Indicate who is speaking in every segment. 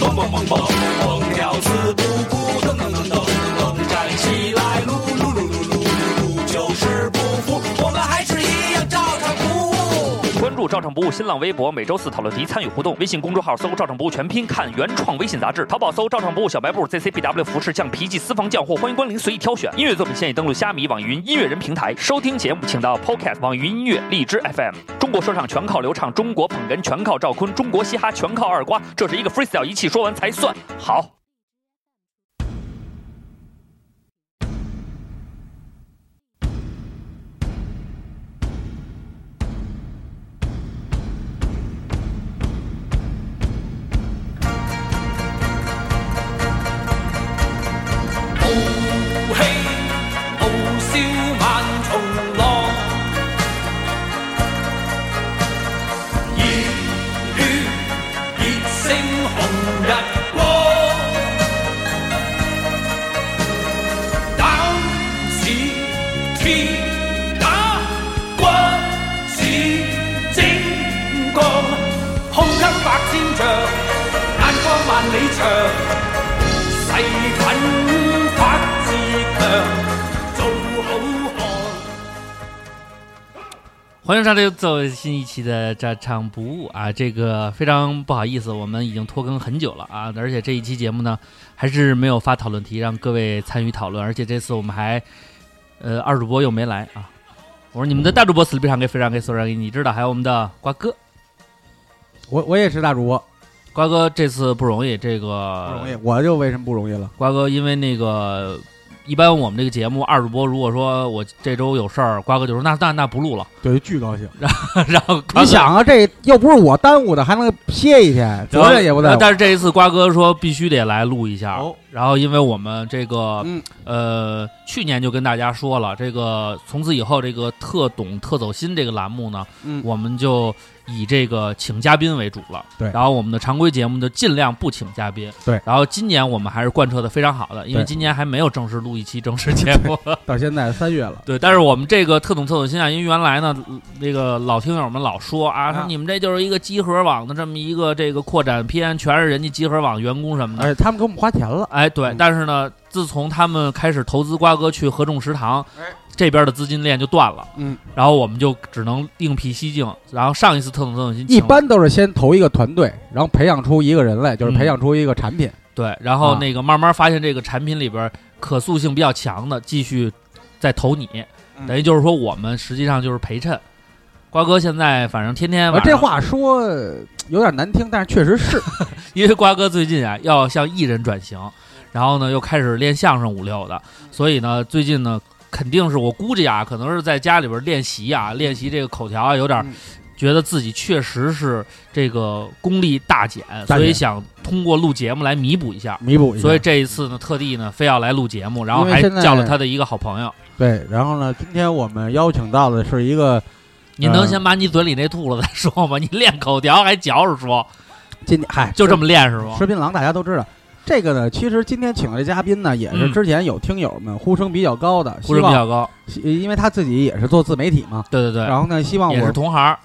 Speaker 1: 蹦蹦蹦，蹦跳四不顾，噔噔噔噔噔，站起来，撸撸撸撸撸撸，就是不服，我们还是一样照常服务。
Speaker 2: 关注“照常不误”新浪微博，每周四讨论题参与互动。微信公众号搜“照常不误”全拼，看原创微信杂志。淘宝搜“照常不误小白布 ”，ZCBW 服饰匠、皮记私房匠货，欢迎光临，随意挑选。音乐作品现已登录虾米、网易云音乐人平台收听节目，请到 Podcast、网易云音乐、荔枝 FM。中国说唱全靠刘畅，中国捧哏全靠赵坤，中国嘻哈全靠二瓜。这是一个 freestyle，一气说完才算好。
Speaker 1: 傲氣、傲笑、萬重浪，熱血、熱聲紅日光，膽是鐵打，骨是精鋼，胸襟百千丈，眼光萬里長。誓奮發自強，做好漢。
Speaker 3: 欢迎大家走新一期的《照常不误》啊！这个非常不好意思，我们已经拖更很久了啊！而且这一期节目呢，还是没有发讨论题让各位参与讨论，而且这次我们还，呃，二主播又没来啊！我说你们
Speaker 4: 哦
Speaker 3: 的大主播死里边上给非常给所长给你知道，还有我们的瓜哥，
Speaker 4: 我我也是大主播，
Speaker 3: 瓜哥这次不容易，这个
Speaker 4: 不容易，我就为什么不容易了？
Speaker 3: 瓜哥因为那个，一般我们这个节目二主播如果说我这周有事儿，瓜哥就说那那那不录了，
Speaker 4: 对，巨高兴。
Speaker 3: 然后瓜哥
Speaker 4: 你想啊，这又不是我耽误的，还能歇一天，
Speaker 3: 然
Speaker 4: 责
Speaker 3: 后
Speaker 4: 任也不在我。
Speaker 3: 呃但是这一次瓜哥说必须得来录一下，
Speaker 4: 哦
Speaker 3: 然后因为我们这个、
Speaker 4: 嗯
Speaker 3: 呃去年就跟大家说了，这个从此以后这个特懂特走心这个栏目呢，
Speaker 4: 嗯
Speaker 3: 我们就以这个请嘉宾为主了。
Speaker 4: 对
Speaker 3: 然后我们的常规节目就尽量不请嘉宾。
Speaker 4: 对，
Speaker 3: 然后今年我们还是贯彻的非常好的，因为
Speaker 4: 对
Speaker 3: 今年还没有正式录一期正式节目。
Speaker 4: 到现在三月了，
Speaker 3: 对，但是我们这个特种特种心啊，因为原来呢，呃那个老听友们老说啊，说
Speaker 4: 啊
Speaker 3: 你们这就是一个集合网的这么一个这个扩展片，全是人家集合网员工什么的。
Speaker 4: 而且他们给我们花钱了，
Speaker 3: 哎，对
Speaker 4: 嗯，
Speaker 3: 但是呢，自从他们开始投资瓜哥去合众食堂，这边的资金链就断了。
Speaker 4: 哎嗯，
Speaker 3: 然后我们就只能另辟蹊径。然后上一次特种特种心
Speaker 4: 一
Speaker 3: 请
Speaker 4: 般都是先投一个团队，然后培养出一个人来，就是
Speaker 3: 嗯
Speaker 4: 培养出一个产品。
Speaker 3: 对，然后
Speaker 4: 啊
Speaker 3: 那个慢慢发现这个产品里边可塑性比较强的，继续再投你，
Speaker 4: 嗯
Speaker 3: 等于就是说我们实际上就是陪衬。瓜哥现在反正天天
Speaker 4: 而
Speaker 3: 晚
Speaker 4: 这
Speaker 3: 上，
Speaker 4: 话说呃有点难听，但是确实是
Speaker 3: 因为瓜哥最近啊要向艺人转
Speaker 4: 嗯
Speaker 3: 型，然后呢又开始练相声五六的，所以呢最近呢肯定是我估计啊，可能是在家里边练习啊，练习这个口条啊，有点
Speaker 4: 嗯
Speaker 3: 觉得自己确实是这个功力大减，
Speaker 4: 大
Speaker 3: 所以
Speaker 4: 减
Speaker 3: 想通过录节目来弥补一下。
Speaker 4: 弥补一下。
Speaker 3: 所以这一次呢，特地呢非要来录节目，然后
Speaker 4: 哎因为
Speaker 3: 还
Speaker 4: 现在嗯
Speaker 3: 叫了他的一个好朋友。
Speaker 4: 对，然后呢，今天我们邀请到的是一个
Speaker 3: 你能
Speaker 4: 嗯
Speaker 3: 先把你嘴里那吐了再说吗？你练口条还嚼着说，
Speaker 4: 今天嗨，
Speaker 3: 就这么练是吗？
Speaker 4: 吃槟榔，大家都知道。这个呢，其实今天请的这嘉宾呢，也是
Speaker 3: 嗯
Speaker 4: 之前有听友们呼声比较高的，
Speaker 3: 呼
Speaker 4: 希
Speaker 3: 声比
Speaker 4: 望
Speaker 3: 较高，
Speaker 4: 希因为他自己也是做自媒体嘛，
Speaker 3: 对对对，
Speaker 4: 然后呢，希望
Speaker 3: 也
Speaker 4: 我
Speaker 3: 是同行儿，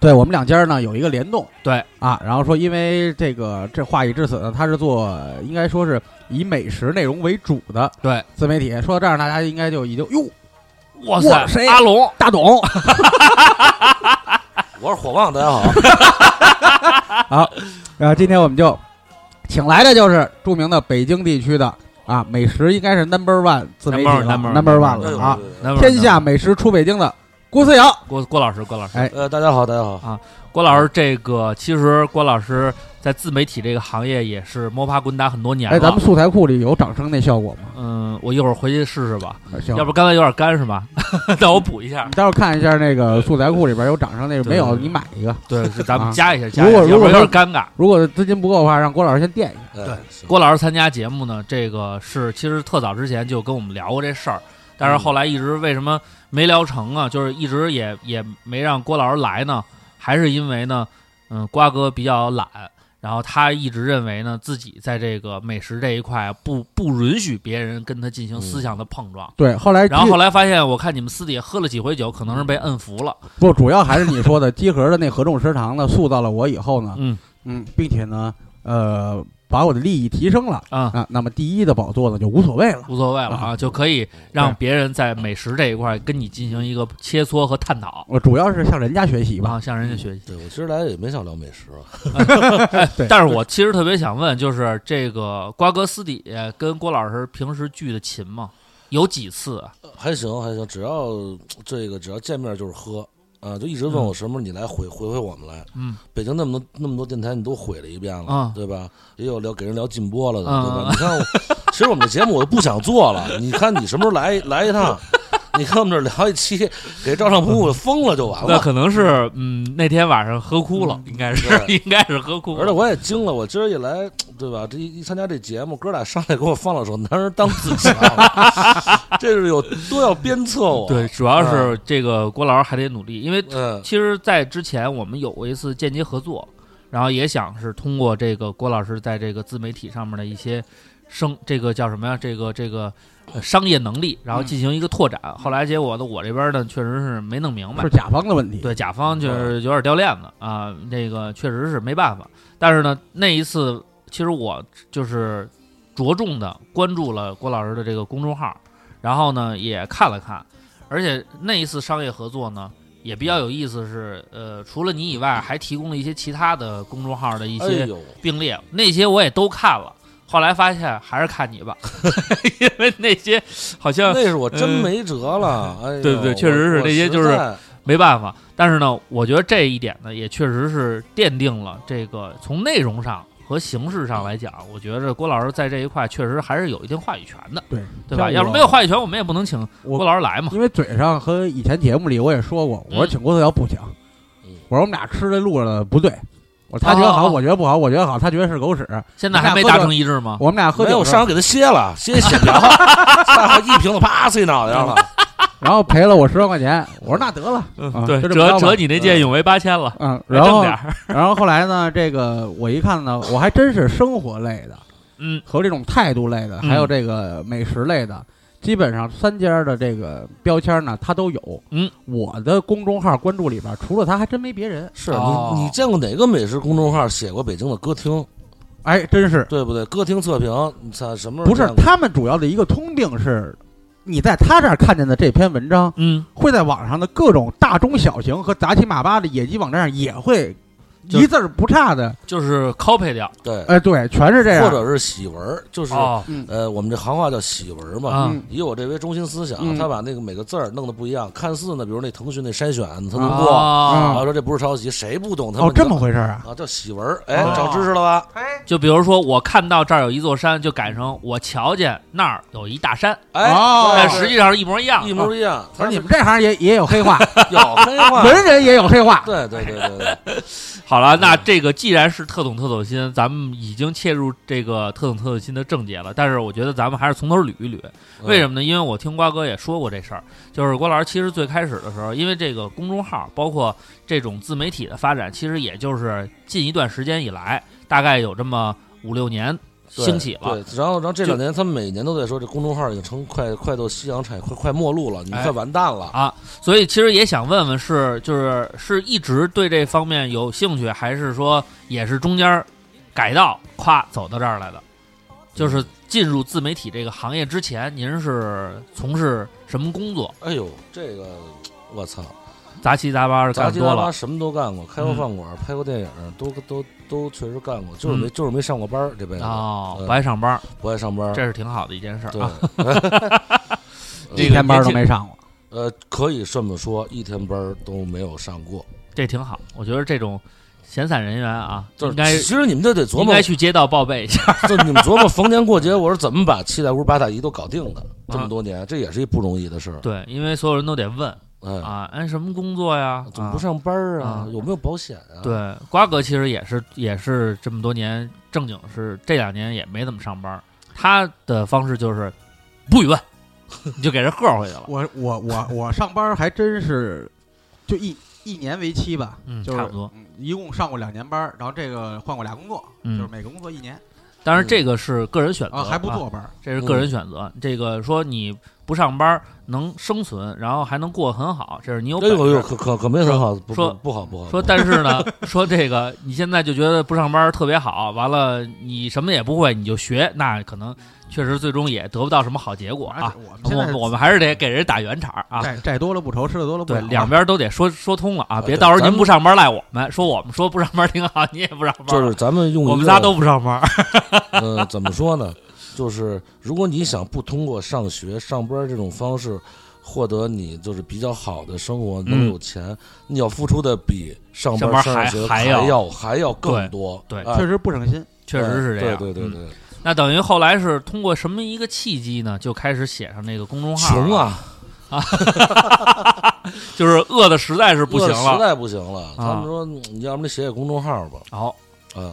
Speaker 4: 对我们两家呢有一个联动，
Speaker 3: 对
Speaker 4: 啊，然后说因为这个这话已至此呢，他是做应该说是以美食内容为主的
Speaker 3: 对，
Speaker 4: 自媒体。说到这儿，大家应该就已经哟
Speaker 3: 哇
Speaker 4: 哇
Speaker 3: 塞，
Speaker 4: 谁
Speaker 3: 阿龙，
Speaker 4: 大 董
Speaker 5: 我是火旺，大家好。
Speaker 4: 啊，今天我们就请来的就是著名的北京地区的啊美食应该是 number one 自媒体
Speaker 3: number one，
Speaker 4: number one
Speaker 3: 对
Speaker 4: 了啊，
Speaker 5: 对对
Speaker 3: 那不是
Speaker 4: 天下美食出北京的郭思瑶。
Speaker 3: 郭郭老师，郭老师，
Speaker 4: 哎
Speaker 5: 呃，大家好，大家好。
Speaker 3: 郭老师，这个其实郭老师在自媒体这个行业也是摸爬滚打很多年
Speaker 4: 哎，咱们
Speaker 3: 了。
Speaker 4: 素材库里有掌声那效果吗？
Speaker 3: 嗯，我一会儿回去试试吧，
Speaker 4: 啊行，
Speaker 3: 要不刚才有点干是吧？ 那我补一下
Speaker 4: 你，待会儿看一下那个素材库里边有掌声那个
Speaker 3: 对
Speaker 4: 没有，
Speaker 3: 对对
Speaker 4: 你买一个。
Speaker 3: 对， 是咱们
Speaker 4: 啊
Speaker 3: 加一下，加一下，
Speaker 4: 如果
Speaker 3: 要不然有
Speaker 4: 如
Speaker 3: 点尴尬。
Speaker 4: 如果资金不够的话，让郭老师先垫一下。
Speaker 5: 对，行
Speaker 3: 郭老师参加节目呢，这个是其实特早之前就跟我们聊过这事儿，但是后来一直为什么没聊成啊？就是一直也也没让郭老师来呢，还是因为呢，嗯，瓜哥比较懒，然后他一直认为呢自己在这个美食这一块啊不不允许别人跟他进行思想的碰撞。
Speaker 4: 对，后来
Speaker 3: 然后
Speaker 4: 基
Speaker 3: 后来发现，我看你们私底下喝了几回酒，可能是被摁服了。
Speaker 4: 不，主要还是你说的集合的那合众食堂呢，塑造了我以后呢，
Speaker 3: 嗯
Speaker 4: 嗯，并且呢，呃，把我的利益提升了
Speaker 3: 啊，
Speaker 4: 啊，那么第一的宝座呢就无所谓了。
Speaker 3: 无所谓了啊，就可以让别人在美食这一块儿跟你进行一个切磋和探讨
Speaker 4: 我主要是向人家学习吧，
Speaker 3: 啊，向人家学习。
Speaker 5: 对我其实来也没想聊美食，
Speaker 4: 对
Speaker 3: 但是我其实特别想问，就是这个瓜哥私底下跟郭老师平时聚的勤吗？有几次啊？
Speaker 5: 还行还行，只要这个只要见面就是喝啊，就一直问我什么时候你来回回回我们来。
Speaker 3: 嗯，
Speaker 5: 北京那么多那么多电台你都毁了一遍
Speaker 3: 啊
Speaker 5: 了，对吧？也有聊给人聊禁播了的，
Speaker 3: 啊
Speaker 5: 对吧？你 看我，其实我们的节目我都不想做了，你看你什么时候来来一趟？ 你看我们这聊一期，给照相铺封了就完
Speaker 3: 那
Speaker 5: 了。
Speaker 3: 可能是嗯，那天晚上喝哭了，应该是
Speaker 5: 对
Speaker 3: 应该是喝哭
Speaker 5: 嗯而且
Speaker 3: 了。
Speaker 5: 我也惊了，我今儿一来，对吧？这一一参加这节目，哥俩上来给我放了首《男人当自强》， 这是有多要鞭策我？
Speaker 3: 对，，主要是这个郭老师还得努力，因为
Speaker 5: 嗯，
Speaker 3: 其实，在之前我们有过一次间接合作，然后也想是通过这个郭老师在这个自媒体上面的一些生，这个叫什么呀？这个这个、呃商业能力，
Speaker 5: 嗯
Speaker 3: 然后进行一个拓展。后来结果呢，我这边呢确实是没弄明白
Speaker 4: 是，甲方的问题。
Speaker 3: 对甲方
Speaker 5: 嗯
Speaker 3: 就是有点掉链子啊，这个确实是没办法。但是呢，那一次其实我就是着重的关注了郭老师的这个公众号，然后呢也看了看，而且那一次商业合作呢也比较有意思是，呃，除了你以外，还提供了一些其他的公众号的一
Speaker 5: 哎
Speaker 3: 些
Speaker 5: 呦，
Speaker 3: 并列，那些我也都看了。后来发现还是看你吧， 因为那些好 像
Speaker 5: 那是我真没辙 了。哎呦，
Speaker 3: 嗯对对确
Speaker 5: 我
Speaker 3: 实是
Speaker 5: 我
Speaker 3: 这些
Speaker 5: 实
Speaker 3: 就是
Speaker 5: 在
Speaker 3: 没办法。但是呢，我觉得这一点呢，也确实是奠定了这个从内容上和形式上来讲，我觉着郭老师在这一块确实还是有一定话语权的，
Speaker 4: 对
Speaker 3: 对吧？
Speaker 4: 像
Speaker 3: 要是
Speaker 4: 我
Speaker 3: 没有话语权，我们也不能请郭老师来嘛。
Speaker 4: 因为嘴上和以前节目里我也说过，我说
Speaker 3: 嗯
Speaker 4: 请郭德纲不行，
Speaker 5: 嗯
Speaker 4: 我说我们俩吃的路了不对，我他觉
Speaker 3: 哦
Speaker 4: 得
Speaker 3: 哦
Speaker 4: 好，
Speaker 3: 哦啊
Speaker 4: 我觉得不好，我觉得好，他觉得是狗屎，
Speaker 3: 现在还没达成一致吗？
Speaker 4: 我们俩喝
Speaker 5: 没有
Speaker 4: 酒的时候
Speaker 5: 上回给他歇了，歇闲 聊，然后一瓶子啪碎脑袋上了。
Speaker 3: 嗯
Speaker 4: 然后赔了我十万块钱，我说那得了，啊
Speaker 3: 对，
Speaker 4: 就这么
Speaker 3: 折
Speaker 4: 着吧
Speaker 3: 折你那件永为八千了，
Speaker 4: 嗯，
Speaker 3: 来
Speaker 4: 然
Speaker 3: 挣
Speaker 4: 后
Speaker 3: 点儿。
Speaker 4: 然后后来呢，这个我一看呢，我还真是生活类的
Speaker 3: 嗯
Speaker 4: 和这种态度类的，
Speaker 3: 嗯
Speaker 4: 还有这个美食类的，基本上三家的这个标签呢，它都有。
Speaker 3: 嗯，
Speaker 4: 我的公众号关注里边，除了他还真没别人。
Speaker 5: 是
Speaker 3: 哦
Speaker 5: 你你见过哪个美食公众号写过北京的歌厅，
Speaker 4: 哎，真是
Speaker 5: 对不对？歌厅测评，你操什么时候
Speaker 4: 不是
Speaker 5: 见过
Speaker 4: 他们主要的一个通病是，你在他这儿看见的这篇文章，
Speaker 3: 嗯，
Speaker 4: 会在网上的各种大中小型和杂七马八的野鸡网站上也会
Speaker 3: 就
Speaker 4: 一字儿不差的，
Speaker 3: 就是 copy 掉
Speaker 5: 对，
Speaker 4: 哎，对，全是这样。
Speaker 5: 或者是喜文儿，就是
Speaker 3: 哦
Speaker 5: 呃，我们这行话叫喜文儿嘛，
Speaker 3: 啊
Speaker 4: 嗯
Speaker 5: 以我这为中心思想，
Speaker 4: 嗯
Speaker 5: 他把那个每个字儿弄得不一样，看似呢，比如那腾讯那筛选他能过，然
Speaker 3: 哦
Speaker 5: 后说这不是抄袭，谁不懂他们
Speaker 4: 嗯哦，这么回 事儿啊？
Speaker 5: 啊，叫喜文儿，哎
Speaker 3: 哦，
Speaker 5: 长知识了吧？
Speaker 3: 就比如说我看到这儿有一座山，就改成我瞧见那儿有一大山，
Speaker 5: 哎，
Speaker 4: 哦
Speaker 3: 但
Speaker 5: 但
Speaker 3: 实际上是一模一样的，
Speaker 5: 一模一样，
Speaker 4: 不
Speaker 5: 他
Speaker 4: 是
Speaker 5: 是
Speaker 4: 你们这行也也有黑话，
Speaker 5: 有黑话，
Speaker 4: 文人也有黑话。
Speaker 5: 对对对对对，
Speaker 3: 好了，那这个既然是特懂特走心，咱们已经切入这个特懂特走心的正解了。但是我觉得咱们还是从头捋一捋， 为什
Speaker 5: 么？
Speaker 3: 么呢？因为我听瓜哥也说过这事儿，就是郭老师其实最开始的时候，因为这个公众号，包括这种自媒体的发展，其实也就是近一段时间以来，大概有这么五六年
Speaker 5: 对
Speaker 3: 兴起了。
Speaker 5: 对，然后然后这
Speaker 3: 就
Speaker 5: 两年他们每年都在说，这公众号已经成快快到夕阳产业，快快没路了，你们
Speaker 3: 哎
Speaker 5: 快完蛋了。
Speaker 3: 啊，所以其实也想问问是，就是是一直对这方面有兴趣，还是说也是中间儿改道夸走到这儿来的？就是进入自媒体这个行业之前，您是从事什么工作？
Speaker 5: 哎呦，这个我操，
Speaker 3: 杂七杂八的
Speaker 5: 杂
Speaker 3: 干
Speaker 5: 七
Speaker 3: 多
Speaker 5: 杂八
Speaker 3: 了，嗯
Speaker 5: 什么都干过，开过饭馆，拍过电影，都都都确实干过，就是
Speaker 3: 嗯
Speaker 5: 没就是没上过班儿这辈子
Speaker 3: 哦，
Speaker 5: 嗯
Speaker 3: 不爱上班儿，
Speaker 5: 不爱上班儿。
Speaker 3: 这是挺好的一件事儿
Speaker 5: 对
Speaker 3: 啊。，
Speaker 4: 一天班都没上过。
Speaker 5: 呃，可以这么说，一天班儿都没有上过。
Speaker 3: 这挺好。我觉得这种闲散人员啊，
Speaker 5: 就
Speaker 3: 应
Speaker 5: 是
Speaker 3: 该
Speaker 5: 其实你们就得琢
Speaker 3: 应
Speaker 5: 磨
Speaker 3: 该，去街道报备一下。
Speaker 5: 就你们琢磨逢年过节，我是怎么把七大姑八大姨都搞定的？这么多年，这也是一不容易的事儿。
Speaker 3: 啊对，因为所有人都得问
Speaker 5: 嗯，
Speaker 3: 啊，哎，什么工作呀？
Speaker 5: 怎么
Speaker 3: 啊
Speaker 5: 不上班儿啊
Speaker 3: 啊？
Speaker 5: 有没有保险啊？，
Speaker 3: 对，瓜哥其实也是也是这么多年正经是这两年也没怎么上班儿，他的方式就是不许问，你就给人喝回去了。
Speaker 4: 我我我我上班还真是就一一年为期吧，
Speaker 3: 嗯
Speaker 4: 就是
Speaker 3: 差不多
Speaker 4: 嗯一共上过两年班，然后这个换过俩工作，
Speaker 3: 嗯
Speaker 4: 就是每个工作一年
Speaker 5: 嗯
Speaker 3: 当然这个是个人选择，
Speaker 4: 啊，还不
Speaker 3: 啊
Speaker 4: 错班。嗯
Speaker 3: 这是个人选择。这个说你不上班能生存，然后还能过得很好，这是你有
Speaker 5: 哎
Speaker 3: 本
Speaker 5: 呦呦，
Speaker 3: 事。
Speaker 5: 可可可没很好，不
Speaker 3: 说
Speaker 5: 不不好不好。
Speaker 3: 说，但是呢， 说这个你现在就觉得不上班特别好，完了你什么也不会，你就学，那可能确实最终也得不到什么好结果啊。
Speaker 4: 我
Speaker 3: 我
Speaker 4: 们现在
Speaker 3: 们我们还是得给人打圆场啊。
Speaker 4: 债债多了不愁，吃的多了不
Speaker 3: 对，
Speaker 4: 愁啊。
Speaker 3: 两边都得说说通了啊，
Speaker 5: 啊
Speaker 3: 别
Speaker 5: 对
Speaker 3: 到时候
Speaker 5: 咱
Speaker 3: 您
Speaker 5: 们
Speaker 3: 不上班赖我们，说我们说不上班挺好，你也不上班，
Speaker 5: 就是咱们用一个
Speaker 3: 我们仨都不上班。
Speaker 5: 呃，怎么说呢？就是如果你想不通过上学、上班这种方式获得你就是比较好的生活，能
Speaker 3: 嗯
Speaker 5: 有钱，你要付出的比上
Speaker 3: 上
Speaker 5: 班、
Speaker 3: 班
Speaker 5: 上
Speaker 3: 还
Speaker 5: 学
Speaker 3: 还要
Speaker 5: 要还要
Speaker 3: 对
Speaker 5: 更多。
Speaker 3: 对
Speaker 5: 哎
Speaker 4: 确实不省心。
Speaker 3: 确实是这样，
Speaker 5: 对对对
Speaker 3: 嗯
Speaker 5: 对，对
Speaker 3: 那等于后来是通过什么一个契机呢？就开始写上那个公众号，
Speaker 5: 穷，啊，
Speaker 3: 就是饿的实在是不
Speaker 5: 饿
Speaker 3: 行
Speaker 5: 得实
Speaker 3: 了。啊
Speaker 5: 在不行了。他们说，嗯你要不你写写公众号吧？
Speaker 3: 好，
Speaker 5: 嗯，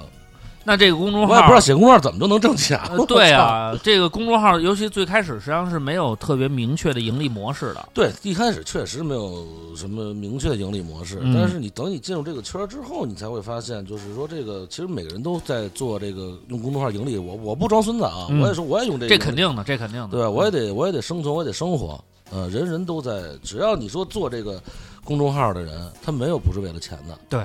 Speaker 3: 那这个公众
Speaker 5: 我
Speaker 3: 号
Speaker 5: 也不知道写公众号怎么就能挣钱
Speaker 3: 呃。对啊，这个公众号尤其最开始实际上是没有特别明确的盈利模式的。
Speaker 5: 对，一开始确实没有什么明确的盈利模式，
Speaker 3: 嗯
Speaker 5: 但是你等你进入这个圈儿之后，你才会发现，就是说这个其实每个人都在做这个用公众号盈利。我我不装孙子啊，
Speaker 3: 嗯
Speaker 5: 我也说我也用这个，
Speaker 3: 这肯定的，嗯这肯定的。
Speaker 5: 对吧？我也得我也得生存，我也得生活。呃，人人都在，只要你说做这个公众号的人，他没有不是为了钱的。
Speaker 3: 对，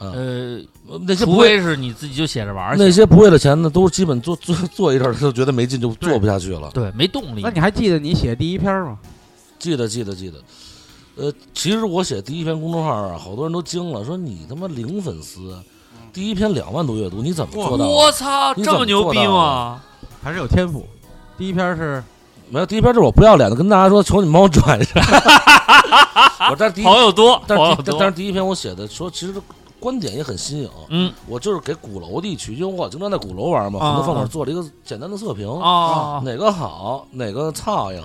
Speaker 5: 嗯，
Speaker 3: 呃，
Speaker 5: 呃那些
Speaker 3: 除
Speaker 5: 不为
Speaker 3: 非是你自己就写着玩儿去，
Speaker 5: 那些不为了钱的，都基本做做做一阵儿就觉得没劲，就
Speaker 4: 对
Speaker 5: 做不下去了。
Speaker 3: 对没动力
Speaker 4: 那。你还记得你写第一篇吗？
Speaker 5: 记得记得记得。呃，其实我写第一篇公众号啊，好多人都惊了，说你他妈零粉丝，第一篇两万多阅读，你怎么做到
Speaker 3: 嗯我
Speaker 5: 的？
Speaker 3: 操，
Speaker 5: 你
Speaker 3: 这
Speaker 5: 怎么
Speaker 3: 么牛
Speaker 5: 做
Speaker 3: 逼
Speaker 5: 到
Speaker 3: 吗？
Speaker 4: 还是有天赋。第一篇是
Speaker 5: 没有，第一篇就是我不要脸的跟大家说，求你帮我转一 下。我但是第一，
Speaker 3: 朋友多，朋
Speaker 5: 但
Speaker 3: 友
Speaker 5: 是第但
Speaker 3: 多
Speaker 5: 是。第一篇我写的说，其实观点也很新颖。
Speaker 3: 嗯
Speaker 5: 我就是给鼓楼地区，因为我经常在鼓楼玩嘛，
Speaker 3: 啊
Speaker 5: 很多饭
Speaker 3: 啊
Speaker 5: 馆做了一个简单的测评，
Speaker 3: 哦，
Speaker 5: 哪个好，哪个操呀，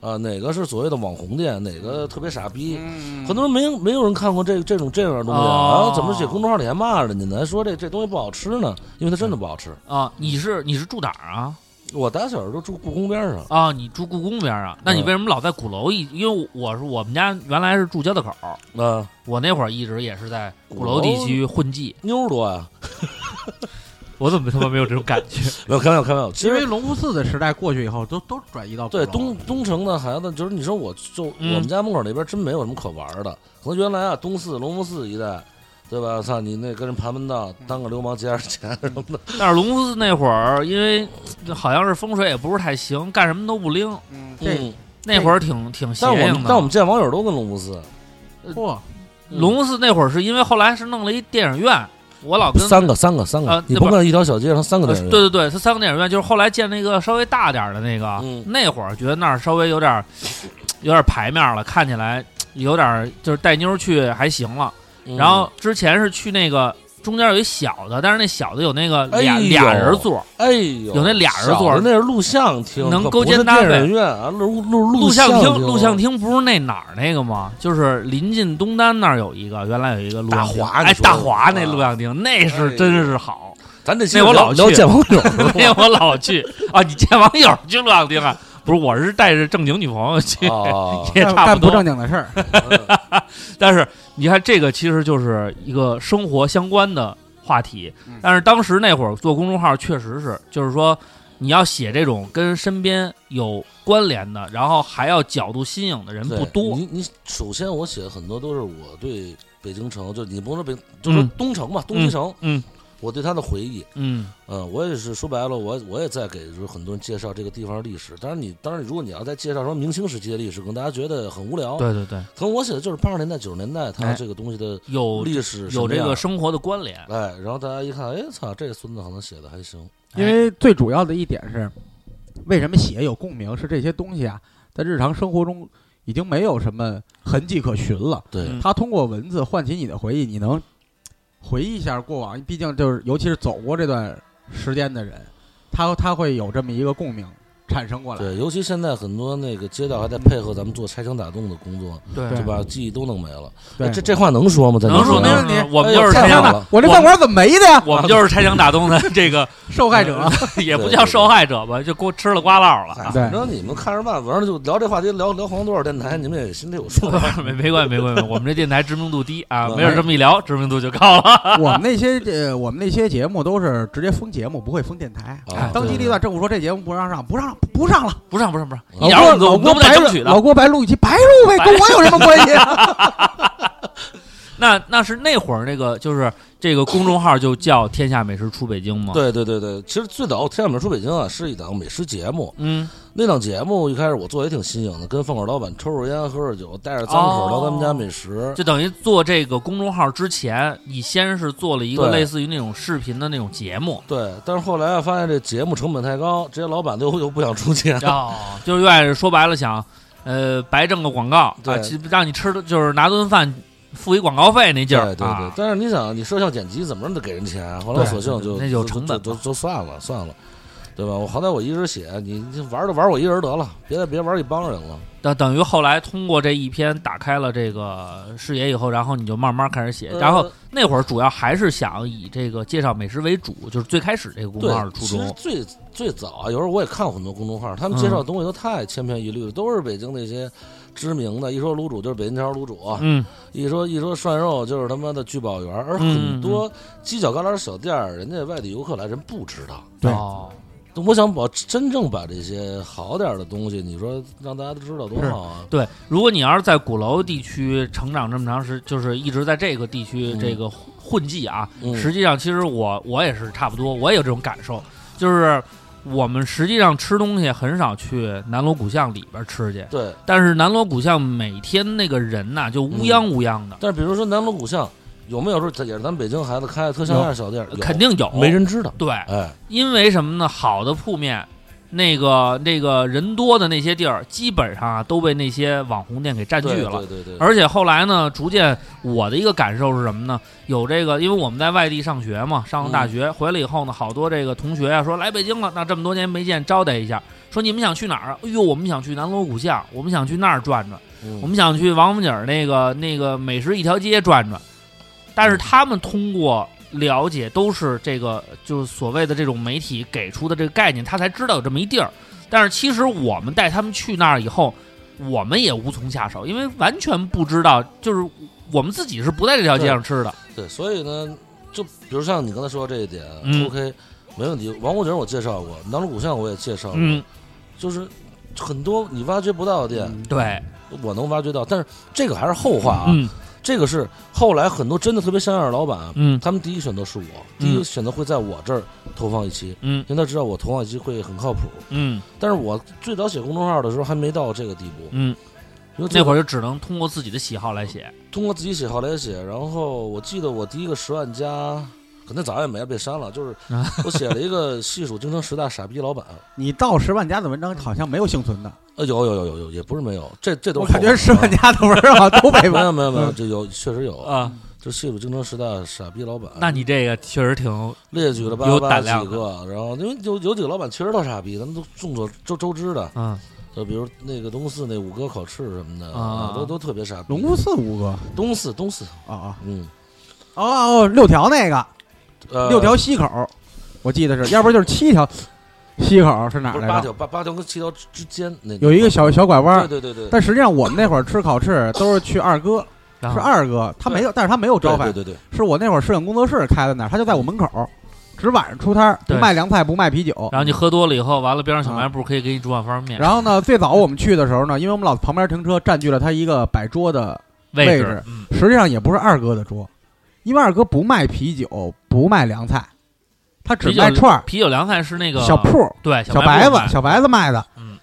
Speaker 5: 啊，哪个是所谓的网红店，哪个特别傻逼，很多人没没有人看过这这种这样的东西，
Speaker 3: 哦
Speaker 5: 然后怎么写公众号里还骂人家呢？还说这这东西不好吃呢，因为它真的不好吃。
Speaker 3: 啊，你是你是住哪儿啊？
Speaker 5: 我打小就住故宫边上，
Speaker 3: 啊，你住故宫边儿啊？那你
Speaker 5: 嗯
Speaker 3: 为什么老在鼓楼一？因为我是我们家原来是住交道口儿，
Speaker 5: 啊，
Speaker 3: 我那会儿一直也是在鼓楼地区混迹。
Speaker 5: 妞儿多呀。
Speaker 3: 我怎么他妈没有这种感觉？
Speaker 5: 没有开玩笑，开玩笑。其
Speaker 4: 因为
Speaker 5: 实
Speaker 4: 隆福寺的时代过去以后，都都转移到
Speaker 5: 对
Speaker 4: 鼓楼
Speaker 5: 东
Speaker 4: 了
Speaker 5: 东城的孩子，就是你说我就我
Speaker 3: 嗯
Speaker 5: 们家门口那边真没有什么可玩的，可能原来啊东四隆福寺一带。对吧？操你那跟人盘门道，当个流氓劫点钱什么的，
Speaker 3: 但是隆福寺那会儿，因为好像是风水也不是太行，干什么都不灵。
Speaker 4: 这
Speaker 5: 嗯，
Speaker 3: 那会儿挺挺邪
Speaker 5: 但我
Speaker 3: 性
Speaker 5: 们但我
Speaker 3: 的
Speaker 5: 们。见网友都跟龙福寺，
Speaker 4: 嚯，
Speaker 3: 隆福寺那会儿是因为后来是弄了一电影院，我老跟
Speaker 5: 三个三个三
Speaker 3: 啊
Speaker 5: 个，你
Speaker 3: 那
Speaker 5: 甭
Speaker 3: 不
Speaker 5: 管一条小街上三个
Speaker 3: 呃
Speaker 5: 电
Speaker 3: 是
Speaker 5: 影
Speaker 3: 对
Speaker 5: 院，
Speaker 3: 对对，是三个电影院，就是后来建了一个稍微大点儿的那个，
Speaker 5: 嗯
Speaker 3: 那会儿觉得那儿稍微有点儿有点儿排面了，看起来有点儿就是带妞儿去还行了。
Speaker 5: 嗯
Speaker 3: 然后之前是去那个中间有一小的，但是那小的有那个俩、
Speaker 5: 哎呦
Speaker 3: 俩人座，
Speaker 5: 哎呦，
Speaker 3: 有那俩人座
Speaker 5: 小的那是录像厅，
Speaker 3: 能
Speaker 5: 可
Speaker 3: 勾
Speaker 5: 不
Speaker 3: 肩
Speaker 5: 是
Speaker 3: 搭背
Speaker 5: 电影院啊，录录录
Speaker 3: 录像
Speaker 5: 厅，
Speaker 3: 录像厅不是那哪儿那个吗？就是临近东单那儿有一个，原来有一个录像厅，
Speaker 5: 大华
Speaker 3: 哎，
Speaker 5: 你说
Speaker 3: 大
Speaker 5: 的
Speaker 3: 华那
Speaker 5: 啊
Speaker 3: 录像厅那
Speaker 5: 哎
Speaker 3: 是
Speaker 5: 呦
Speaker 3: 真是好，
Speaker 5: 咱这期
Speaker 3: 那我老
Speaker 5: 聊聊
Speaker 3: 去
Speaker 5: 见网 友
Speaker 3: 那我老去啊，你见网友去录像厅啊？不是，我是带着正经女朋友去，
Speaker 5: 啊，
Speaker 3: 也
Speaker 4: 干
Speaker 3: 差
Speaker 4: 干
Speaker 3: 不
Speaker 4: 不
Speaker 3: 多。哎
Speaker 4: 正经的事儿，
Speaker 3: 但是你看，这个其实就是一个生活相关的话题。
Speaker 5: 嗯
Speaker 3: 但是当时那会儿做公众号，确实是，就是说你要写这种跟身边有关联的，然后还要角度新颖的 人
Speaker 5: 对
Speaker 3: 不多。
Speaker 5: 你你首先我写的很多都是我对北京城，就你甭说北，就说
Speaker 3: 嗯
Speaker 5: 东城吧，东西城，
Speaker 3: 嗯
Speaker 5: 我对它的回忆，
Speaker 3: 嗯
Speaker 5: 嗯，我也是说白了，我我也在给就是很多人介绍这个地方的历史。当然你当然如果你要再介绍说明清时期的历史，可能大家觉得很无聊。，
Speaker 3: 对对对，
Speaker 5: 可能我写的就是八十年代九十年代它
Speaker 3: 哎
Speaker 5: 这个东西的
Speaker 3: 有
Speaker 5: 历史什
Speaker 3: 有
Speaker 5: 么
Speaker 3: 这个
Speaker 5: 样
Speaker 3: 生活的关联。
Speaker 5: 哎，然后大家一看，哎，操，这个孙子好像写的还行。
Speaker 4: 因为最主要的一点是，哎为什么写有共鸣？是这些东西啊，在日常生活中已经没有什么痕迹可寻了。
Speaker 5: 对，
Speaker 3: 嗯
Speaker 4: 它通过文字唤起你的回忆，你能回忆一下过往，毕竟就是尤其是走过这段时间的人，他他会有这么一个共鸣产生过来。
Speaker 5: 对，尤其现在很多那个街道还在配合咱们做拆墙打洞的工作，
Speaker 3: 对
Speaker 5: 对
Speaker 4: 对
Speaker 5: 吧？记忆都弄没了。
Speaker 4: 对
Speaker 5: 哎这这话能说吗？咱
Speaker 3: 能
Speaker 5: 这
Speaker 3: 说
Speaker 5: 节
Speaker 4: 没
Speaker 5: 目
Speaker 4: 问
Speaker 3: 能
Speaker 4: 题
Speaker 3: 说，我们
Speaker 5: 哎呦
Speaker 3: 就是拆
Speaker 5: 太
Speaker 3: 墙
Speaker 5: 好
Speaker 3: 打，
Speaker 5: 了。
Speaker 4: 我这饭馆怎么没的呀？
Speaker 3: 我们就是拆墙打洞的 这个
Speaker 4: 受害者，
Speaker 3: 也不叫受害者吧，就锅吃了瓜落了。
Speaker 5: 哎
Speaker 4: 对
Speaker 5: 反正你们看着办，完了就聊这话题，聊聊黄多少电台，你们也心里有数。
Speaker 3: 没没关系，没关系，我们这电台知名度低 啊，
Speaker 5: 嗯
Speaker 3: 没有这么一聊，知名度就高 了。
Speaker 4: 我们那些 呃，我们那些节目都是直接封节目，不会封电台。
Speaker 5: 啊
Speaker 4: 当机
Speaker 5: 对
Speaker 4: 立断，政府说这节目不让上，不让不上了，
Speaker 3: 不上啊不上不上，一
Speaker 4: 老
Speaker 3: 点儿我
Speaker 4: 郭
Speaker 3: 们都我
Speaker 4: 老
Speaker 3: 们都不
Speaker 4: 郭
Speaker 3: 带
Speaker 4: 白
Speaker 3: 争
Speaker 4: 录
Speaker 3: 取
Speaker 4: 老
Speaker 3: 的。
Speaker 4: 郭白录一期白录呗，跟我有什么关 系啊？
Speaker 3: 那那是那会儿那个就是这个公众号就叫“天下美食出北京”嘛。，
Speaker 5: 对对对对，其实最早《天下美食出北京》啊是一档美食节目，
Speaker 3: 嗯，
Speaker 5: 那档节目一开始我做得也挺新颖的，跟饭馆老板抽抽烟、喝喝酒，带着脏口聊咱们家美食。
Speaker 3: 就等于做这个公众号之前，你先是做了一个
Speaker 5: 对
Speaker 3: 类似于那种视频的那种节 目，
Speaker 5: 对，但是后来啊，发现这节目成本太高，这些老板都又不想出钱。
Speaker 3: 哦，就是愿意说白了想，呃，白挣个广告啊
Speaker 5: 对，
Speaker 3: 其让你吃的就是拿顿饭付一广告费那劲
Speaker 5: 对
Speaker 3: 儿
Speaker 5: 对对，
Speaker 3: 啊。
Speaker 5: 但是你想，你摄像剪辑怎么着得给人钱啊，后来
Speaker 3: 对
Speaker 5: 索性就
Speaker 3: 那有成本
Speaker 5: 就就就就算了算了，对吧？我好歹我一人写，你你玩就玩我一人得了，别再别玩一帮人了。
Speaker 3: 等等于后来通过这一篇打开了这个视野以后，然后你就慢慢开始写，然后
Speaker 5: 呃
Speaker 3: 那会儿主要还是想以这个介绍美食为主，就是最开始这个公众号的
Speaker 5: 对，其
Speaker 3: 初嗯
Speaker 5: 实
Speaker 3: 衷。
Speaker 5: 最最早啊，有时候我也看过很多公众号，他们介绍的东西都太千篇一律了，都是北京那些知名的，一说卤煮就是北京桥卤煮，
Speaker 3: 嗯，
Speaker 5: 一说一说涮肉就是他妈的聚宝园，而
Speaker 3: 嗯
Speaker 5: 很多犄角旮旯小店儿，人家外地游客来人不知道。
Speaker 4: 对
Speaker 3: 哦，
Speaker 5: 我想把真正把这些好点儿的东西，你说让大家都知道多好啊！
Speaker 3: 对，如果你要是在鼓楼地区成长这么长时，就是一直在这个地区
Speaker 5: 嗯
Speaker 3: 这个混迹啊，
Speaker 5: 嗯
Speaker 3: 实际上其实我我也是差不多，我也有这种感受，就是我们实际上吃东西很少去南锣鼓巷里边吃去，
Speaker 5: 对，
Speaker 3: 但是南锣鼓巷每天那个人呐、就
Speaker 5: 嗯
Speaker 3: 乌泱乌泱的，
Speaker 5: 但是比如说南锣鼓巷，有没有说也是咱们北京孩子开的特像样的小店儿？有
Speaker 3: 肯定有
Speaker 5: 没人知道。
Speaker 3: 对，
Speaker 5: 哎，
Speaker 3: 因为什么呢？好的铺面，那个那个人多的那些地儿，基本上啊都被那些网红店给占据
Speaker 5: 对
Speaker 3: 了。
Speaker 5: 对对对，
Speaker 3: 而且后来呢，逐渐我的一个感受是什么呢？有这个，因为我们在外地上学嘛，上了大学、回来以后呢，好多这个同学啊说来北京了，那这么多年没见，招待一下，说你们想去哪儿啊？哎呦，我们想去南锣鼓巷，我们想去那儿转转，
Speaker 5: 嗯
Speaker 3: 我们想去王府井儿那个那个美食一条街转转。但是他们通过了解，都是这个就是所谓的这种媒体给出的这个概念，他才知道有这么一地儿。但是其实我们带他们去那儿以后，我们也无从下手，因为完全不知道，就是我们自己是不在这条街上吃的。
Speaker 5: 对，所以呢，就比如像你刚才说这一点、
Speaker 3: 嗯
Speaker 5: o k 没问题。王府井我介绍过，南锣鼓巷我也介绍过，
Speaker 3: 嗯，
Speaker 5: 就是很多你挖掘不到的店，
Speaker 3: 对，
Speaker 5: 我能挖掘到。但是这个还是后话啊，
Speaker 3: 嗯
Speaker 5: 这个是后来很多真的特别像样的老板啊，
Speaker 3: 嗯
Speaker 5: 他们第一选择是我，第一个选择会在我这儿投放一期，
Speaker 3: 嗯
Speaker 5: 因为他知道我投放一期会很靠谱。
Speaker 3: 嗯
Speaker 5: 但是我最早写公众号的时候还没到这个地步，
Speaker 3: 嗯，
Speaker 5: 因为
Speaker 3: 那会
Speaker 5: 儿
Speaker 3: 儿就只能通过自己的喜好来写。
Speaker 5: 通过自己写好来写，然后我记得我第一个十万加。可能早也没了，被删了。就是
Speaker 3: 啊
Speaker 5: 我写了一个细数京城十大傻逼老板，
Speaker 4: 你到十万加的文章好像没有幸存的，
Speaker 5: 呃，有有有有有，也不是没有，这这都
Speaker 4: 我
Speaker 5: 是
Speaker 4: 感
Speaker 5: 后
Speaker 4: 觉
Speaker 5: 话啊
Speaker 4: 十万加的文章好像都被
Speaker 5: 没有
Speaker 4: 完。
Speaker 5: 没有没有，
Speaker 4: 嗯
Speaker 5: 这有确实有
Speaker 3: 啊，
Speaker 5: 就细数京城十大傻逼老板。
Speaker 3: 那你这个确实挺
Speaker 5: 列举了八
Speaker 3: 有
Speaker 5: 八
Speaker 3: 胆量
Speaker 5: 几个，然后因为有有几个老板确实特傻逼，咱们都众所周周知的，
Speaker 3: 嗯
Speaker 5: 就呃比如那个东四那五哥烤翅什么的，
Speaker 3: 啊
Speaker 5: 都都特别傻逼。
Speaker 4: 龙寺五哥
Speaker 5: 东四东四，
Speaker 4: 啊啊
Speaker 5: 嗯，
Speaker 4: 哦哦，六条那个
Speaker 5: 呃，
Speaker 4: 六条西口，我记得是，要不然就是七条西口是哪
Speaker 5: 不
Speaker 4: 儿
Speaker 5: 是八
Speaker 4: 来着？
Speaker 5: 条八八条跟七条之之间那
Speaker 4: 有一个小小拐弯儿。
Speaker 5: 对对对对，
Speaker 4: 但实际上，我们那会儿吃烤翅都是去二哥，
Speaker 3: 然
Speaker 4: 是
Speaker 3: 后
Speaker 4: 二哥，他没有，但是他没有招牌
Speaker 5: 啊对，对对对，
Speaker 4: 是我那会儿摄影工作室开的那儿，他就在我门口，只晚上出摊儿，不
Speaker 3: 对
Speaker 4: 卖凉菜，不卖啤酒。
Speaker 3: 然后你喝多了以后，完了边上小
Speaker 4: 啊
Speaker 3: 卖部可以给你煮碗方便面，
Speaker 4: 然后呢，最早我们去的时候呢，因为我们老旁边停车占据了他一个摆桌的，
Speaker 3: 位
Speaker 4: 位
Speaker 3: 置
Speaker 4: 置
Speaker 3: 嗯
Speaker 4: 实际上也不是二哥的桌，因为二哥不卖啤酒，不卖凉菜，他只
Speaker 3: 啤酒
Speaker 4: 卖串儿、
Speaker 3: 啤酒凉菜是那个
Speaker 4: 小铺儿、
Speaker 3: 对
Speaker 4: 小
Speaker 3: 白
Speaker 4: 白子、小白子卖的。
Speaker 3: 嗯，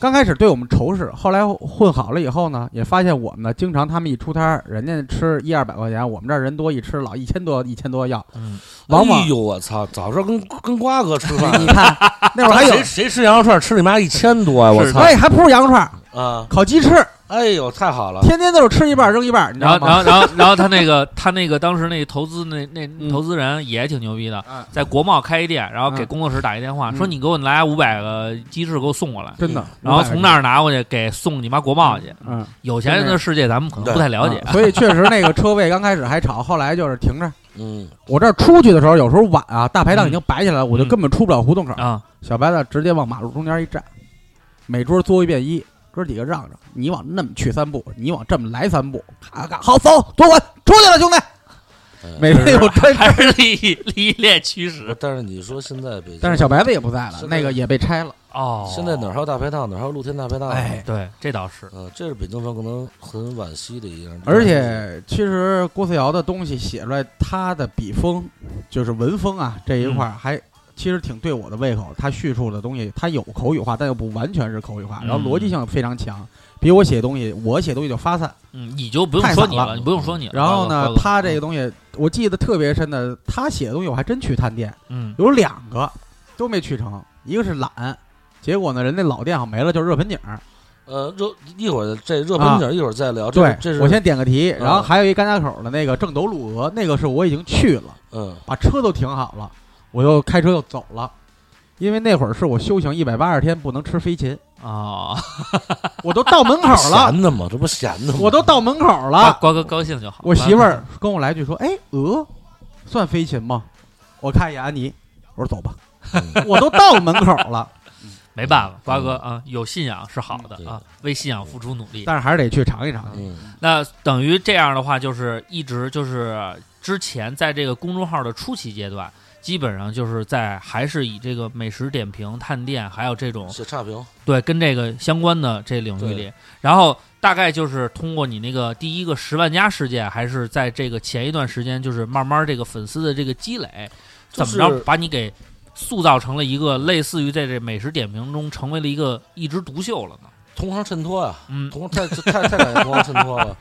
Speaker 4: 刚开始对我们仇视，后来混好了以后呢，也发现我们呢，经常他们一出摊儿，人家吃一二百块钱，我们这儿人多一吃老一千多一千 多要，
Speaker 3: 嗯
Speaker 4: 往往
Speaker 5: 哎呦我操，早知道跟跟瓜哥吃饭，
Speaker 4: 你看那会儿还有
Speaker 5: 谁谁吃羊肉串吃你妈一千多呀！我
Speaker 3: 是
Speaker 5: 操
Speaker 4: 哎，还不如羊肉串儿、
Speaker 5: 啊！
Speaker 4: 烤鸡翅，
Speaker 5: 哎呦，太好了，
Speaker 4: 天天都是吃一半儿扔一半儿，你知
Speaker 3: 然
Speaker 4: 道
Speaker 3: 后，然
Speaker 4: 吗？
Speaker 3: 后，然后，然后他那个，他那个当时那投资那那
Speaker 4: 嗯
Speaker 3: 投资人也挺牛逼的
Speaker 4: 嗯，
Speaker 3: 在国贸开一店，然后给
Speaker 4: 嗯
Speaker 3: 工作室打一电话，
Speaker 4: 嗯
Speaker 3: 说你给我来五百个鸡翅，给我送过来，
Speaker 4: 真的，
Speaker 3: 然后
Speaker 4: 500
Speaker 3: 从那儿拿过去给送你妈国贸去。
Speaker 4: 嗯，
Speaker 3: 有钱人的世界咱们可能不太了解，
Speaker 4: 嗯所以确实那个车位刚开始还吵，后来就是停着。
Speaker 5: 嗯，
Speaker 4: 我这儿出去的时候，有时候晚啊，大排
Speaker 3: 嗯
Speaker 4: 档已经摆起来了，我就根本出不了胡同口。
Speaker 3: 啊，
Speaker 4: 小白子直接往马路中间一站，每桌坐一遍一，哥几个让让，你往那么去三步，你往这么来三步，咔咔，好走，坐稳，出去了，兄弟
Speaker 3: 嗯
Speaker 5: 哎。
Speaker 4: 每次有 这，
Speaker 3: 还是利益利益链驱使
Speaker 5: 但是你说现在北京，
Speaker 4: 但是小白子也不在了
Speaker 5: 是，的
Speaker 4: 那个也被拆了。
Speaker 3: 哦，
Speaker 5: 现在哪儿还有大排档，哪儿还有露天大排档？
Speaker 4: 哎，
Speaker 3: 对，这倒是，
Speaker 5: 嗯，这是北京方可能很惋惜的一样。
Speaker 4: 而且其实郭思瑶的东西写出来，他的笔锋就是文风啊这
Speaker 5: 嗯
Speaker 4: 一块儿还。其实挺对我的胃口，他叙述的东西，他有口语化，但又不完全是口语化，然后
Speaker 3: 嗯
Speaker 4: 逻辑性非常强，比我写东西，我写东西就发散，
Speaker 3: 嗯，你就不用
Speaker 4: 太
Speaker 3: 说
Speaker 4: 散
Speaker 3: 你
Speaker 4: 了
Speaker 3: 了，你不用说你了。
Speaker 4: 然后
Speaker 3: 瓜
Speaker 4: 呢
Speaker 3: 哥，
Speaker 4: 他
Speaker 5: 嗯
Speaker 4: 这个，东西我记得特别深的，他写的东西我还真去探店，
Speaker 3: 嗯
Speaker 4: 有两个都没去成，一个是懒，结果呢，人那老店好像没了，就是热盆景儿。
Speaker 5: 呃，热一会儿这热
Speaker 3: 啊
Speaker 5: 盆景儿一会儿再聊。这是这是
Speaker 4: 我先点个题，
Speaker 5: 嗯
Speaker 4: 然后还有一甘家口的那个正斗卤鹅，那个是我已经去了，
Speaker 5: 嗯
Speaker 4: 把车都停好了，我又开车又走了。因为那会儿是我修行一百八十天不能吃飞禽，
Speaker 5: 啊
Speaker 3: 哦，
Speaker 4: 我都到门口 了，
Speaker 5: 闲的嘛，这不闲的吗？
Speaker 4: 我都到门口
Speaker 3: 瓜
Speaker 4: 了。
Speaker 3: 瓜哥高兴就好。
Speaker 4: 啊我媳妇儿跟我来句说：“哎，鹅算飞禽吗？”我看一眼安妮，我说：“走吧。”
Speaker 5: 嗯
Speaker 4: 我都到门口了，
Speaker 3: 没办
Speaker 4: 嗯
Speaker 3: 法，瓜哥啊，有信仰是好
Speaker 5: 嗯
Speaker 3: 的
Speaker 5: 对
Speaker 3: 啊，为信仰付出努力。
Speaker 4: 但是还是得去尝一尝。
Speaker 5: 嗯
Speaker 3: 那等于这样的话，就是一直就是之前在这个公众号的初期阶段，基本上就是在还是以这个美食点评、探店，还有这种
Speaker 5: 写差评，
Speaker 3: 对跟这个相关的这领域里，然后大概就是通过你那个第一个十万加事件，还是在这个前一段时间，就是慢慢这个粉丝的这个积累，
Speaker 5: 就
Speaker 3: 怎
Speaker 5: 是
Speaker 3: 么着把你给塑造成了一个类似于在这美食点评中成为了一个一枝独秀了呢？
Speaker 5: 同行衬托呀、啊
Speaker 3: 嗯
Speaker 5: 同太太太感谢同行衬托了。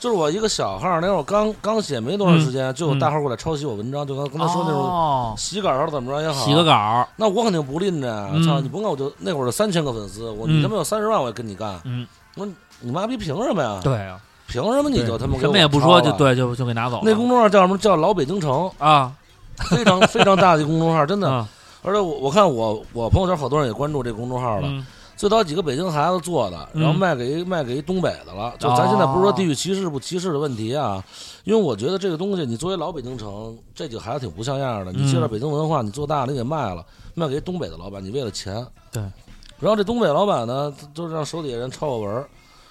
Speaker 5: 就是我一个小号，那会儿刚刚写没多长时间，就有大号过来抄袭我文章，就刚刚才说那种
Speaker 3: 嗯哦
Speaker 5: 洗稿儿怎么着也好，
Speaker 3: 洗个稿儿，
Speaker 5: 那我肯定不吝着呀！
Speaker 3: 嗯
Speaker 5: 操，你甭管我就那会儿三千个粉丝，我
Speaker 3: 嗯
Speaker 5: 你他妈有三十万我也跟你干。
Speaker 3: 嗯，
Speaker 5: 我说你妈逼凭什么呀？
Speaker 3: 对啊。
Speaker 5: 凭什么你就他妈给
Speaker 3: 什
Speaker 5: 我
Speaker 3: 么也不说
Speaker 5: 抄
Speaker 3: 就
Speaker 5: 了？
Speaker 3: 对就就给拿走了。
Speaker 5: 那公众号叫什么？叫老北京城，
Speaker 3: 啊，
Speaker 5: 非 常非常大的一个公众号，真的。
Speaker 3: 啊
Speaker 5: 而且我我看我我朋友圈好多人也关注这公众号了，
Speaker 3: 嗯
Speaker 5: 最早几个北京孩子做的，
Speaker 3: 嗯
Speaker 5: 然后卖给一卖给一东北的了。就咱现在不是说地域歧视不歧视的问题啊，因为我觉得这个东西，你作为老北京城，这几个孩子挺不像样的。你
Speaker 3: 嗯
Speaker 5: 接着北京文化，你做大了，你给卖了，卖给东北的老板，你为了钱。
Speaker 3: 对。
Speaker 5: 然后这东北老板呢，就让手底下人抄我文儿，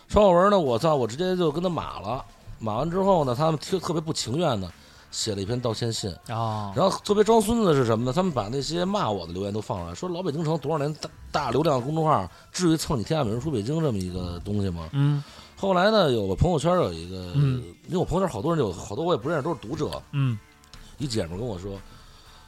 Speaker 5: 抄我文儿呢，我操，我直接就跟他码了。码完之后呢，他们特特别不情愿的写了一篇道歉信。
Speaker 3: 哦，
Speaker 5: 然后特别装孙子是什么呢？他们把那些骂我的留言都放出来，说老北京城多少年大大流量的公众号，至于蹭你天下美人出北京这么一个东西吗？
Speaker 3: 嗯
Speaker 5: 后来呢，有我朋友圈有一个，
Speaker 3: 嗯
Speaker 5: 因为我朋友圈好多人有好多我也不认识，都是读者。
Speaker 3: 嗯
Speaker 5: 一姐们儿跟我说，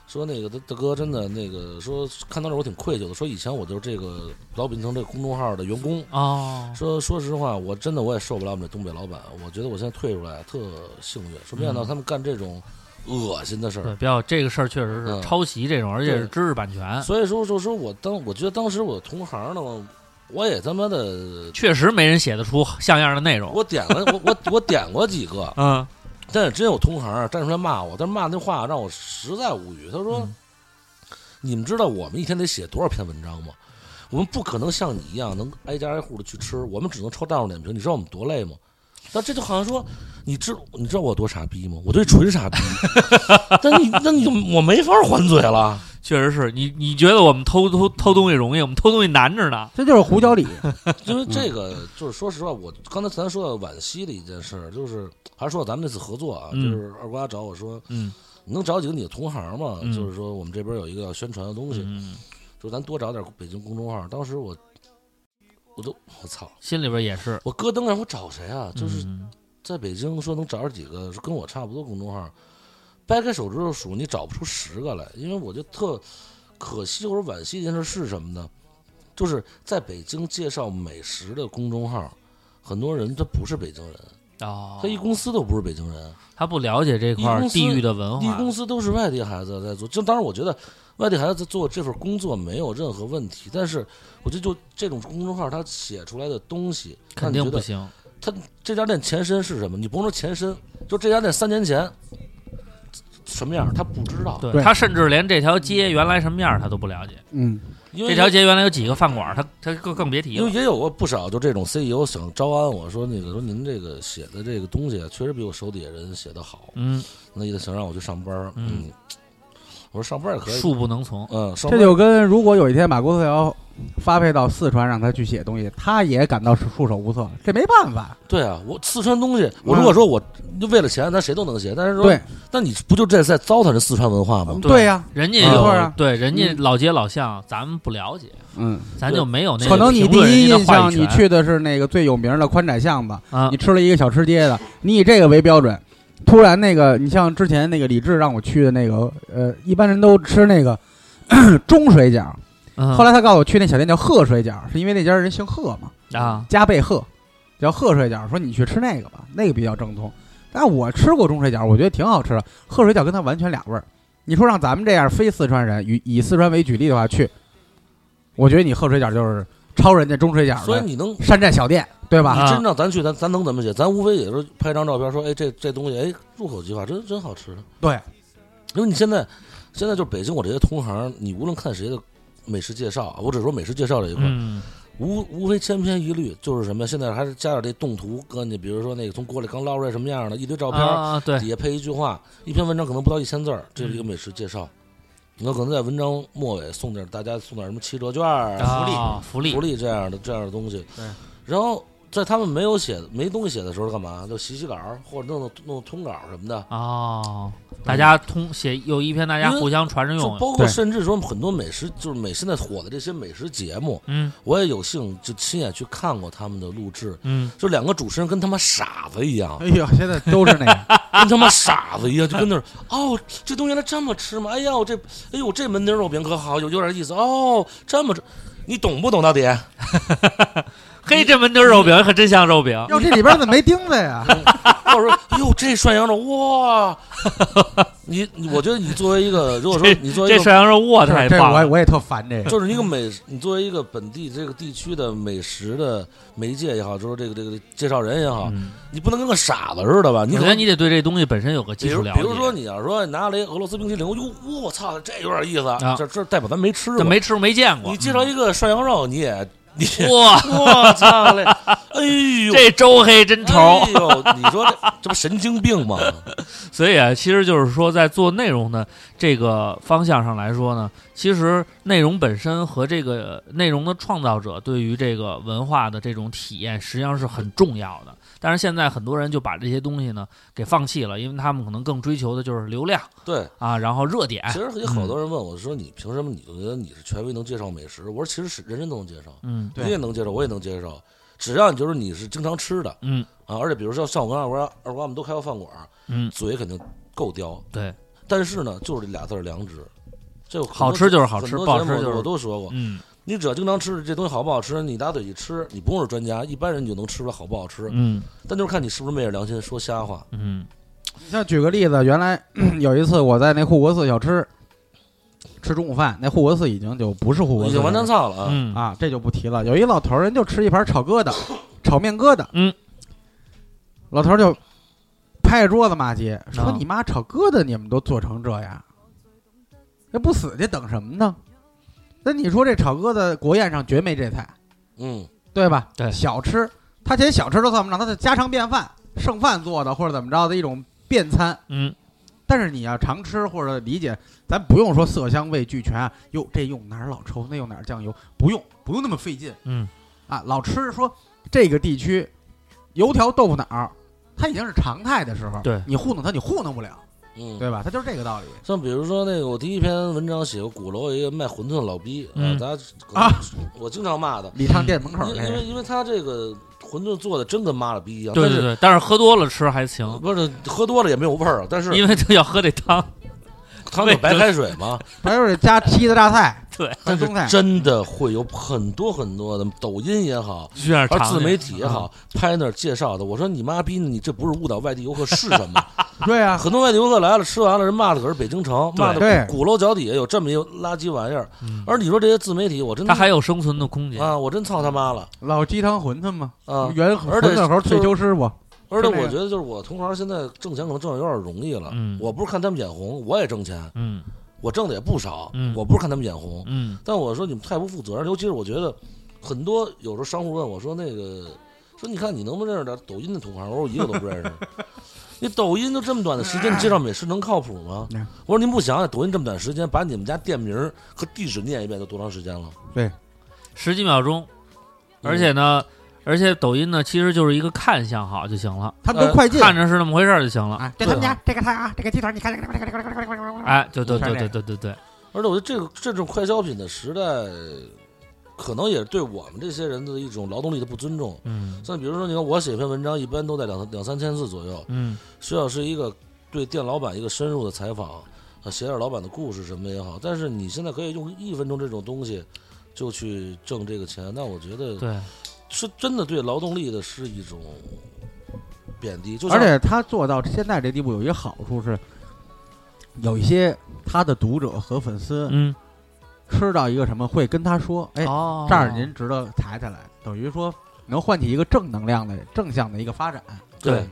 Speaker 5: 说那个大大哥真的那个说看到这我挺愧疚的，说以前我就是这个老北京城这个公众号的员工。
Speaker 3: 哦，
Speaker 5: 说说实话，我真的我也受不了我们这东北老板，我觉得我现在退出来特幸运，说没想到
Speaker 3: 嗯
Speaker 5: 他们干这种恶心的事儿。
Speaker 3: 对，比较这个事儿确实是
Speaker 5: 嗯
Speaker 3: 抄袭这种，而且是
Speaker 5: 对
Speaker 3: 知识版权，
Speaker 5: 所以说，就说我当我觉得当时我同行呢，我也他妈的，
Speaker 3: 确实没人写得出像样的内容。
Speaker 5: 我点了我我我点过几个，
Speaker 3: 嗯
Speaker 5: 但是真有同行站出来骂我，但是骂那话让我实在无语。他说：“
Speaker 3: 嗯
Speaker 5: 你们知道我们一天得写多少篇文章吗？我们不可能像你一样能挨家挨户的去吃，我们只能抄大众点评。你知道我们多累吗？”但这就好像说，你知你知道我多傻逼吗？我对纯傻逼， 但你那你就我没法还嘴了。
Speaker 3: 确实是你，你觉得我们偷偷偷东西容易，我们偷东西难着呢。
Speaker 4: 这就是胡椒里，
Speaker 5: 因为
Speaker 3: 嗯
Speaker 5: 这个就是说实话，我刚才咱说到惋惜的一件事儿，就是还是说咱们这次合作啊，就
Speaker 3: 嗯
Speaker 5: 是二瓜找我说，
Speaker 3: 嗯
Speaker 5: 你能找几个你的同行吗？
Speaker 3: 嗯
Speaker 5: 就是说我们这边有一个要宣传的东西，
Speaker 3: 嗯，
Speaker 5: 说咱多找点北京公众号。当时我，我都我操，
Speaker 3: 心里边也是，
Speaker 5: 我咯噔，让我找谁啊？就是
Speaker 3: 嗯
Speaker 5: 在北京说能找着几个跟我差不多公众号，掰开手指头数，你找不出十个来，因为我就特可惜或者惋惜一件事是什么呢？就是在北京介绍美食的公众号，很多人他不是北京人，
Speaker 3: 哦
Speaker 5: 他，一公司都不是北京人，
Speaker 3: 他不了解这块
Speaker 5: 一
Speaker 3: 儿
Speaker 5: 公司
Speaker 3: 地域的文
Speaker 5: 一
Speaker 3: 化，
Speaker 5: 公司都是外地孩子在做。就当然，我觉得外地孩子在做这份工作没有任何问题，但是我觉得就这种公众号他写出来的东西，
Speaker 3: 肯
Speaker 5: 让你觉
Speaker 3: 定
Speaker 5: 得
Speaker 3: 不行。
Speaker 5: 他这家店前身是什么？你甭说前身，就这家店三年前什么样，他不知道。
Speaker 3: 对
Speaker 4: 对
Speaker 3: 他甚至连这条街原来什么样儿他都不了解，
Speaker 4: 嗯，
Speaker 5: 因为
Speaker 3: 这条街原来有几个饭馆儿，他他更更别提
Speaker 5: 因为
Speaker 3: 了。
Speaker 5: 也有过不少，就这种 CEO 想招安我说那个说您这个写的这个东西啊，确实比我手底下人写的好，
Speaker 3: 嗯，
Speaker 5: 那意思想让我去上班儿。
Speaker 3: 嗯
Speaker 5: 嗯，我说上班儿也可以，
Speaker 3: 恕不能从。
Speaker 5: 嗯，上
Speaker 4: 这
Speaker 5: 班儿
Speaker 4: 就跟如果有一天把郭思瑶发配到四川让他去写东西，他也感到束手无策，这没办法。
Speaker 5: 对啊，我四川东西，
Speaker 3: 嗯
Speaker 5: 我如果说我就为了钱，咱谁都能写，但是说，哦
Speaker 4: 对，
Speaker 5: 那你不就这在糟蹋人四川文化吗？
Speaker 4: 对呀，
Speaker 3: 人家
Speaker 5: 没
Speaker 3: 有、
Speaker 4: 错啊
Speaker 3: 对人家老街老巷，咱们不了解，
Speaker 4: 嗯，
Speaker 3: 咱就没有那个
Speaker 4: 可能你
Speaker 3: 评
Speaker 4: 第
Speaker 3: 论人
Speaker 4: 一
Speaker 3: 家的
Speaker 4: 印
Speaker 3: 话
Speaker 4: 象
Speaker 3: 语
Speaker 4: 你
Speaker 3: 权
Speaker 4: 去的是那个最有名的宽窄巷子，
Speaker 3: 啊
Speaker 4: 你，吃了一个小吃街的，你以这个为标准，突然那个，你像之前那个李志让我去的那个，呃，一般人都吃那个 中水饺，
Speaker 3: 嗯
Speaker 4: 后来他告诉我去那小店叫鹤水饺，是因为那家人姓鹤嘛，
Speaker 3: 啊，
Speaker 4: 加倍鹤，叫鹤水饺，说你去吃那个吧，那个比较正宗。但我吃过中水饺，我觉得挺好吃的，鹤水饺跟它完全俩味儿。你说让咱们这样非四川人，以以四川为举例的话去，我觉得你鹤水饺就是超人家中水饺
Speaker 5: 所以
Speaker 4: 的
Speaker 5: 你能，你
Speaker 4: 山寨小店，对吧？
Speaker 3: 啊
Speaker 5: 真让咱去，咱咱能怎么写？咱无非也是拍张照片，说，哎，这这东西，哎，入口即化，真真好吃。
Speaker 4: 对，
Speaker 5: 因为你现在，现在就是北京，我这些同行，你无论看谁的美食介绍，啊我只说美食介绍这一块，
Speaker 3: 嗯
Speaker 5: 无无非千篇一律，就是什么呀？现在还是加点这动图，跟你比如说那个从锅里刚捞出来什么样的，一堆照片，
Speaker 3: 啊，对，嗯
Speaker 5: 底下配一句话，一篇文章可能不到一千字儿，这是一个美食介绍。那可能在文章末尾送点大家送点什么七折券儿、
Speaker 3: 啊福利
Speaker 5: 福利这样的这样的东西。
Speaker 4: 对，
Speaker 5: 然后在他们没有写没东西写的时候干嘛？就洗洗稿儿或者弄弄弄通稿儿什么的。
Speaker 3: 哦，大家通写有一篇，大家
Speaker 5: 因为
Speaker 3: 互相传着
Speaker 5: 就
Speaker 3: 用。啊
Speaker 5: 包括
Speaker 4: 对
Speaker 5: 甚至说很多美食，就是美现在火的这些美食节目，
Speaker 3: 嗯
Speaker 5: 我也有幸就亲眼去看过他们的录制。
Speaker 3: 嗯，
Speaker 5: 就两个主持人跟他妈傻子一样，
Speaker 4: 哎呦，现在都是 那个，
Speaker 5: 跟他妈傻子一样，就跟那儿哦，这东西原来这么吃吗？哎呀，我这哎呦这门钉肉饼可好，有有点意思哦，这么吃，你懂不懂到底？
Speaker 3: 嘿，这门墩肉饼可真像肉饼。
Speaker 4: 哟，这里边怎么没钉 子呀？
Speaker 5: 到时候哎呦这涮羊肉哇，你你我觉得你作为一个，如果说
Speaker 3: 这
Speaker 5: 你作为
Speaker 3: 这
Speaker 5: 一个。
Speaker 3: 涮羊肉哇，
Speaker 4: 这
Speaker 3: 太
Speaker 4: 这
Speaker 3: 棒
Speaker 4: 我也
Speaker 3: 了！
Speaker 4: 我也特烦这个。
Speaker 5: 就是一个美，你作为一个本地这个地区的美食的媒介也好，就是这个这个介绍人也好，
Speaker 3: 嗯
Speaker 5: 你不能跟个傻子似的吧？你
Speaker 3: 我
Speaker 5: 可能
Speaker 3: 觉得你得对这东西本身有个
Speaker 5: 比
Speaker 3: 基础
Speaker 5: 如
Speaker 3: 了
Speaker 5: 比
Speaker 3: 解。
Speaker 5: 如说，你要说拿了一俄罗斯冰淇淋，哟，我操，这有点意思，
Speaker 3: 啊
Speaker 5: 这这代表咱没吃
Speaker 3: 这
Speaker 5: 过。
Speaker 3: 没吃过没见过嗯
Speaker 5: 你，介绍一个涮羊肉，你也你也
Speaker 3: 哇，
Speaker 5: 我操嘞，哎呦，
Speaker 3: 这周黑真稠
Speaker 5: 哎。呦，你说这这不神经病吗？
Speaker 3: 所以啊，其实就是说，在做内容的这个方向上来说呢，其实内容本身和这个内容的创造者对于这个文化的这种体验，实际上是很重要的。但是现在很多人就把这些东西呢给放弃了，因为他们可能更追求的就是流量
Speaker 5: 对，
Speaker 3: 啊，然后热点。
Speaker 5: 其实有好多
Speaker 3: 嗯
Speaker 5: 人问我说，你凭什么你就觉得你是权威能介绍美食？我说其实是人人都能介绍，
Speaker 3: 嗯
Speaker 4: 对
Speaker 5: 你也能介绍，我也能介绍，只要你就是你是经常吃的
Speaker 3: 嗯
Speaker 5: 啊，而且比如说像我跟二瓜二瓜我们都开过饭馆，
Speaker 3: 嗯，
Speaker 5: 嘴肯定够刁，
Speaker 3: 对，
Speaker 5: 但是呢，就是这俩字儿良知。这很多
Speaker 3: 好吃就是好
Speaker 5: 很
Speaker 3: 吃
Speaker 5: 多
Speaker 3: 不好吃
Speaker 5: 节目我
Speaker 3: 就是
Speaker 5: 我都说过，
Speaker 3: 嗯
Speaker 5: 你只要经常吃这东西好不好吃，你拿嘴一吃，你不用是专家，一般人你就能吃出来好不好吃。
Speaker 3: 嗯
Speaker 5: 但就是看你是不是昧着良心说瞎话。
Speaker 3: 嗯
Speaker 4: 像举个例子，原来 有一次我在那护国寺小吃吃中午饭，那护国寺已经就不是护国
Speaker 5: 已
Speaker 4: 寺
Speaker 5: 经完蛋
Speaker 4: 了
Speaker 5: 操了啊！
Speaker 3: 嗯
Speaker 4: 啊，这就不提了。有一老头儿人就吃一盘炒疙瘩，炒面疙瘩，
Speaker 3: 嗯，
Speaker 4: 老头儿就拍着桌子骂街，说
Speaker 3: 啊：“
Speaker 4: 你妈炒疙瘩你们都做成这样，那不死去等什么呢？那你说这炒疙瘩国宴上绝没这菜。”
Speaker 5: 嗯，
Speaker 4: 对吧？
Speaker 3: 对
Speaker 4: 小吃，他连小吃都算不上，他是家常便饭、剩饭做的或者怎么着的一种便餐。
Speaker 3: 嗯
Speaker 4: 但是你要常吃或者理解，咱不用说色香味俱全啊。哟，这用哪儿老抽，那用哪儿酱油，不用不用那么费劲
Speaker 3: 嗯
Speaker 4: 啊。老吃说这个地区油条豆腐脑儿，它已经是常态的时候，
Speaker 3: 对
Speaker 4: 你糊弄它，你糊弄不了，
Speaker 5: 嗯，
Speaker 4: 对吧？它就是这个道理。
Speaker 5: 像比如说那个，我第一篇文章写过鼓楼有一个卖馄饨的老逼，
Speaker 3: 嗯
Speaker 5: 啊，大家可能
Speaker 4: 啊
Speaker 5: 我经常骂他，
Speaker 4: 李畅店门口
Speaker 5: 因
Speaker 4: 那
Speaker 5: 因为
Speaker 4: 个，
Speaker 5: 因为他这个馄饨做的真跟妈了逼一样，
Speaker 3: 对
Speaker 5: 但
Speaker 3: 对
Speaker 5: 是
Speaker 3: 对，但是喝多了吃还行，
Speaker 5: 不是喝多了也没有味儿啊，但是
Speaker 3: 因为就要喝这汤。
Speaker 5: 他那白开水嘛，
Speaker 4: 还有加西子榨菜，
Speaker 3: 对，
Speaker 4: 和
Speaker 5: 但是
Speaker 4: 中菜，
Speaker 5: 真的会有很多很多的抖音也好，
Speaker 3: 去那儿
Speaker 5: 而
Speaker 3: 尝
Speaker 5: 自
Speaker 3: 去
Speaker 5: 媒体也好，拍那儿介绍的，我说你妈逼，你这不是误导外地游客是什么？
Speaker 4: 对啊，
Speaker 5: 很多外地游客来了，吃完了，人骂的可是北京城，
Speaker 3: 对
Speaker 5: 骂的
Speaker 4: 对
Speaker 5: 鼓楼脚底下有这么一个垃圾玩意儿。
Speaker 3: 嗯
Speaker 5: 而你说这些自媒体，我真
Speaker 3: 它还有生存的空间。
Speaker 5: 啊，我真操他妈了
Speaker 4: 老鸡汤馄饨嘛，
Speaker 5: 啊！
Speaker 4: 原
Speaker 5: 而且
Speaker 4: 馄饨盒退休师傅，
Speaker 5: 而且
Speaker 4: 就那
Speaker 5: 我
Speaker 4: 个
Speaker 5: 觉得就是我同行现在挣钱可能挣的有点容易了
Speaker 3: 嗯，
Speaker 5: 我不是看他们眼红，我也挣钱，
Speaker 3: 嗯
Speaker 5: 我挣的也不少
Speaker 3: 嗯，
Speaker 5: 我不是看他们眼红，
Speaker 3: 嗯
Speaker 5: 但我说你们太不负责任，尤其是我觉得很多有时候商户问我说那个说你看你能不能认识点抖音的同行？我说我一个都不认识。 你抖音就这么短的时间，你介绍美食能靠谱吗
Speaker 4: 嗯？
Speaker 5: 我说您不想想，抖音这么短时间，把你们家店名儿和地址念一遍都多长时间了？
Speaker 3: 十几秒钟，而且呢，而且抖音呢其实就是一个看相好就行了，
Speaker 4: 他们都
Speaker 5: 呃
Speaker 4: 快进，
Speaker 3: 看着是那么回事儿就行了。
Speaker 4: 哎，
Speaker 6: 对他们家这个菜啊，这个鸡腿，你看这个这个这个这个这个这个。
Speaker 3: 哎，对对
Speaker 4: 你看
Speaker 3: 对
Speaker 4: 这
Speaker 3: 对
Speaker 4: 个
Speaker 3: 对对对，
Speaker 5: 而且我觉得这个这种快消品的时代，可能也是对我们这些人的一种劳动力的不尊重。
Speaker 3: 嗯
Speaker 5: 像比如说，你看我写一篇文章，一般都在两两三千字左右，
Speaker 3: 嗯
Speaker 5: 需要是一个对店老板一个深入的采访，啊，写点老板的故事什么也好。但是你现在可以用一分钟这种东西就去挣这个钱，那我觉得
Speaker 3: 对，
Speaker 5: 是真的对劳动力的是一种贬低。就像
Speaker 4: 而且他做到现在这地步有一个好处是，有一些他的读者和粉丝
Speaker 3: 嗯
Speaker 4: 吃到一个什么会跟他说，哎，
Speaker 3: 哦
Speaker 4: 这儿您值得抬起来，等于说能唤起一个正能量的正向的一个发展。
Speaker 5: 对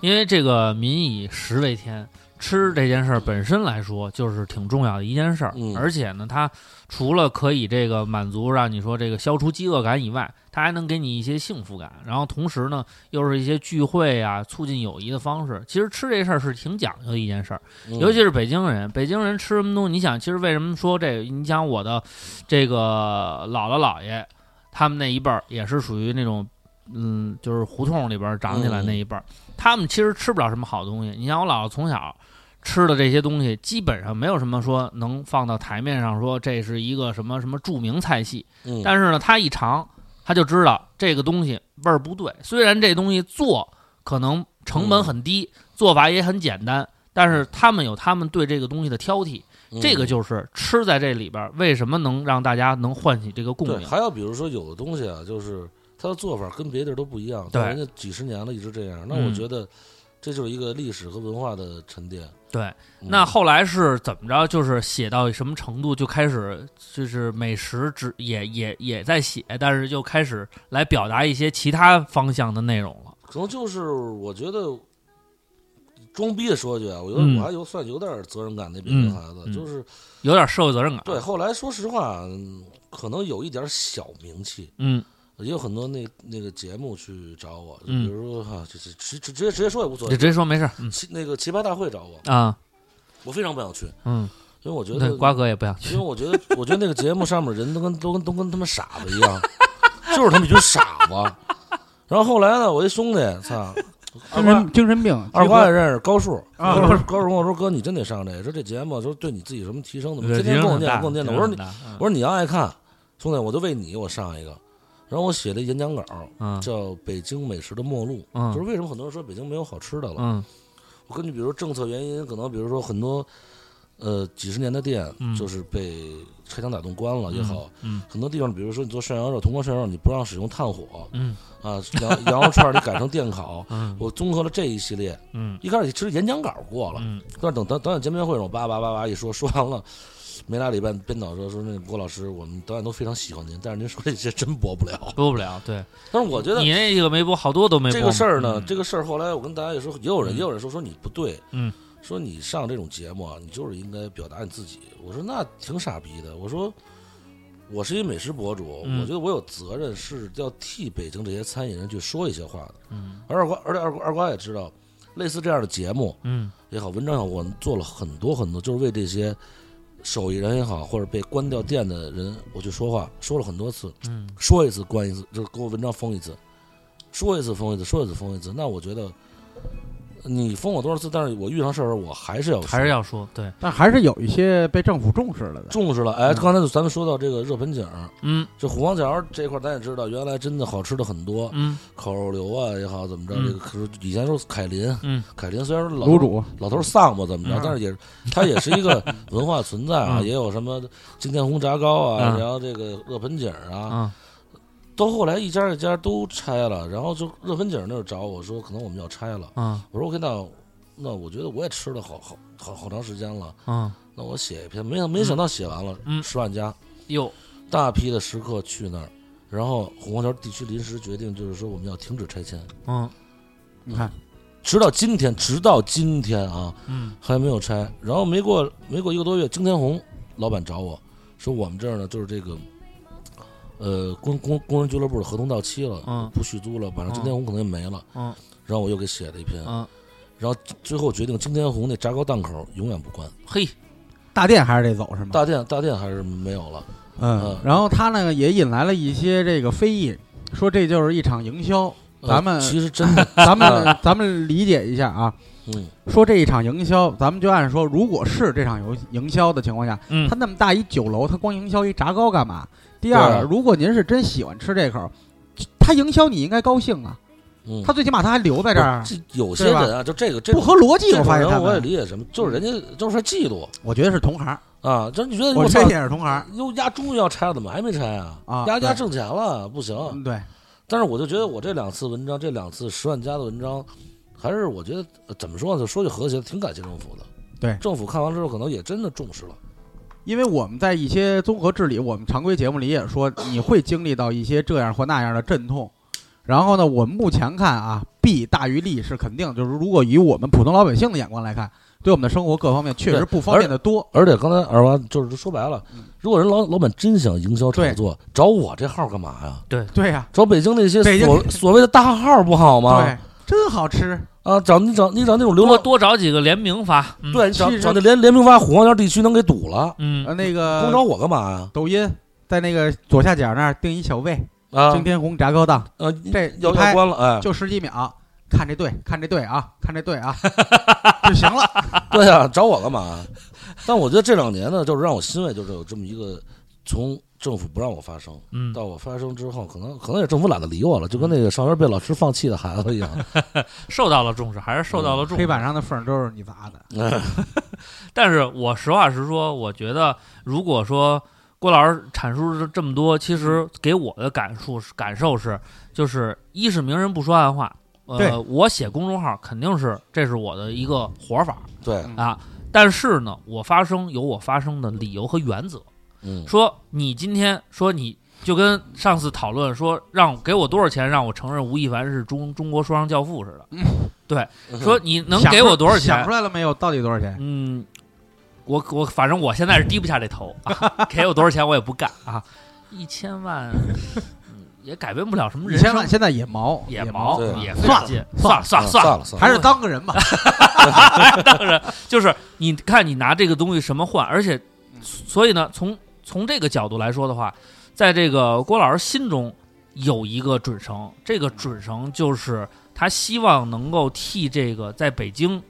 Speaker 3: 因为这个民以食为天，吃这件事儿本身来说就是挺重要的一件事儿，
Speaker 5: 嗯
Speaker 3: 而且呢，它除了可以这个满足让你说这个消除饥饿感以外，它还能给你一些幸福感，然后同时呢，又是一些聚会啊、促进友谊的方式。其实吃这事儿是挺讲究的一件事儿，
Speaker 5: 嗯
Speaker 3: 尤其是北京人，北京人吃什么东西？你想，其实为什么说这个？你想我的这个姥姥姥爷，他们那一辈儿也是属于那种，嗯，就是胡同里边儿长起来那一辈儿，他们其实吃不了什么好东西。你像我姥姥从小吃的这些东西，基本上没有什么说能放到台面上说这是一个什么什么著名菜系，
Speaker 5: 嗯
Speaker 3: 但是呢，他一尝他就知道这个东西味儿不对。虽然这东西做可能成本很低，
Speaker 5: 嗯
Speaker 3: 做法也很简单，但是他们有他们对这个东西的挑剔。
Speaker 5: 嗯
Speaker 3: 这个就是吃在这里边儿，为什么能让大家能唤起这个共
Speaker 5: 对，
Speaker 3: 鸣？
Speaker 5: 还有比如说有的东西啊，就是它的做法跟别地儿都不一样，
Speaker 3: 对
Speaker 5: 但人家几十年了一直这样，那我
Speaker 3: 嗯
Speaker 5: 觉得这就是一个历史和文化的沉淀。
Speaker 3: 对
Speaker 5: 嗯
Speaker 3: 那后来是怎么着？就是写到什么程度，就开始就是美食只也也也在写，但是就开始来表达一些其他方向的内容了。
Speaker 5: 可能就是我觉得装逼的说一句啊，我觉
Speaker 3: 嗯
Speaker 5: 得我还有算有点责任感那边的孩子，
Speaker 3: 嗯
Speaker 5: 就是
Speaker 3: 有点社会责任感。
Speaker 5: 对。后来说实话，嗯可能有一点小名气，
Speaker 3: 嗯，
Speaker 5: 也有很多那那个节目去找我，就
Speaker 3: 嗯
Speaker 5: 比如说哈、啊，就是直直直接直接说也无所
Speaker 3: 就
Speaker 5: 谓
Speaker 3: 直。接说没事儿。嗯
Speaker 5: 奇那个奇葩大会找我，
Speaker 3: 啊，
Speaker 5: 我非常不想去，
Speaker 3: 嗯，
Speaker 5: 因为我觉
Speaker 3: 对，
Speaker 5: 得
Speaker 3: 瓜哥也不想去
Speaker 5: 因为。我觉得，我觉得那个节目上面人都跟都跟都跟他们傻子一样， 就是他们一群傻子。然后后来呢，我一兄弟，操，二瓜
Speaker 4: 精神精神病，
Speaker 5: 二瓜也
Speaker 4: 鸡
Speaker 5: 认识高数，
Speaker 4: 啊
Speaker 5: 高数高数跟我说哥，你真得上这个，说这节目说对你自己有什么提升怎么，天天跟我念跟我念的，我说你我
Speaker 3: 我
Speaker 5: 说你要爱看，兄弟，我就为你我上一个。然后我写了一演讲稿，
Speaker 3: 嗯
Speaker 5: 叫《北京美食的末路》，
Speaker 3: 嗯
Speaker 5: 就是为什么很多人说北京没有好吃的了。
Speaker 3: 嗯
Speaker 5: 我根据比如说政策原因，可能比如说很多呃几十年的店
Speaker 3: 嗯
Speaker 5: 就是被拆墙打洞关了也好，
Speaker 3: 嗯
Speaker 5: 很多地方比如说你做涮羊肉，铜锅涮羊肉你不让使用炭火
Speaker 3: 嗯
Speaker 5: 啊，羊羊肉串儿你改成电烤。
Speaker 3: 嗯
Speaker 5: 我综合了这一系列，
Speaker 3: 嗯
Speaker 5: 一开始其实演讲稿过了，
Speaker 3: 嗯
Speaker 5: 但是等导导演见面会上，我叭叭叭叭一说，说完了。没俩礼拜，编导说说那个郭老师，我们导演都非常喜欢您，但是您说这些真播不了。
Speaker 3: 播不了。对，
Speaker 5: 但是我觉得
Speaker 3: 你那个没播，好多都没播。
Speaker 5: 这个事儿呢，
Speaker 3: 嗯
Speaker 5: 这个事儿后来我跟大家也说，也有人、
Speaker 3: 嗯
Speaker 5: 也有人说说你不对，
Speaker 3: 嗯，
Speaker 5: 说你上这种节目啊，你就是应该表达你自己。我说那挺傻逼的，我说我是一美食博主，
Speaker 3: 嗯
Speaker 5: 我觉得我有责任是要替北京这些餐饮人去说一些话的。
Speaker 3: 嗯
Speaker 5: 而二瓜，而且二瓜二瓜也知道，类似这样的节目
Speaker 3: 嗯
Speaker 5: 也好，文章也好，我做了很多很多，就是为这些手艺人也好，或者被关掉店的人，我去说话，说了很多次。
Speaker 3: 嗯
Speaker 5: 说一次关一次，就是给我文章封一次，说一次封一次，说一次封一次。那我觉得你封我多少次，但是我遇上事儿我还是要说
Speaker 3: 还是要说对，
Speaker 4: 但还是有一些被政府重视了的。
Speaker 5: 重视了。哎，
Speaker 3: 嗯
Speaker 5: 刚才就咱们说到这个热盆景儿，
Speaker 3: 嗯
Speaker 5: 这虎王桥这块儿咱也知道，原来真的好吃的很多，
Speaker 3: 嗯
Speaker 5: 烤肉流啊也好，怎么着，
Speaker 3: 嗯
Speaker 5: 这个可是以前说凯林，
Speaker 3: 嗯
Speaker 5: 凯林虽然说老
Speaker 4: 卤煮
Speaker 5: 老头儿丧吧，怎么着
Speaker 3: 嗯，
Speaker 5: 但是也它也是一个 文化存在啊，
Speaker 3: 嗯
Speaker 5: 也有什么金天红炸糕啊，
Speaker 3: 嗯
Speaker 5: 然后这个热盆景儿啊，
Speaker 3: 啊
Speaker 5: 到后来一家一家都拆了，然后就热盆景那儿找我说，可能我们要拆了。
Speaker 3: 啊
Speaker 5: 我说 OK，那那我觉得我也吃了好好好好长时间了，
Speaker 3: 啊
Speaker 5: 那我写一篇，没想没想到写完了，
Speaker 3: 嗯
Speaker 5: 十万加，
Speaker 3: 哟
Speaker 5: 大批的食客去那儿，然后虎王桥地区临时决定就是说我们要停止拆迁，
Speaker 3: 嗯
Speaker 4: 你看，
Speaker 5: 直到今天，直到今天啊
Speaker 3: 嗯
Speaker 5: 还没有拆。然后没过没过一个多月，惊天红老板找我说我们这儿呢就是这个。呃，工工工人俱乐部的合同到期了，
Speaker 4: 啊
Speaker 3: 嗯
Speaker 5: 不续租了，晚上今天红可能也没了，
Speaker 3: 嗯
Speaker 5: 然后我又给写了一篇，
Speaker 3: 嗯
Speaker 5: 然后最后决定惊天红那
Speaker 4: 啊
Speaker 5: 炸糕档口永远不关，
Speaker 3: 嘿
Speaker 4: 大店还是得走是吗？
Speaker 5: 大店大店还是没有了，
Speaker 4: 嗯
Speaker 5: 嗯，
Speaker 4: 然后他呢也引来了一些这个非议，说这就是一场营销。
Speaker 5: 呃
Speaker 4: 咱们
Speaker 5: 其实真 的，
Speaker 4: 咱们咱们理解一下啊，
Speaker 5: 嗯，
Speaker 4: 说这一场营销，咱们就按说，如果是这场游营销的情况下，
Speaker 2: 嗯
Speaker 4: 他那么大一酒楼，他光营销一炸糕干嘛？第二，
Speaker 5: 对啊
Speaker 4: 如果您是真喜欢吃这口，他营销你应该高兴啊，
Speaker 5: 嗯，
Speaker 4: 他最起码他还留在这儿，啊
Speaker 5: 这有些人啊，就这个这
Speaker 4: 不
Speaker 5: 种
Speaker 4: 合逻辑。
Speaker 5: 这种
Speaker 4: 我发现他
Speaker 5: 人我也
Speaker 4: 们，
Speaker 5: 理解什么，就是人家就是嫉妒
Speaker 4: 我觉得是同行，
Speaker 5: 啊，就是你觉得
Speaker 4: 我
Speaker 5: 操
Speaker 4: 这，也是同行。
Speaker 5: 又压终于要拆了，怎么还没拆啊？
Speaker 4: 啊
Speaker 5: 压压
Speaker 4: 对
Speaker 5: 挣钱了，不行。
Speaker 4: 嗯，对，
Speaker 5: 但是我就觉得我这两次文章，这两次十万加的文章，还是我觉得、呃怎么说呢？说句和谐，挺感谢政府的。
Speaker 4: 对
Speaker 5: 政府看完之后可能也真的重视了。
Speaker 4: 因为我们在一些综合治理，我们常规节目里也说，你会经历到一些这样或那样的阵痛。然后呢，我目前看啊，弊大于利是肯定，就是如果以我们普通老百姓的眼光来看，对我们的生活各方面确实
Speaker 5: 对
Speaker 4: 不方便的多。
Speaker 5: 而且刚才二娃就是说白了
Speaker 4: 嗯，
Speaker 5: 如果人老老板真想营销炒
Speaker 4: 对
Speaker 5: 作，找我这号干嘛呀？
Speaker 4: 对呀、
Speaker 5: 找北京那些
Speaker 4: 北京
Speaker 5: 所所谓的大号不好吗
Speaker 3: 啊
Speaker 4: 对？，真好吃。
Speaker 5: 啊，找你找你找那种流
Speaker 3: 多
Speaker 5: 浪，
Speaker 3: 多找几个联名发，嗯，
Speaker 5: 对，你找
Speaker 4: 其实
Speaker 5: 找那联联名发虎王桥地区能给堵了，
Speaker 4: 呃，
Speaker 3: 嗯，
Speaker 4: 那
Speaker 5: 光找
Speaker 4: 个
Speaker 5: 我干嘛呀？
Speaker 4: 抖音在那个左下角那儿定一小位，
Speaker 3: 嗯
Speaker 5: 啊
Speaker 4: 惊，天红炸糕档，
Speaker 5: 呃，
Speaker 4: 这
Speaker 5: 要
Speaker 4: 一拍
Speaker 5: 要关了，哎，
Speaker 4: 就十几秒，看这队，看这队啊，看这队 啊，就行了。
Speaker 5: 对呀、找我干嘛？但我觉得这两年呢，就是让我欣慰，就是有这么一个从政府不让我发声，
Speaker 2: 嗯
Speaker 5: 到我发声之后，可能可能也政府懒得理我了，就跟那个上学被老师放弃的孩子一样。
Speaker 3: 受到了重视，还是受到了重视。
Speaker 4: 嗯黑板上的缝儿都是你砸的。
Speaker 3: 但是我实话实说，我觉得如果说郭老师阐述了这么多，其实给我的感触是感受是，就是一是名人不说暗话，
Speaker 4: 对
Speaker 3: 呃，我写公众号肯定是这是我的一个活法
Speaker 5: 对，
Speaker 3: 啊，但是呢，我发声有我发声的理由和原则。
Speaker 5: 嗯，
Speaker 3: 说你今天说你就跟上次讨论说让给我多少钱让我承认吴亦凡是中中国说唱教父似的，说你能
Speaker 4: 想
Speaker 3: 给
Speaker 4: 出
Speaker 3: 我多少
Speaker 4: 嗯想
Speaker 3: 钱
Speaker 4: 出？来了没有？到底多少钱？
Speaker 3: 嗯，我我反正我现在是低不下这头啊，给我多少钱我也不干啊， 一千万、嗯也改变不了什么
Speaker 4: 一
Speaker 3: 人
Speaker 4: 千
Speaker 3: 生
Speaker 4: 啊万，现在也毛
Speaker 3: 也
Speaker 4: 毛
Speaker 3: 毛
Speaker 5: 对
Speaker 3: 也费
Speaker 4: 算了
Speaker 3: 劲，
Speaker 4: 算
Speaker 3: 了算
Speaker 5: 嗯
Speaker 3: 了
Speaker 5: 算
Speaker 3: 算了，
Speaker 5: 了算
Speaker 4: 还是当 个人吧。
Speaker 3: 当然就是你看你拿这个东西什么换，而且所以呢，从从这个角度来说的话，在这个郭老师心中有一个准绳，这个准绳就是他希望能够替这个在北京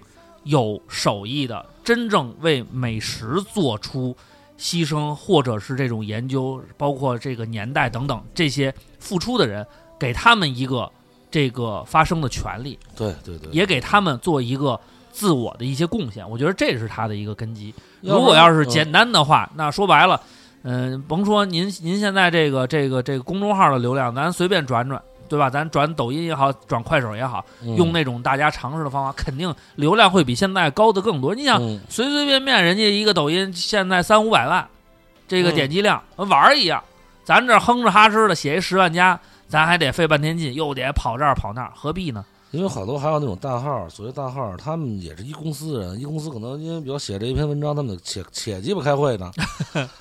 Speaker 3: 有手艺的，真正为美食做出牺牲，或者是这种研究，包括这个年代等等这些付出的人，给他们一个这个发声的权利。
Speaker 5: 对对对，
Speaker 3: 也给他们做一个自我的一些贡献。我觉得这是他的一个根基。
Speaker 5: 要不然
Speaker 3: 如果要是
Speaker 5: 嗯
Speaker 3: 简单的话，那说白了，嗯、甭说您您现在这个这个这个公众号的流量，咱随便转转。对吧？咱转抖音也好，转快手也好，
Speaker 5: 嗯
Speaker 3: 用那种大家尝试的方法，肯定流量会比现在高的更多。你想，
Speaker 5: 嗯
Speaker 3: 随随便便人家一个抖音现在三五百万，这个
Speaker 5: 嗯
Speaker 3: 点击量、跟玩儿一样，咱这哼着哈哧的写一十万加，咱还得费半天劲，又得跑这儿跑那儿，何必呢？
Speaker 5: 因为好多还有那种大号，所谓大号，他们也是一公司的人，一公司可能因为比如写这一篇文章，他们且且鸡巴开会 呢，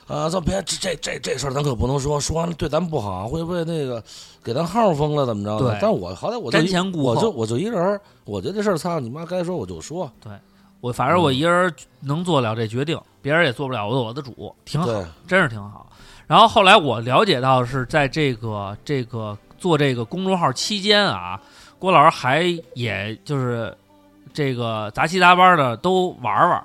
Speaker 5: 啊，咱别这这这这事儿咱可不能说，说完了对咱不好，会不会那个给咱号封了怎么着的？
Speaker 3: 对
Speaker 5: 但是我好歹我就
Speaker 3: 瞻
Speaker 5: 一
Speaker 3: 前顾
Speaker 5: 我
Speaker 3: 后
Speaker 5: 就我就一人儿，我觉得这事儿操你妈该说我就说，
Speaker 3: 我反正
Speaker 5: 嗯
Speaker 3: 我一人能做了这决定，别人也做不了我的主，挺好，
Speaker 5: 对，
Speaker 3: 真是挺好。然后后来我了解到是在这个这个做这个公众号期间啊，郭老师还也就是这个杂七杂八的都玩玩。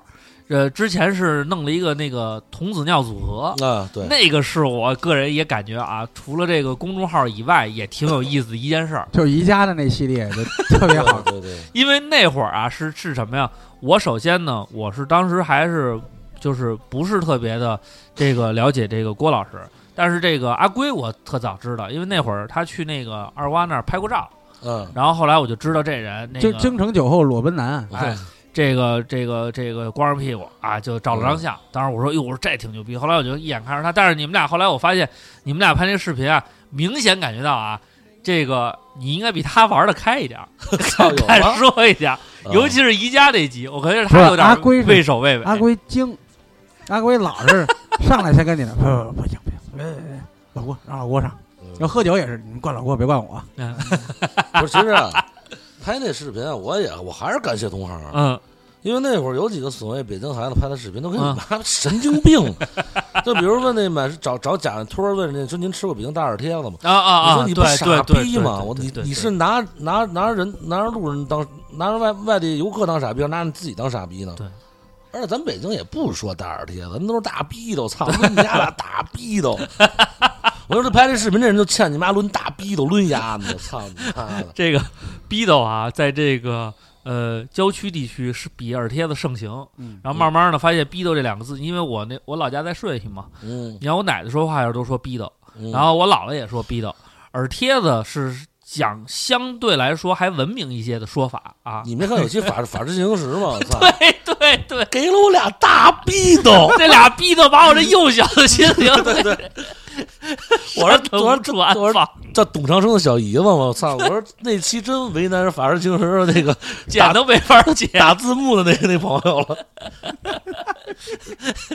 Speaker 3: 呃，之前是弄了一个那个童子尿组合，
Speaker 5: 啊对，，
Speaker 3: 那个是我个人也感觉啊，除了这个公众号以外，也挺有意思的一件事儿。
Speaker 4: 就宜家的那系列就特别好
Speaker 5: 对对对，
Speaker 3: 因为那会儿啊，是是什么呀？我首先呢，我是当时还是就是不是特别的这个了解这个郭老师，但是这个阿圭我特早知道，因为那会儿他去那个二瓜那儿拍过照，
Speaker 5: 嗯，
Speaker 3: 然后后来我就知道这人 那
Speaker 4: 京
Speaker 3: 个
Speaker 4: 京城酒后裸奔男，
Speaker 3: 哎这个这个这个光着屁股啊，就照了张相。当时我说哟，我说这挺牛逼。后来我啊就一眼看上他，但是你们俩后来我发现你们俩拍那视频啊，明显感觉到啊，这个你应该比他玩的开一点儿，
Speaker 5: 操哦有
Speaker 3: 敢
Speaker 5: 吗？
Speaker 3: 说一点儿。
Speaker 5: 嗯
Speaker 3: 尤其是宜家那集，我感觉他有点
Speaker 4: 不是阿圭是
Speaker 3: 畏首畏尾。
Speaker 4: 阿圭精，阿圭老是上来先跟你的， 不不不行不行，别别别老郭让老郭上，要喝酒也是你们灌老郭别灌我，
Speaker 3: 嗯
Speaker 5: 不是，其实啊，拍那视频啊我也我还是感谢同行，啊
Speaker 3: 嗯，
Speaker 5: 因为那会儿有几个所谓北京孩子拍的视频，都跟你
Speaker 3: 嗯
Speaker 5: 妈神经病，就比如问那买找找贾托儿问人家说您吃过北京大耳贴子吗？
Speaker 3: 啊啊
Speaker 5: 你
Speaker 3: 啊！
Speaker 5: 说你不
Speaker 3: 对
Speaker 5: 傻
Speaker 3: 对对
Speaker 5: 逼
Speaker 3: 对
Speaker 5: 吗？
Speaker 3: 对
Speaker 5: 我
Speaker 3: 对
Speaker 5: 你
Speaker 3: 对
Speaker 5: 你
Speaker 3: 对
Speaker 5: 是拿拿拿人拿着路人当拿着外外地游客当傻逼，还是拿着自己当傻逼呢？
Speaker 3: 对。
Speaker 5: 而且咱北京也不说大耳贴，咱们都是大逼斗，操抡你丫俩大逼 斗！我说这拍这视频这人就欠你妈抡大逼斗抡丫子，操你妈的！
Speaker 3: 这个逼斗啊，在这个呃郊区地区是比耳贴子盛行。
Speaker 4: 嗯
Speaker 3: 然后慢慢的发现“逼斗”这两个字，因为我那我老家在顺义嘛，
Speaker 5: 嗯，
Speaker 3: 你看我奶奶说话时候都说逼斗，
Speaker 5: 嗯
Speaker 3: 然后我姥姥也说逼斗，耳贴子是讲相对来说还文明一些的说法啊。
Speaker 5: 你没看有期法法制进行时吗？我 操，
Speaker 3: 对对对，！
Speaker 5: 给了我俩大逼斗
Speaker 3: 这俩逼斗把我这幼小的心灵 对对，
Speaker 5: 我说我说
Speaker 3: 住安
Speaker 5: 我说
Speaker 3: 啊放，
Speaker 5: 叫董长生的小姨子嘛，我操！我说那期真为难法制进行时那个
Speaker 3: 剪都没法剪，
Speaker 5: 打字幕的那个那朋友了。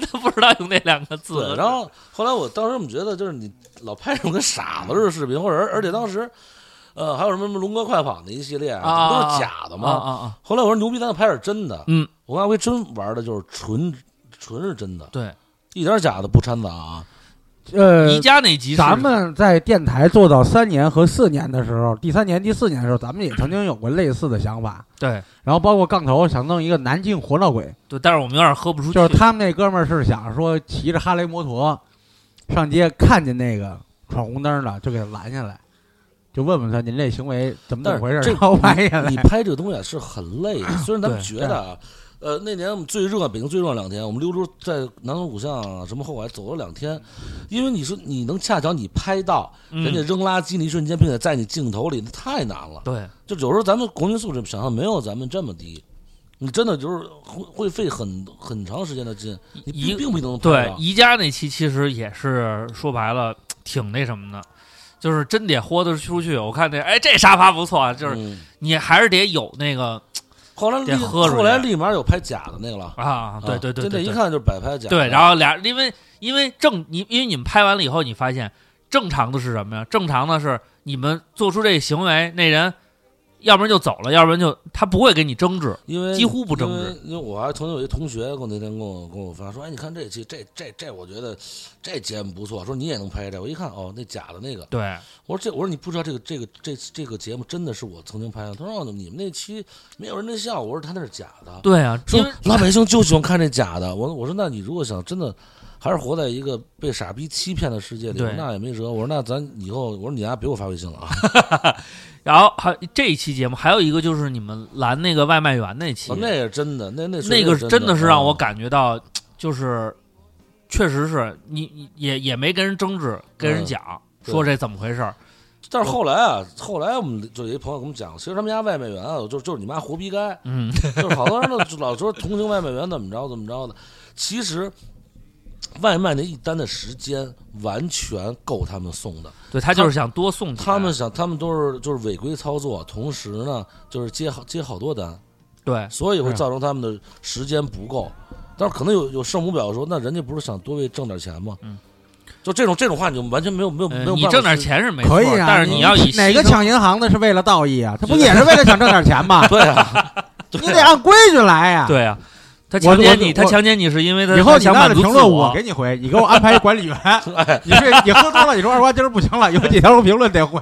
Speaker 3: 都不知道用那两个字
Speaker 5: 对，。然后后来我当时我们觉得，就是你老拍这种跟傻子似的视频，或者而且当时，呃，还有什么什么龙哥快跑那一系列，
Speaker 3: 啊
Speaker 5: 都是假的嘛。
Speaker 3: 啊啊啊！
Speaker 5: 后来我说牛逼，咱得拍点真的。
Speaker 3: 嗯，
Speaker 5: 我跟阿辉真玩的就是纯纯是真的，
Speaker 3: 对，
Speaker 5: 一点假的不掺杂啊。
Speaker 4: 呃
Speaker 3: 宜，家那集是
Speaker 4: 咱们在电台做到三年和四年的时候，第三年、第四年的时候，咱们也曾经有过类似的想法。
Speaker 3: 对
Speaker 4: 然后包括杠头想弄一个南京活闹鬼，
Speaker 3: 对，但是我们有点喝不出去，
Speaker 4: 就是他们那哥们儿是想说骑着哈雷摩托上街，看见那个闯红灯的就给他拦下来，就问问他您这行为怎么怎么回事
Speaker 5: 但
Speaker 4: 儿，
Speaker 5: 是这
Speaker 4: 然后拍下
Speaker 5: 你
Speaker 4: 来。
Speaker 5: 拍这个东西啊是很累 的，虽然咱们
Speaker 3: 对
Speaker 5: 觉得啊，呃，那年我们最热，北京最热两天，我们溜溜在南锣鼓巷啊什么后海走了两天，因为你说你能恰巧你拍到
Speaker 3: 嗯
Speaker 5: 人家扔垃圾那一瞬间，并且在你镜头里，那太难了。
Speaker 3: 对
Speaker 5: 就有时候咱们国民素质想象没有咱们这么低，你真的就是会会费很很长时间的劲，你
Speaker 3: 一
Speaker 5: 并并不一定能拍
Speaker 3: 对
Speaker 5: 到。
Speaker 3: 宜家那期其实也是说白了挺那什么的，就是真得豁得出去。我看那哎这沙发不错，啊，就是
Speaker 5: 嗯
Speaker 3: 你还是得有那个
Speaker 5: 后来立
Speaker 3: 得喝出来
Speaker 5: 后来立马有拍假的那个了，
Speaker 3: 啊，对
Speaker 5: 啊
Speaker 3: 对对
Speaker 5: 就那
Speaker 3: 对
Speaker 5: 一
Speaker 3: 对
Speaker 5: 看就是摆拍假的。
Speaker 3: 对，然后俩因为因为正你因为你们拍完了以后，你发现正常的是什么呀？正常的是你们做出这行为，那人要不然就走了，要不然就他不会跟你争执。
Speaker 5: 因为
Speaker 3: 几乎不争执
Speaker 5: 因为因为我还曾经有一同学跟我那天跟我跟我发说，哎，你看这期这这这，我觉得这节目不错，说你也能拍这，我一看哦，那假的那个，
Speaker 3: 对，
Speaker 5: 我说这我说你不知道这个这个这这个节目真的是我曾经拍的，他说、哦、你们那期没有人能笑，我说他那是假的，
Speaker 3: 对啊，
Speaker 5: 说
Speaker 3: 因为
Speaker 5: 老百姓就喜欢看这假的，我我说那你如果想真的。还是活在一个被傻逼欺骗的世界里
Speaker 3: 对，
Speaker 5: 那也没辙。我说那咱以后，我说你丫别给我发微信了 啊！
Speaker 3: 然后还这一期节目还有一个就是你们拦那个外卖员那期，
Speaker 5: 哦那也是真的，那那
Speaker 3: 那个真
Speaker 5: 的
Speaker 3: 的是让我
Speaker 5: 嗯
Speaker 3: 感觉到，就是确实是你你也也没跟人争执，跟人
Speaker 5: 嗯
Speaker 3: 讲
Speaker 5: 对
Speaker 3: 说这怎么回事儿，
Speaker 5: 但是
Speaker 3: 嗯
Speaker 5: 后来啊，后来我们就有一朋友跟我们讲，其实他们家外卖员啊，就就是你妈活逼该，
Speaker 3: 嗯，
Speaker 5: 就是好多人都就老说同情外卖员怎么着怎么着的。其实外卖那一单的时间完全够他们送的，
Speaker 3: 对他就是想多送几
Speaker 5: 他们
Speaker 3: 单
Speaker 5: 想他们都是就是违规操作，同时呢就是接好接好多单，
Speaker 3: 对
Speaker 5: 所以会造成他们的时间不够。但是可能有有圣母婊说，那人家不是想多为挣点钱吗？
Speaker 3: 嗯，
Speaker 5: 就这种这种话你就完全没有没有、没
Speaker 3: 呃
Speaker 5: 有
Speaker 3: 你
Speaker 5: 办法
Speaker 3: 挣点
Speaker 5: 去？
Speaker 3: 钱是没错
Speaker 4: 可以，啊，
Speaker 3: 但是
Speaker 4: 你
Speaker 3: 要以
Speaker 4: 哪个
Speaker 3: 牺牲
Speaker 4: 抢银行的是为了道义啊？他不也是为了想挣点钱 吗
Speaker 5: 对啊，
Speaker 4: 你得按规矩来呀。
Speaker 3: 对啊，他
Speaker 4: 我
Speaker 3: 强奸
Speaker 4: 我
Speaker 3: 你，他
Speaker 4: 我
Speaker 3: 强奸你是因为他
Speaker 4: 以后
Speaker 3: 他
Speaker 4: 你
Speaker 3: 想
Speaker 4: 按
Speaker 3: 满
Speaker 4: 着
Speaker 3: 足
Speaker 4: 评
Speaker 3: 自
Speaker 4: 论，
Speaker 3: 我
Speaker 4: 我给你回，你给我安排一 管理员。你是你喝多了，你说二瓜今儿不行了，有几条评论得回。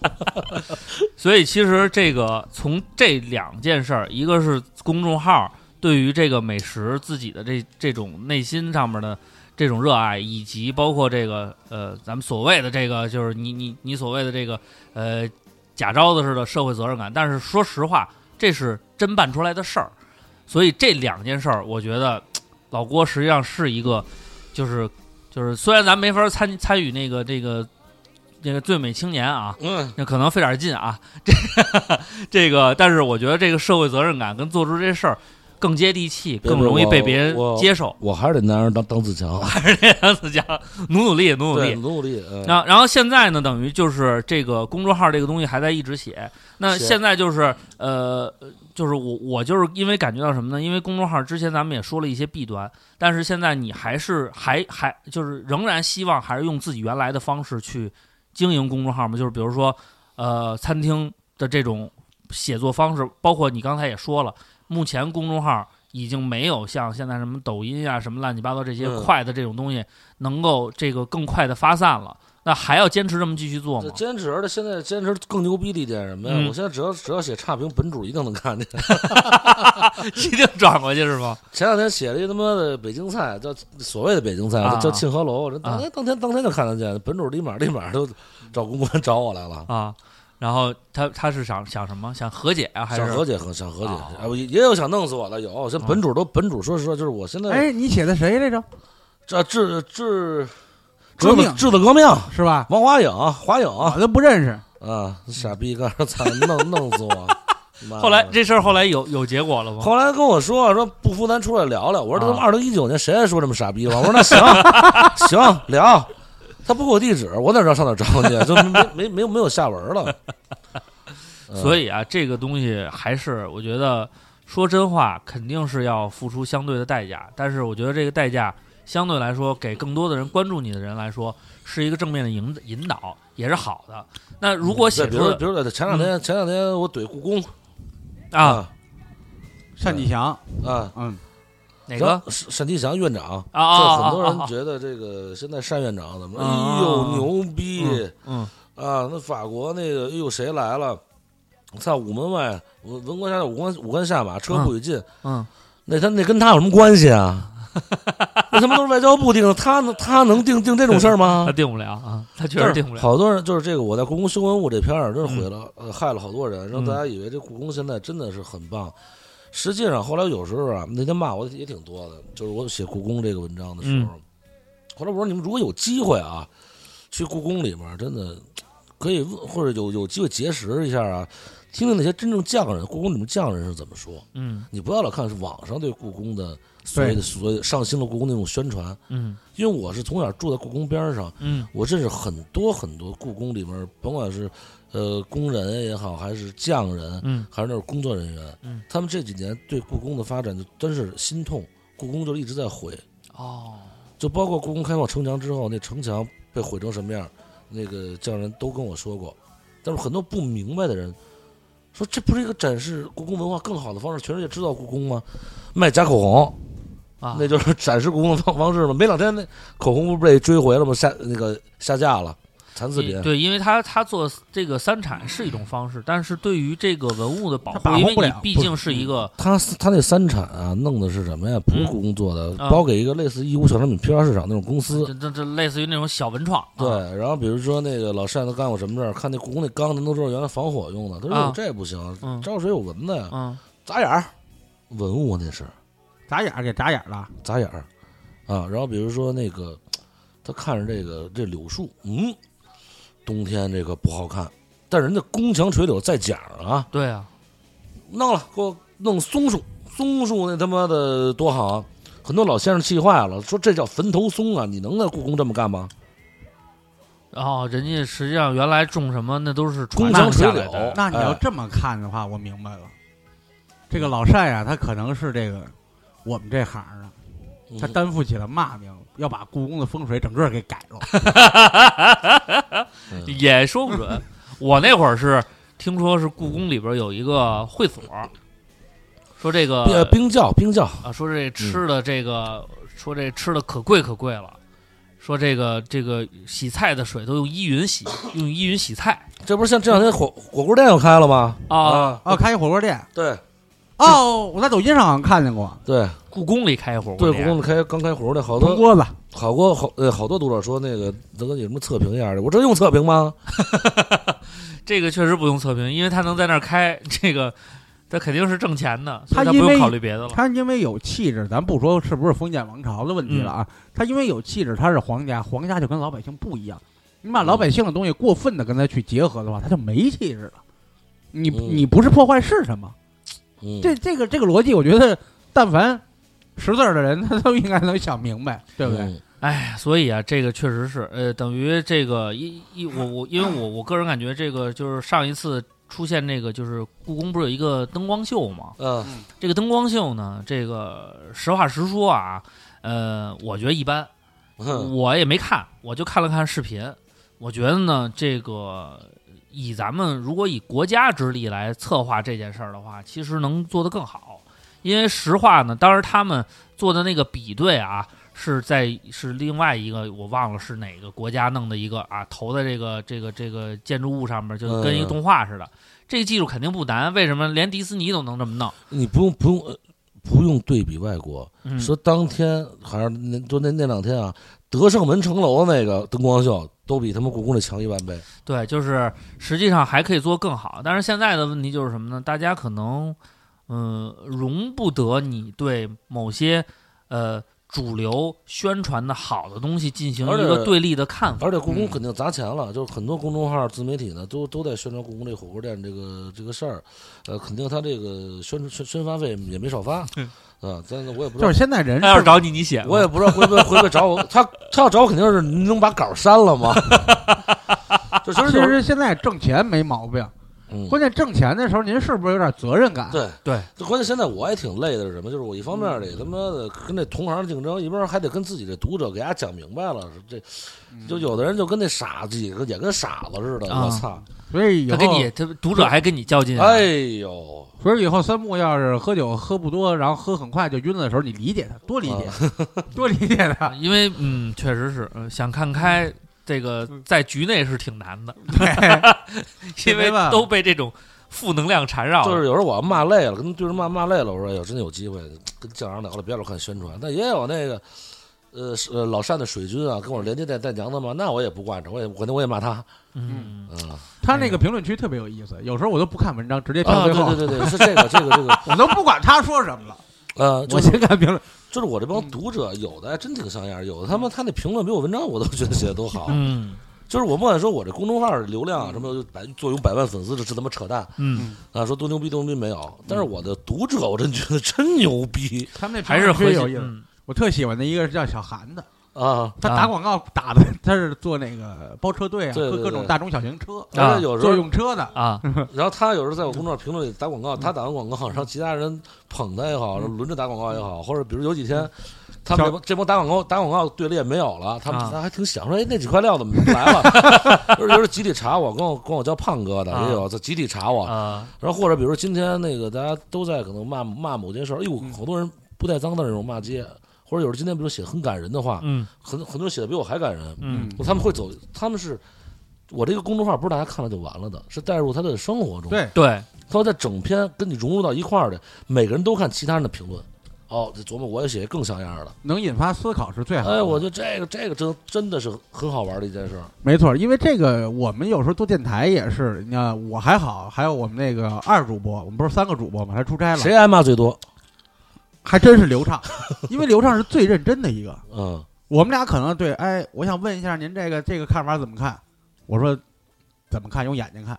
Speaker 3: 所以其实这个从这两件事儿，一个是公众号对于这个美食自己的这这种内心上面的这种热爱，以及包括这个呃咱们所谓的这个就是你你你所谓的这个呃假招子似的社会责任感，但是说实话，这是真办出来的事儿。所以这两件事儿，我觉得老郭实际上是一个，就是就是虽然咱没法参参与那个这个那个最美青年啊，
Speaker 5: 嗯，
Speaker 3: 那可能费点劲啊，这这个，但是我觉得这个社会责任感跟做出这事儿更接地气，
Speaker 5: 别别
Speaker 3: 更容易被别
Speaker 5: 我
Speaker 3: 人
Speaker 5: 我
Speaker 3: 接受。
Speaker 5: 我还是得男人当当自强。
Speaker 3: 杨子佳，努努力，努努
Speaker 5: 对，
Speaker 3: 力。
Speaker 5: 努努力。嗯
Speaker 3: 然后，然后现在呢，等于就是这个公众号这个东西还在一直写。那
Speaker 5: 是
Speaker 3: 现在就是呃，就是我我就是因为感觉到什么呢？因为公众号之前咱们也说了一些弊端，但是现在你还是还还就是仍然希望还是用自己原来的方式去经营公众号嘛，就是比如说呃餐厅的这种写作方式，包括你刚才也说了，目前公众号。已经没有像现在什么抖音啊、什么乱七八糟这些
Speaker 5: 嗯
Speaker 3: 快的这种东西，能够这个更快的发散了。那还要坚持这么继续做
Speaker 5: 这
Speaker 3: 吗？
Speaker 5: 兼职的现在兼职更牛逼的一点是什么呀？
Speaker 3: 嗯
Speaker 5: 我现在只要只要写差评，本主一定能看见。
Speaker 3: 一定转过去是吗？
Speaker 5: 前两天写了一他妈的北京菜，叫所谓的北京菜，
Speaker 3: 啊
Speaker 5: 叫沁河楼，人
Speaker 3: 啊
Speaker 5: 当天当天当天就看得见，本主立马立马就找公关找我来了。
Speaker 3: 啊，然后他他是想想什么？想和解啊，还是
Speaker 5: 想和解，和想和解，
Speaker 3: 啊
Speaker 5: 哎，我也也有想弄死我的，有。现在
Speaker 3: 啊
Speaker 5: 本主都本主，说实话，就是我现在
Speaker 4: 哎，你写的谁来着？
Speaker 5: 这治治
Speaker 4: 革命
Speaker 5: 治的革命，
Speaker 4: 是吧？
Speaker 5: 王华影，华影
Speaker 3: 哦
Speaker 4: 我都不认识。
Speaker 5: 啊，傻逼，告诉操，弄弄死 我。妈的
Speaker 3: 后来这事儿后来有有结果了吗？
Speaker 5: 后来跟我说说不服咱出来聊聊。我说他妈
Speaker 3: 啊
Speaker 5: 二零一九年谁还说这么傻逼话？我说那 行行聊。他不给我地址，我哪知道上哪找去？就没没没有没有下文了。
Speaker 3: 所
Speaker 5: 以
Speaker 3: 以啊，这个东西还是我觉得说真话肯定是要付出相对的代价，但是我觉得这个代价相对来说给更多的人关注你的人来说是一个正面的引引导，也是好的。那如果写
Speaker 5: 嗯比
Speaker 3: 出
Speaker 5: 如
Speaker 3: 了
Speaker 5: 比如说前两天前两天我怼故宫
Speaker 3: 啊
Speaker 4: 单霁翔，
Speaker 5: 啊，
Speaker 4: 嗯，
Speaker 3: 哪个
Speaker 5: 沈沈吉祥院长，
Speaker 3: 啊
Speaker 5: 就
Speaker 3: 啊
Speaker 5: 很多人
Speaker 3: 啊啊
Speaker 5: 觉得这个现在单院长怎么，
Speaker 3: 啊啊
Speaker 5: 哎
Speaker 3: 啊
Speaker 5: 呦牛逼
Speaker 3: 嗯
Speaker 5: 啊！那法国那个，哎呦谁来了？操，午门外文文官下武官武官下马，车不许进。
Speaker 3: 嗯
Speaker 5: 那他那跟他有什么关系 啊？那他妈都是外交部定的，他能他能定定这种事儿吗
Speaker 3: 他？定不了啊，他确
Speaker 5: 就是
Speaker 3: 实定不了。嗯
Speaker 5: 好多人就是这个，我在故宫修文物这片儿真是毁了，呃，害了好多人，让大家以为这故宫现在真的是很棒。实际上，后来有时候啊，那天骂我也挺多的，就是我写故宫这个文章的时
Speaker 3: 嗯
Speaker 5: 候，后来我说你们如果有机会啊，去故宫里面，真的可以问，或者有有机会结识一下啊，听听那些真正匠人，故宫里面匠人是怎么说。
Speaker 3: 嗯
Speaker 5: 你不要老看是网上对故宫的所谓的所谓的上新了故宫那种宣传，
Speaker 3: 嗯
Speaker 5: 因为我是从小住在故宫边儿上，
Speaker 3: 嗯
Speaker 5: 我认识很多很多故宫里面，甭管是呃工人也好，还是匠人，
Speaker 3: 嗯
Speaker 5: 还是那种工作人员，
Speaker 3: 嗯
Speaker 5: 他们这几年对故宫的发展就真是心痛，故宫就一直在毁，
Speaker 3: 哦
Speaker 5: 就包括故宫开放城墙之后，那城墙被毁成什么样，那个匠人都跟我说过，但是很多不明白的人说，这不是一个展示故宫文化更好的方式，全世界知道故宫吗？卖假口红，
Speaker 3: 啊
Speaker 5: 那就是展示故宫的方 方式吗？没两天那口红不是被追回了吗？下那个下架了，残次品。
Speaker 3: 对，因为他他做这个三产是一
Speaker 5: 嗯
Speaker 3: 种方式，但是对于这个文物的保
Speaker 4: 他把
Speaker 3: 护，因为
Speaker 4: 控不
Speaker 3: 你
Speaker 4: 了
Speaker 3: 毕
Speaker 4: 不嗯
Speaker 3: 竟是一个
Speaker 5: 他他那三产啊，弄的是什么呀？不是
Speaker 3: 嗯
Speaker 5: 故宫做的，
Speaker 3: 啊
Speaker 5: 包给一个类似义乌小商品批发市场那种公司。
Speaker 3: 这这这类似于那种小文创啊，
Speaker 5: 对，然后比如说那个老单他干过什么事儿？看那故宫那缸，咱都知道原来防火用的。他说
Speaker 3: 啊
Speaker 5: 我这不行，
Speaker 3: 嗯
Speaker 5: 招水有蚊子呀，
Speaker 3: 嗯
Speaker 5: 眨眼儿，文物那是
Speaker 4: 眨眼儿给眨眼儿了，
Speaker 5: 眨眼儿啊。然后比如说那个，他看着这个这柳树，嗯，冬天这个不好看，但人家宫墙垂柳在讲啊，
Speaker 3: 对啊，
Speaker 5: 弄了给我弄松树，松树那他妈的多好啊！很多老先生气坏了，说这叫坟头松啊！你能在故宫这么干吗？
Speaker 3: 然后人家实际上原来种什么那都是传
Speaker 5: 宫
Speaker 3: 承
Speaker 5: 墙垂
Speaker 3: 下
Speaker 5: 柳
Speaker 3: 来 的，，
Speaker 4: 那你要
Speaker 5: 哎
Speaker 4: 这么看的话，我明白了。这个老单呀、他可能是这个我们这行的，
Speaker 5: 嗯
Speaker 4: 他担负起了骂名，要把故宫的风水整个给改 了。
Speaker 5: 嗯
Speaker 3: 也说不准。我那会儿是听说是故宫里边有一个会所，说这个
Speaker 5: 呃冰窖冰窖
Speaker 3: 啊，说这吃的这个，说这吃的可贵可贵了，说这个这个洗菜的水都用依云洗，用依云洗菜
Speaker 5: 这不是像这两天火火锅店又开了吗？
Speaker 3: 啊。
Speaker 5: 啊，
Speaker 4: 哦，开一火锅店。
Speaker 5: 对
Speaker 4: 哦，我在抖音上好像看见过
Speaker 5: 对
Speaker 3: 故宫里开火锅
Speaker 5: 对，
Speaker 3: 店
Speaker 5: 故宫开刚开火锅店，好
Speaker 4: 铜
Speaker 5: 多
Speaker 4: 锅子，
Speaker 5: 好多好呃好多读者说那个能跟你什么测评一样的，我这用测评吗？
Speaker 3: 这个确实不用测评，因为他能在那儿开，这个他肯定是挣钱的，所
Speaker 4: 他
Speaker 3: 以他
Speaker 4: 因
Speaker 3: 不
Speaker 4: 为
Speaker 3: 用考虑别的了。
Speaker 4: 他因为有气质，咱不说是不是封建王朝的问题了啊，
Speaker 5: 嗯
Speaker 4: 他因为有气质，他是皇家，皇家就跟老百姓不一样。你把
Speaker 5: 嗯
Speaker 4: 老百姓的东西过分的跟他去结合的话，他就没气质了。你
Speaker 5: 嗯
Speaker 4: 你不是破坏是什么？
Speaker 5: 嗯，
Speaker 4: 这这个这个逻辑，我觉得但凡识字儿的人，他都应该能想明白，对不对？
Speaker 5: 嗯？
Speaker 3: 哎，所以啊，这个确实是，呃，等于这个一一我我，因为我我个人感觉，这个就是上一次出现那个，就是故宫不是有一个灯光秀嘛？
Speaker 5: 嗯
Speaker 3: 这个灯光秀呢，这个实话实说啊，呃，我觉得一般，
Speaker 5: 嗯
Speaker 3: 我也没看，我就看了看视频。我觉得呢，这个以咱们如果以国家之力来策划这件事儿的话，其实能做得更好。因为实话呢，当时他们做的那个比对啊，是在是另外一个我忘了是哪个国家弄的一个啊，投在这个这个这个建筑物上面，就跟一个
Speaker 5: 嗯
Speaker 3: 动画似的。这个技术肯定不难，为什么连迪士尼都能这么弄？
Speaker 5: 你不用不用呃不用对比外国，
Speaker 3: 嗯，
Speaker 5: 说当天好像那就那那两天啊，德胜门城楼那个灯光秀都比他们故宫的强一万倍。
Speaker 3: 对，就是实际上还可以做更好，但是现在的问题就是什么呢？大家可能，嗯、容不得你对某些呃主流宣传的好的东西进行
Speaker 5: 而
Speaker 3: 一
Speaker 5: 且
Speaker 3: 个对立的看法。
Speaker 5: 而且故宫
Speaker 3: 嗯
Speaker 5: 肯定砸钱了，就是很多公众号、自媒体呢，都都在宣传故宫这火锅店这个这个事儿，呃，肯定他这个宣宣宣发费也没少发，啊、但是我也不知
Speaker 4: 就
Speaker 5: 道
Speaker 4: 是，现在人
Speaker 5: 哎
Speaker 3: 他要是哎找你，你写吧
Speaker 5: 我也不知道会不会会不会找我， 他他要找我肯定是您能把稿删了吗？ 就
Speaker 4: 其
Speaker 5: 真是有人，
Speaker 4: 实现在挣钱没毛病，
Speaker 5: 嗯，
Speaker 4: 关键挣钱的时候您是不是有点责任感？
Speaker 5: 对
Speaker 3: 对，
Speaker 5: 就关键现在我也挺累的是什么？就是我一方面得他妈的跟这同行竞争，一边还得跟自己这读者给大家讲明白了，这就有的人就跟那傻子也跟傻子似的，
Speaker 3: 啊
Speaker 5: 我操！
Speaker 4: 所以以
Speaker 3: 他
Speaker 4: 后
Speaker 3: 跟你他读者还跟你较劲、啊，
Speaker 5: 哎呦。
Speaker 4: 所以以后三木要是喝酒喝不多，然后喝很快就晕了的时候，你理解他，多理解他，
Speaker 5: 啊
Speaker 4: 多理解他。
Speaker 3: 因为嗯，确实是、呃想看开。这个在局内是挺难的，因为
Speaker 4: 没办法
Speaker 3: 都被这种负能量缠绕了。
Speaker 5: 就是有时候我骂累了，跟对着骂骂累了，我说哎呦，真有机会跟酱上聊了，别老看宣传。但也有那个，呃，是呃老善的水军啊，跟我连接带带娘的嘛，那我也不惯着，我也肯定我也骂他啊、
Speaker 3: 嗯，
Speaker 4: 他那个评论区特别有意思，有时候我都不看文章，直接跳
Speaker 5: 啊！
Speaker 4: 最
Speaker 5: 对
Speaker 4: 后
Speaker 5: 对，对对，是这个这个这个，
Speaker 4: 我都不管他说什么了，
Speaker 5: 呃，就嗯
Speaker 4: 我
Speaker 5: 是
Speaker 4: 先看评论。
Speaker 5: 就是我这帮读者，有的还真挺像样，有的他妈他那评论比我文章我都觉 得写的都好。
Speaker 3: 嗯
Speaker 5: 就是我不管说我这公众号流量啊什么就百坐拥百万粉丝，这是他妈扯淡
Speaker 3: 嗯，
Speaker 5: 啊！说多牛逼多牛逼没有，但是我的读者我真觉得真牛逼
Speaker 4: 他们那
Speaker 3: 还是
Speaker 4: 评
Speaker 3: 核
Speaker 4: 论
Speaker 3: 心
Speaker 4: 区有意思。
Speaker 3: 嗯
Speaker 4: 我特喜欢的一个是叫小韩的，
Speaker 5: 啊！
Speaker 4: 他打广告打的，他是做那个包车队啊，
Speaker 5: 对对
Speaker 4: 各
Speaker 5: 对
Speaker 4: 各种大中小型车，
Speaker 5: 但是有时候
Speaker 4: 做用车的。
Speaker 3: 啊，
Speaker 5: 然后他有时候在我公众号评论里打广
Speaker 3: 嗯
Speaker 5: 告，他打完广告，然后其他人捧他也好，然后轮着打广告也
Speaker 3: 嗯
Speaker 5: 好，或者比如有几天，他们这帮这帮打广告打广告队列没有了，他们
Speaker 3: 啊
Speaker 5: 他还挺想说，哎，那几块料怎么不来了？ 有时候集体查我，管我管我叫胖哥的
Speaker 3: 啊
Speaker 5: 也有，在集体查我。
Speaker 3: 啊，
Speaker 5: 然后或者比如今天那个大家都在可能骂骂某件事儿，哎呦，
Speaker 3: 嗯
Speaker 5: 好多人不带脏的那种骂街，或者有时候今天比如写得很感人的话，
Speaker 3: 嗯
Speaker 5: 很很多人写的比我还感人，
Speaker 3: 嗯
Speaker 5: 他们会走，他们是。我这个公众号不是大家看了就完了的，是带入他的生活中。
Speaker 4: 对，
Speaker 3: 对，
Speaker 5: 他会在整篇跟你融入到一块儿的，每个人都看其他人的评论。哦，这琢磨我也写更像样儿了。
Speaker 4: 能引发思考是最好的。
Speaker 5: 哎，我觉得这个这个真真的是很好玩的一件事儿。
Speaker 4: 没错，因为这个我们有时候做电台也是，你看我还好，还有我们那个二主播，我们不是三个主播嘛，还出差了，
Speaker 5: 谁挨骂最多？
Speaker 4: 还真是刘畅，因为刘畅是最认真的一个。
Speaker 5: 嗯，
Speaker 4: 我们俩可能对，哎，我想问一下您这个这个看法怎么看？我说怎么看？用眼睛看。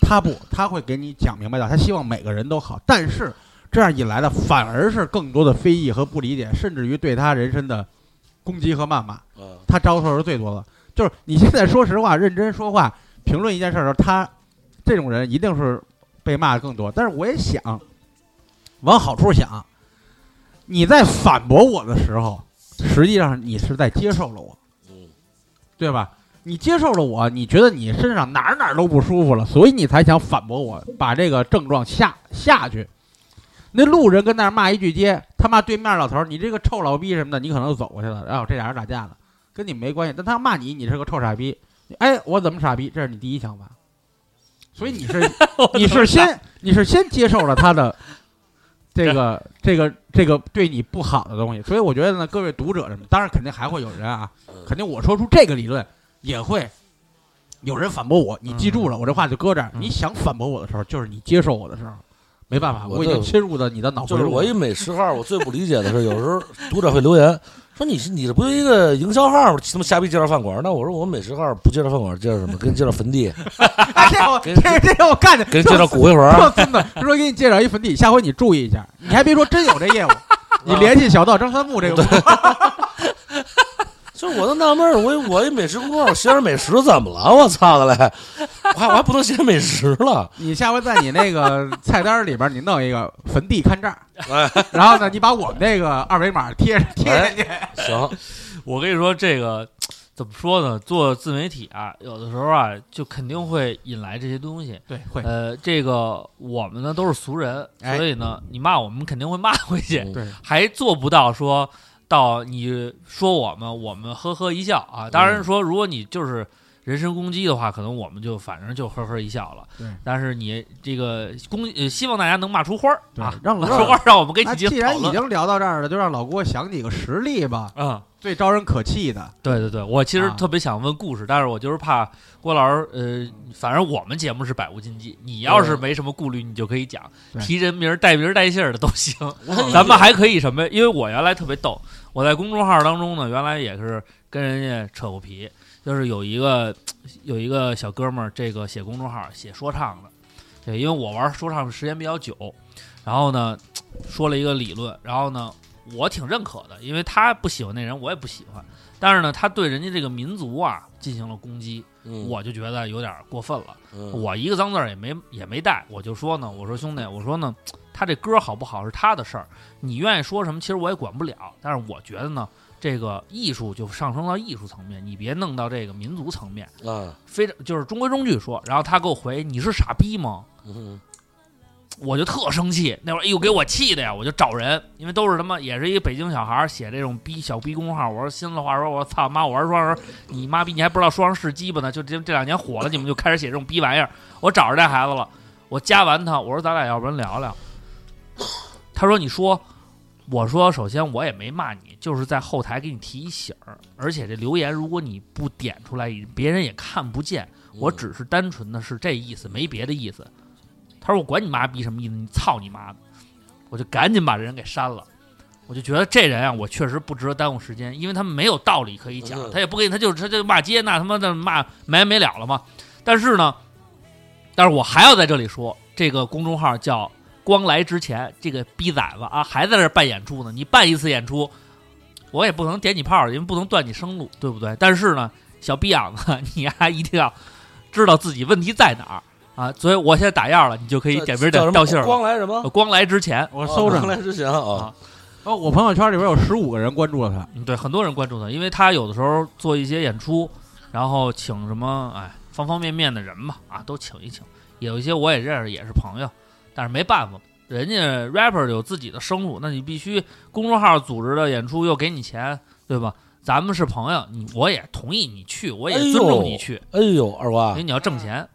Speaker 4: 他不，他会给你讲明白的，他希望每个人都好，但是这样一来呢，反而是更多的非议和不理解，甚至于对他人身的攻击和谩骂。
Speaker 5: 嗯，
Speaker 4: 他招头是最多的。就是你现在说实话、认真说话、评论一件事儿的时候，他这种人一定是被骂的更多。但是我也想往好处想，你在反驳我的时候，实际上你是在接受了我，
Speaker 5: 嗯，
Speaker 4: 对吧？你接受了我，你觉得你身上哪儿哪儿都不舒服了，所以你才想反驳我，把这个症状下下去。那路人跟那儿骂一句街，他骂对面老头儿，你这个臭老逼什么的，你可能就走过去了。然后这俩人打架了，跟你没关系，但他骂你，你是个臭傻逼。哎，我怎么傻逼？这是你第一想法，所以你 是你是先你是先接受了他的这个这个这个对你不好的东西。所以我觉得呢，各位读者什么，当然肯定还会有人啊，
Speaker 5: 嗯
Speaker 4: 肯定我说出这个理论也会。有人反驳我，你记住了，我这话就搁这儿。
Speaker 3: 嗯
Speaker 4: 你想反驳我的时候，就是你接受我的时候。没办法，
Speaker 5: 我
Speaker 4: 我已经
Speaker 5: 就
Speaker 4: 侵入到你的脑回
Speaker 5: 就
Speaker 4: 路
Speaker 5: 是
Speaker 4: 了。
Speaker 5: 啊我一美食号，我最不理解的是，有时候读者会留言说你是你这不是一个营销号吗？他妈瞎逼介绍饭馆儿？那我说我美食号不介绍饭馆儿，介绍什么？给你介绍坟地，
Speaker 4: 哎，这我
Speaker 5: 给
Speaker 4: 这这我干的，
Speaker 5: 给你介绍骨灰盒儿。啊
Speaker 4: 特孙子，说给你介绍一坟地，下回你注意一下，你还别说真有这业务，你联系小道张三木这个部门，
Speaker 5: 就是我都纳闷儿，我一我一美食公众号写点美食怎么了？我操的嘞！我还我还不能写美食了？
Speaker 4: 你下回在你那个菜单里边你弄一个坟地看这儿，然
Speaker 5: 嗯
Speaker 4: 后呢，你把我们那个二维码贴上贴上去，
Speaker 5: 行，
Speaker 3: 我跟你说，这个怎么说呢？做自媒体啊，有的时候啊，就肯定会引来这些东西。
Speaker 4: 对，会
Speaker 3: 呃，这个我们呢都是俗人，
Speaker 4: 哎
Speaker 3: 所以呢，你骂我们肯定会骂回去，
Speaker 5: 嗯
Speaker 4: 对
Speaker 3: 还做不到说到你说我们，我们呵呵一笑啊。当
Speaker 4: 嗯
Speaker 3: 然说，如果你就是人身攻击的话，可能我们就反正就呵呵一笑了。
Speaker 4: 对
Speaker 3: 但是你这个攻，呃希望大家能骂出花儿
Speaker 4: 对
Speaker 3: 啊，
Speaker 4: 让
Speaker 3: 骂
Speaker 4: 老
Speaker 3: 出花儿，让我们给
Speaker 4: 那
Speaker 3: 你进
Speaker 4: 既
Speaker 3: 行讨
Speaker 4: 然已
Speaker 3: 论。
Speaker 4: 经聊到这儿了，就让老郭想几个实例吧，
Speaker 3: 嗯，
Speaker 4: 最招人可气的。
Speaker 3: 对对对，我其实
Speaker 4: 啊
Speaker 3: 特别想问故事，但是我就是怕郭老师，呃，反正我们节目是百无禁忌，你要是没什么顾虑，你就可以讲，
Speaker 4: 对
Speaker 3: 提人名儿、带名儿、带姓儿的都行。
Speaker 5: 哎
Speaker 3: 咱们还可以什么？因为我原来特别逗，我在公众号当中呢，原来也是跟人家扯过皮，就是有一个有一个小哥们儿，这个写公众号写说唱的，对，因为我玩说唱时间比较久，然后呢说了一个理论，然后呢我挺认可的，因为他不喜欢那人，我也不喜欢，但是呢他对人家这个民族啊进行了攻击，
Speaker 5: 嗯
Speaker 3: 我就觉得有点过分了。
Speaker 5: 嗯
Speaker 3: 我一个脏字儿也没也没带，我就说呢，我说兄弟，我说呢，他这歌好不好是他的事儿，你愿意说什么，其实我也管不了。但是我觉得呢，这个艺术就上升到艺术层面，你别弄到这个民族层面，
Speaker 5: 啊，
Speaker 3: 非常就是中规中矩说。然后他给我回：“你是傻逼吗
Speaker 5: 嗯？”
Speaker 3: 我就特生气，那会儿哎呦给我气的呀，我就找人，因为都是他妈也是一北京小孩儿写这种逼小逼公众号，我说心里话说，我操妈，我说说说你妈逼，你还不知道说上是鸡巴呢，就这这两年火了，你们就开始写这种逼玩意儿，我找着这孩子了，我加完他，我说咱俩要不然聊聊，他说你说，我说首先我也没骂你，就是在后台给你提一醒儿，而且这留言如果你不点出来，别人也看不见，
Speaker 5: 嗯
Speaker 3: 我只是单纯的是这意思，没别的意思。他说我管你妈逼什么意思，你操你妈的！我就赶紧把这人给删了。我就觉得这人啊，我确实不值得耽误时间，因为他没有道理可以讲
Speaker 5: 嗯，
Speaker 3: 他也不给你，他就是他就骂街，那他妈的骂没完没了了嘛。但是呢，但是我还要在这里说，这个公众号叫“光来之前”，这个逼崽子啊，还在这儿办演出呢。你办一次演出，我也不能点你炮，因为不能断你生路，对不对？但是呢，小逼养子， 你还一定要知道自己问题在哪儿啊！所以我现在打样了，你就可以点名点调信儿了。
Speaker 5: 光来什么
Speaker 3: 呃？光来之前，
Speaker 4: 我搜着
Speaker 5: 光
Speaker 4: 呢，
Speaker 5: 来之前啊，
Speaker 4: 哦，我朋友圈里边有十五个人关注了他，
Speaker 3: 嗯对很多人关注他，因为他有的时候做一些演出，然后请什么哎方方面面的人嘛啊都请一请，有一些我也认识，也是朋友，但是没办法，人家 rapper 有自己的生路，那你必须公众号组织的演出又给你钱，对吧？咱们是朋友，你我也同意你去，我也尊重你去，
Speaker 5: 哎呦，二
Speaker 3: 因
Speaker 5: 瓜
Speaker 3: 为，你要挣钱。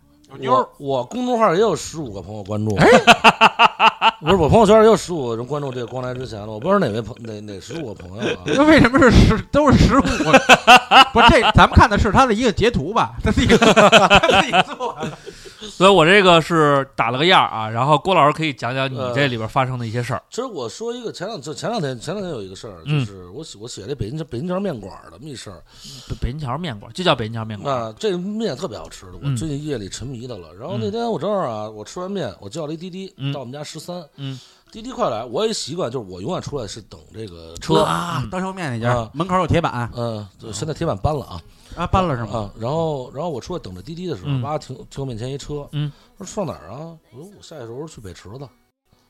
Speaker 5: 我我公众号也有十五个朋友关
Speaker 3: 哎
Speaker 5: 注， 不是我朋友圈也有十五个人关注这个光来之前了，我不知道哪位朋哪哪十五个朋友啊，
Speaker 3: 哎
Speaker 4: 那为什么是十都是十五？不是这，咱们看的是他的一个截图吧，他自己他自己做的。
Speaker 3: 所以我这个是打了个样儿啊，然后郭老师可以讲讲你
Speaker 5: 呃
Speaker 3: 这里边发生的一些事儿。
Speaker 5: 其实我说一个前两就前两天前两天有一个事儿，就
Speaker 3: 嗯
Speaker 5: 是我写我写这北京北京桥面馆儿的密事儿，
Speaker 3: 北北京桥面馆就叫北京桥面馆，
Speaker 5: 啊，这面特别好吃的，我
Speaker 3: 嗯
Speaker 5: 最近夜里沉迷的了。然后
Speaker 3: 嗯
Speaker 5: 那天我正好啊，我吃完面，我叫了一滴滴、
Speaker 3: 嗯
Speaker 5: 到我们家十三，
Speaker 3: 嗯，
Speaker 5: 滴滴快来，我也习惯，就是我永远出来是等这个车，
Speaker 4: 啊，刀削面那家
Speaker 5: 啊
Speaker 4: 门口有铁板
Speaker 5: 嗯、对现在铁板搬了啊，
Speaker 4: 啊，搬了是吗？
Speaker 5: 啊，然后然后我出来等着滴滴的时候，
Speaker 3: 嗯
Speaker 5: 妈停停我面前一车，
Speaker 3: 嗯，
Speaker 5: 我说上哪儿啊？我说我下一时候去北池子，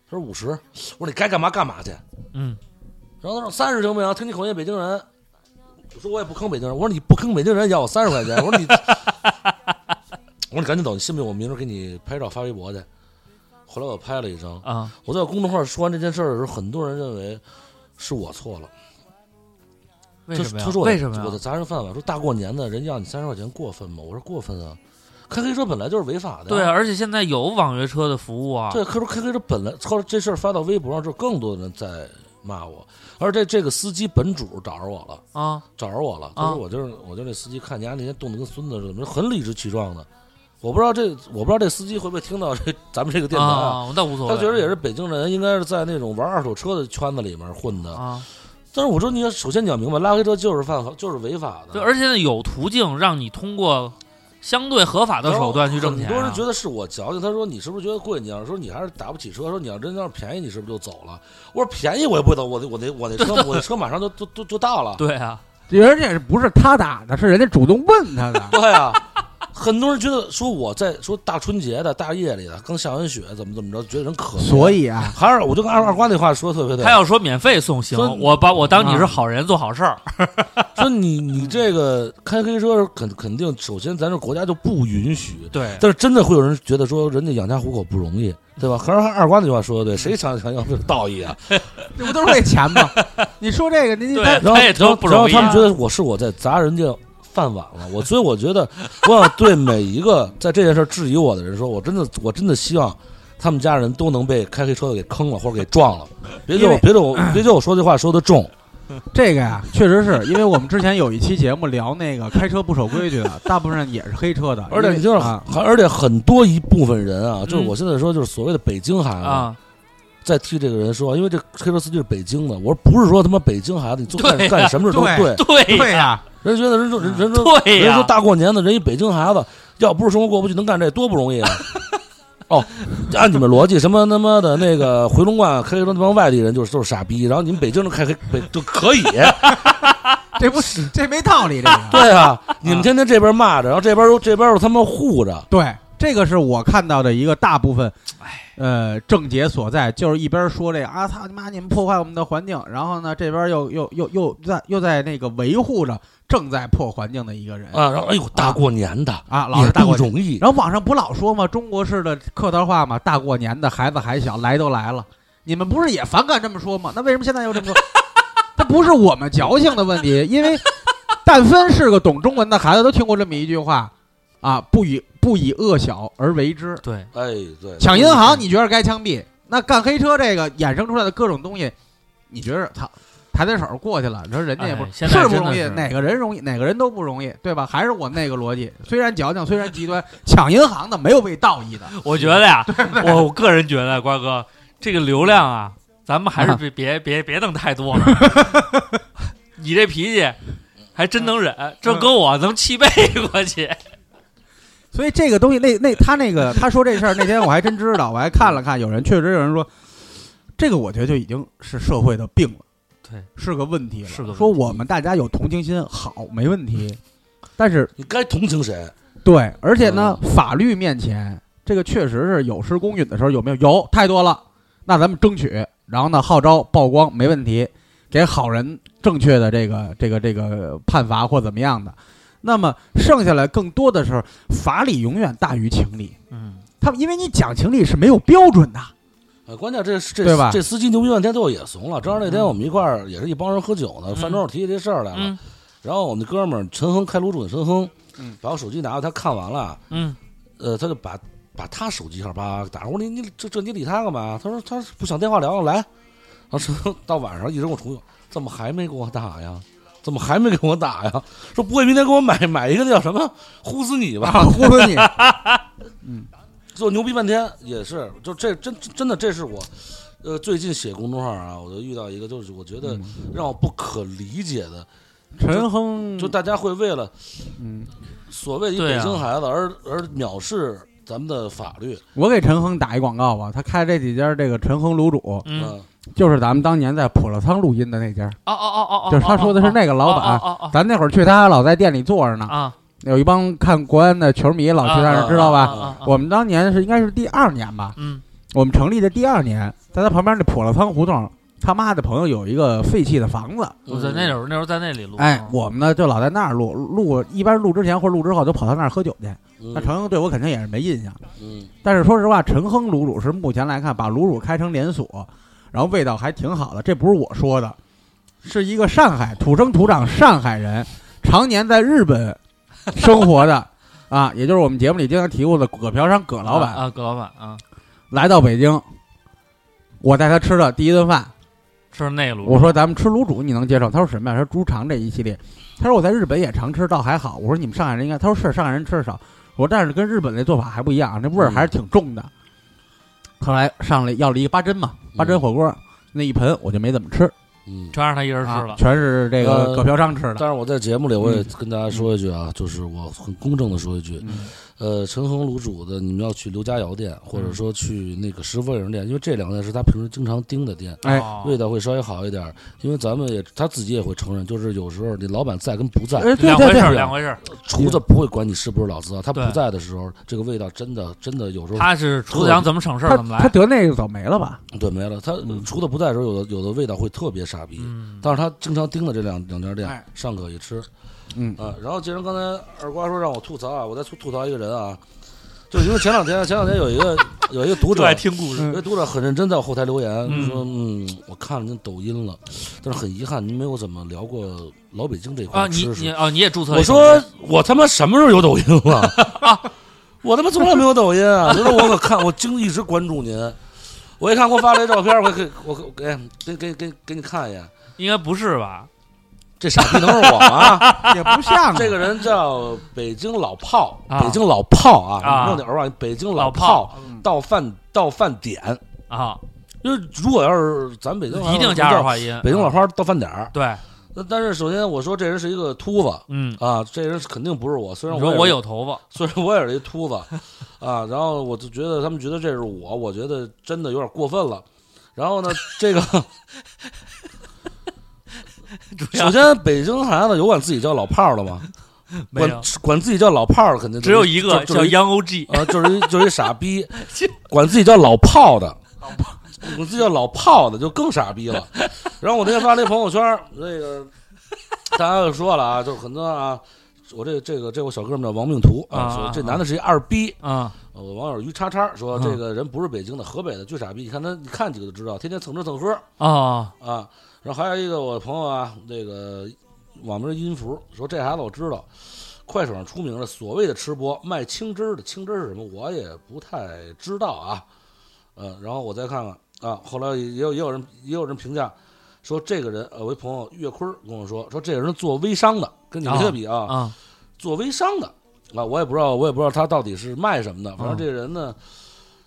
Speaker 5: 他说五十，我说你该干嘛干嘛去，
Speaker 3: 嗯
Speaker 5: 然后他说三十行不行？听你口音北京人。我说我也不坑北京人，我说你不坑北京人也要我三十块钱， 我说你，我说你赶紧走，你信不信我明儿给你拍照发微博去？后来我拍了一张，
Speaker 3: 啊
Speaker 5: 我在公众号说完这件事儿的时候，很多人认为是我错了，
Speaker 3: 为
Speaker 5: 就
Speaker 3: 什么呀
Speaker 5: 他说？我
Speaker 3: 为什么呀
Speaker 5: 我的砸人饭碗，说大过年的人要你三十块钱过分吗？我说过分啊，开黑车本来就是违法的呀，
Speaker 3: 对啊，而且现在有网约车的服务啊。
Speaker 5: 对，可是开黑车本来后来这事儿发到微博上之后，更多的人在骂我，而这这个司机本主找着我了。
Speaker 3: 啊，
Speaker 5: 找着我了，他
Speaker 3: 啊
Speaker 5: 说我就是我就是那司机，看人家啊那天冻得跟孙子似的，很理直气壮的。我不知道这我不知道这司机会不会听到这咱们这个电台啊，
Speaker 3: 啊，那无所谓。
Speaker 5: 他觉得也是北京人，应该是在那种玩二手车的圈子里面混的。
Speaker 3: 啊，
Speaker 5: 但是我说你要首先你要明白，拉黑车就是犯法，就是违法的。
Speaker 3: 对，而且呢有途径让你通过相对合法的手段去挣钱啊。
Speaker 5: 很多人觉得是我矫情，他说你是不是觉得贵？你要说你还是打不起车，说你要真要是便宜，你是不是就走了？我说便宜我也不会走，我得我得我那车我那车马上就就就就到了。
Speaker 3: 对啊，
Speaker 4: 人家不是他打的，是人家主动问他的。
Speaker 5: 对啊，很多人觉得说我在说大春节的大夜里的刚下完雪怎么怎么着，觉得人可怜
Speaker 4: 所以 啊，
Speaker 5: 还是我就跟二二瓜那话说的特别对嗯
Speaker 3: 他，要说免费送行
Speaker 5: 说，
Speaker 3: 我把我当你是好人做好事儿，
Speaker 5: 说你你这个开黑车肯肯定，首先咱这国家就不允许，
Speaker 3: 对，
Speaker 5: 但是真的会有人觉得说人家养家糊口不容易，对吧？还是二瓜那句话说的对，谁想想要是道义啊？
Speaker 4: 这不都是为钱吗？你说这个，你你
Speaker 3: 对
Speaker 4: 他
Speaker 5: 然后
Speaker 3: 他也
Speaker 5: 然
Speaker 3: 都
Speaker 5: 后
Speaker 3: 不
Speaker 5: 然后
Speaker 3: 容易啊
Speaker 5: 他们觉得我是我在砸人家饭碗了，我所以我觉得我想对每一个在这件事质疑我的人说，我真的我真的希望。他们家人都能被开黑车给坑了或者给撞了，别觉得我别觉得我别觉得我说这话说的重，
Speaker 4: 这个呀、确实是因为我们之前有一期节目聊那个开车不守规矩的，大部分也是黑车的，
Speaker 5: 而且你
Speaker 4: 你
Speaker 5: 就是
Speaker 4: 啊，
Speaker 5: 很而且很多一部分人啊，就是
Speaker 3: 嗯
Speaker 5: 我现在说就是所谓的北京孩子，
Speaker 3: 啊，
Speaker 5: 在替这个人说，因为这黑车司机是北京的，我说不是说他妈北京孩子你做干
Speaker 3: 对呀
Speaker 5: 干什么事都
Speaker 4: 对
Speaker 5: 对，
Speaker 3: 对
Speaker 4: 对呀、
Speaker 5: 人觉得人说人人说
Speaker 3: 对
Speaker 5: 人
Speaker 3: 呀
Speaker 5: 说，大过年的，人一北京孩子，要不是生活过不去，能干这多不容 易啊！哦，按你们逻辑，什么他妈的那个回龙观开黑车那帮外地人就是都是傻逼，然后你们北京人开黑北就可以，
Speaker 4: 这不是这没道理，这个
Speaker 5: 对啊，你们天天这边骂着，然后这边又这边又他妈护着，
Speaker 4: 对，这个是我看到的一个大部分，呃，症结所在，就是一边说这个啊，操你妈，你们破坏我们的环境，然后呢，这边又又又又在又在那个维护着正在破环境的一个人
Speaker 5: 啊，然后哎呦，大过年的
Speaker 4: 啊，老
Speaker 5: 也
Speaker 4: 是大
Speaker 5: 不
Speaker 4: 过年。
Speaker 5: 容易，
Speaker 4: 然后网上不老说嘛，中国式的客套话嘛，大过年的孩子还小，来都来了，你们不是也反感这么说吗？那为什么现在又这么说？ 这不是我们矫情的问题，因为但凡是个懂中文的孩子，都听过这么一句话啊，不以不以恶小而为之，
Speaker 3: 对，
Speaker 5: 哎，对，
Speaker 4: 抢银行，你觉得该枪毙？那干黑车这个衍生出来的各种东西，你觉得操，抬抬手过去了，你说人家也不、
Speaker 3: 哎现在
Speaker 4: 不
Speaker 3: 真的
Speaker 4: 容易，
Speaker 3: 是
Speaker 4: 哪个人容易，哪个人都不容易，对吧？还是我那个逻辑，虽然矫情，虽然极端，抢银行的没有被道义的，
Speaker 3: 我觉得呀，我我个人觉得瓜哥这个流量啊，咱们还是
Speaker 4: 啊
Speaker 3: 别别别别弄太多了，你这脾气还真能忍，这搁我能气背过去，
Speaker 4: 所以这个东西，那那他那个他说这事儿那天我还真知道，我还看了看，有人确实有人说，这个我觉得就已经是社会的病了，
Speaker 3: 对，
Speaker 4: 是个问题了，
Speaker 3: 是个问
Speaker 4: 说我们大家有同情心好没 问题，但是
Speaker 5: 你该同情谁？
Speaker 4: 对，而且呢，
Speaker 3: 嗯
Speaker 4: 法律面前这个确实是有失公允的时候，有没有？有太多了。那咱们争取，然后呢，号召曝光没问题，给好人正确的这个这个这个判罚或怎么样的。那么剩下来更多的时候，法理永远大于情理。
Speaker 3: 嗯，
Speaker 4: 他们因为你讲情理是没有标准 的，
Speaker 5: 呃，关键这这
Speaker 4: 对吧嗯
Speaker 5: 这司机牛逼半天，最后也怂了。正好那天我们一块儿也是一帮人喝酒呢，
Speaker 3: 嗯
Speaker 5: 饭桌上提起这事儿来了。
Speaker 3: 嗯
Speaker 5: 然后我们那哥们儿陈亨开卤煮的陈亨，
Speaker 4: 嗯
Speaker 5: 把我手机拿过来，他看完了，
Speaker 3: 嗯，
Speaker 5: 呃，他就把把他手机号叭打上。我说你你这这你理他干嘛？他说他不想电话聊了，来。然后陈亨到晚上一直给我重复，怎么还没给我打呀？怎么还没给我打呀？说不会明天给我买买一个那叫什么呼死你吧？
Speaker 4: 啊，忽 悠你。
Speaker 5: 就牛逼半天也是，就这真真的这是我，呃，最近写公众号啊，我就遇到一个，就是我觉得
Speaker 4: 嗯
Speaker 5: 让我不可理解的，
Speaker 4: 陈亨
Speaker 5: 就大家会为了
Speaker 4: 嗯，
Speaker 5: 所谓一
Speaker 3: 嗯对
Speaker 5: 北
Speaker 3: 啊
Speaker 5: 京孩子而而藐视咱们的法律，
Speaker 4: 我给陈亨打一广告吧，他开这几家这个陈亨卤煮，
Speaker 3: 嗯，哦
Speaker 5: 嗯
Speaker 4: 就是咱们当年在普乐仓录音的那家，
Speaker 3: 哦哦哦哦，
Speaker 4: 就是他说的是那个老板
Speaker 3: 哦哦哦
Speaker 4: 咱那会儿去他老在店里坐着呢，
Speaker 3: 哦啊，
Speaker 4: 有一帮看国安的球迷老去他那
Speaker 5: 啊
Speaker 4: 儿，知道吧？
Speaker 3: 啊啊啊啊
Speaker 4: 我们当年是应该是第二年吧，
Speaker 3: 嗯
Speaker 4: 我们成立的第二年，在他旁边那普乐仓胡同，他妈的朋友有一个废弃的房子，
Speaker 5: 哦
Speaker 3: 我在那时候那时候在那里录，
Speaker 4: 哎，我们呢就老在那儿录录，一般录之前或者录之后都跑他那儿喝酒去。
Speaker 5: 嗯
Speaker 4: 那陈亨对我肯定也是没印象，
Speaker 5: 嗯
Speaker 4: 但是说实话，陈亨卤煮是目前来看把卤煮开成连锁，然后味道还挺好的，这不是我说的，是一个上海土生土长上海人，常年在日本生活的啊，也就是我们节目里经常提过的葛嫖商葛老板，
Speaker 3: 啊，葛老板啊，
Speaker 4: 来到北京，我带他吃的第一顿饭，
Speaker 3: 是那路，
Speaker 4: 我说咱们吃卤煮你能接受？他说什么呀？他说猪肠这一系列。他说我在日本也常吃，倒还好。我说你们上海人应该，他说是上海人吃的少。我说但是跟日本那做法还不一样，那味儿还是挺重的。嗯后来上来要了一个八珍嘛，八珍火锅、那一盆我就没怎么吃，
Speaker 5: 嗯，
Speaker 3: 全让他一人吃
Speaker 4: 啊
Speaker 3: 了，
Speaker 4: 全是这个
Speaker 5: 呃
Speaker 4: 葛飘章吃的。
Speaker 5: 但是我在节目里我也跟大家说一句啊，就是我很公正的说一句，
Speaker 4: 嗯
Speaker 5: 呃，陈红卤煮的你们要去刘家窑店，或者说去那个石佛影店，因为这两家是他平时经常盯的店。
Speaker 4: 哎，
Speaker 3: 哦
Speaker 5: 味道会稍微好一点儿，因为咱们也他自己也会承认，就是有时候你老板在跟不在，
Speaker 4: 哎，对
Speaker 3: 两回
Speaker 4: 对
Speaker 3: 事儿，
Speaker 4: 对，
Speaker 3: 两回事儿。
Speaker 5: 厨子不会管你是不是老字号，他不
Speaker 3: 对
Speaker 5: 在的时候，这个味道真的真的有时候
Speaker 3: 他是厨子想怎么省事儿
Speaker 4: 他
Speaker 3: 怎么
Speaker 4: 他
Speaker 3: 来。
Speaker 4: 得那个早没了吧？
Speaker 5: 对没了。他厨子不在的时候，有的有的味道会特别傻逼，
Speaker 3: 嗯，
Speaker 5: 但是他经常盯着这两两家
Speaker 4: 哎
Speaker 5: 店，尚可一吃。
Speaker 4: 嗯
Speaker 5: 啊，然后既然刚才二瓜说让我吐槽啊，我再吐吐槽一个人啊，就是因为前两天前两天有一个有一个读
Speaker 2: 就
Speaker 5: 者
Speaker 2: 爱。听故事。
Speaker 5: 有一个读者很认真在我后台留言、
Speaker 3: 嗯
Speaker 5: 说：“嗯，我看了您抖音了，但是很遗憾您没有怎么聊过老北京这块
Speaker 3: 啊，
Speaker 5: 吃
Speaker 3: 你
Speaker 5: 食。
Speaker 3: 你哦，你也注册了
Speaker 5: 我
Speaker 3: 一个公
Speaker 5: 说
Speaker 3: 司？
Speaker 5: 我他妈什么时候有抖音 了？我他妈从来没有抖音啊！就是我可看我经一直关注您，我一看给我发这照片，我给我给给给给给你看一眼，
Speaker 3: 应该不是吧？
Speaker 5: 这傻逼能是我 吗？
Speaker 4: 也不 像啊
Speaker 5: 这个人叫北京老炮，
Speaker 3: 啊
Speaker 5: 北京老炮
Speaker 3: 啊
Speaker 5: 啊，弄点儿吧，北京
Speaker 3: 老
Speaker 5: 炮
Speaker 3: 炮嗯
Speaker 5: 到饭到饭点，
Speaker 3: 啊，
Speaker 5: 就是如果要是咱北京话
Speaker 3: 一定加
Speaker 5: 叫
Speaker 3: 二化音。啊
Speaker 5: 北京老炮到饭点儿，
Speaker 3: 对，
Speaker 5: 那但是首先我说这人是一个秃子。
Speaker 3: 嗯，
Speaker 5: 啊，这人肯定不是我，虽然
Speaker 3: 你说
Speaker 5: 也
Speaker 3: 我
Speaker 5: 是
Speaker 3: 有头发，
Speaker 5: 虽然我也是一秃子啊，然后我就觉得他们觉得这是我，我觉得真的有点过分了。然后呢，这个首先北京孩子有管自己叫老炮儿的吗？
Speaker 3: 没
Speaker 5: 管
Speaker 3: 有，
Speaker 5: 管自己叫老炮儿的肯定
Speaker 2: 只有一个
Speaker 5: 就就
Speaker 2: 叫
Speaker 5: 就
Speaker 2: Young OG，
Speaker 5: 啊，就是一就是一傻逼，管自己叫老炮的，管自己叫老炮的就更傻逼了。然后我那天发那朋友圈儿，那个大家就说了啊，就很多啊，我这这个这我小哥们叫王命途
Speaker 3: 啊
Speaker 5: 啊，说
Speaker 3: 啊
Speaker 5: 这男的是一二逼。
Speaker 3: 啊
Speaker 5: 呃我网友于叉叉说
Speaker 3: 嗯
Speaker 5: 这个人不是北京的，河北的，巨傻逼。你看他，你看几个就知道，天天蹭吃蹭喝
Speaker 3: 啊
Speaker 5: 啊。然后还有一个我朋友啊，那个网名音符说这孩子我知道，快手上出名的所谓的吃播卖青汁儿的，青汁儿是什么我也不太知道啊。呃，然后我再看看啊，后来也有也有人也有人评价说这个人，呃，我一朋友岳坤儿跟我说说这个人做微商的，跟你们这个比啊
Speaker 3: 啊
Speaker 5: 做微商的啊，我也不知道，我也不知道他到底是卖什么的。反正这个人呢，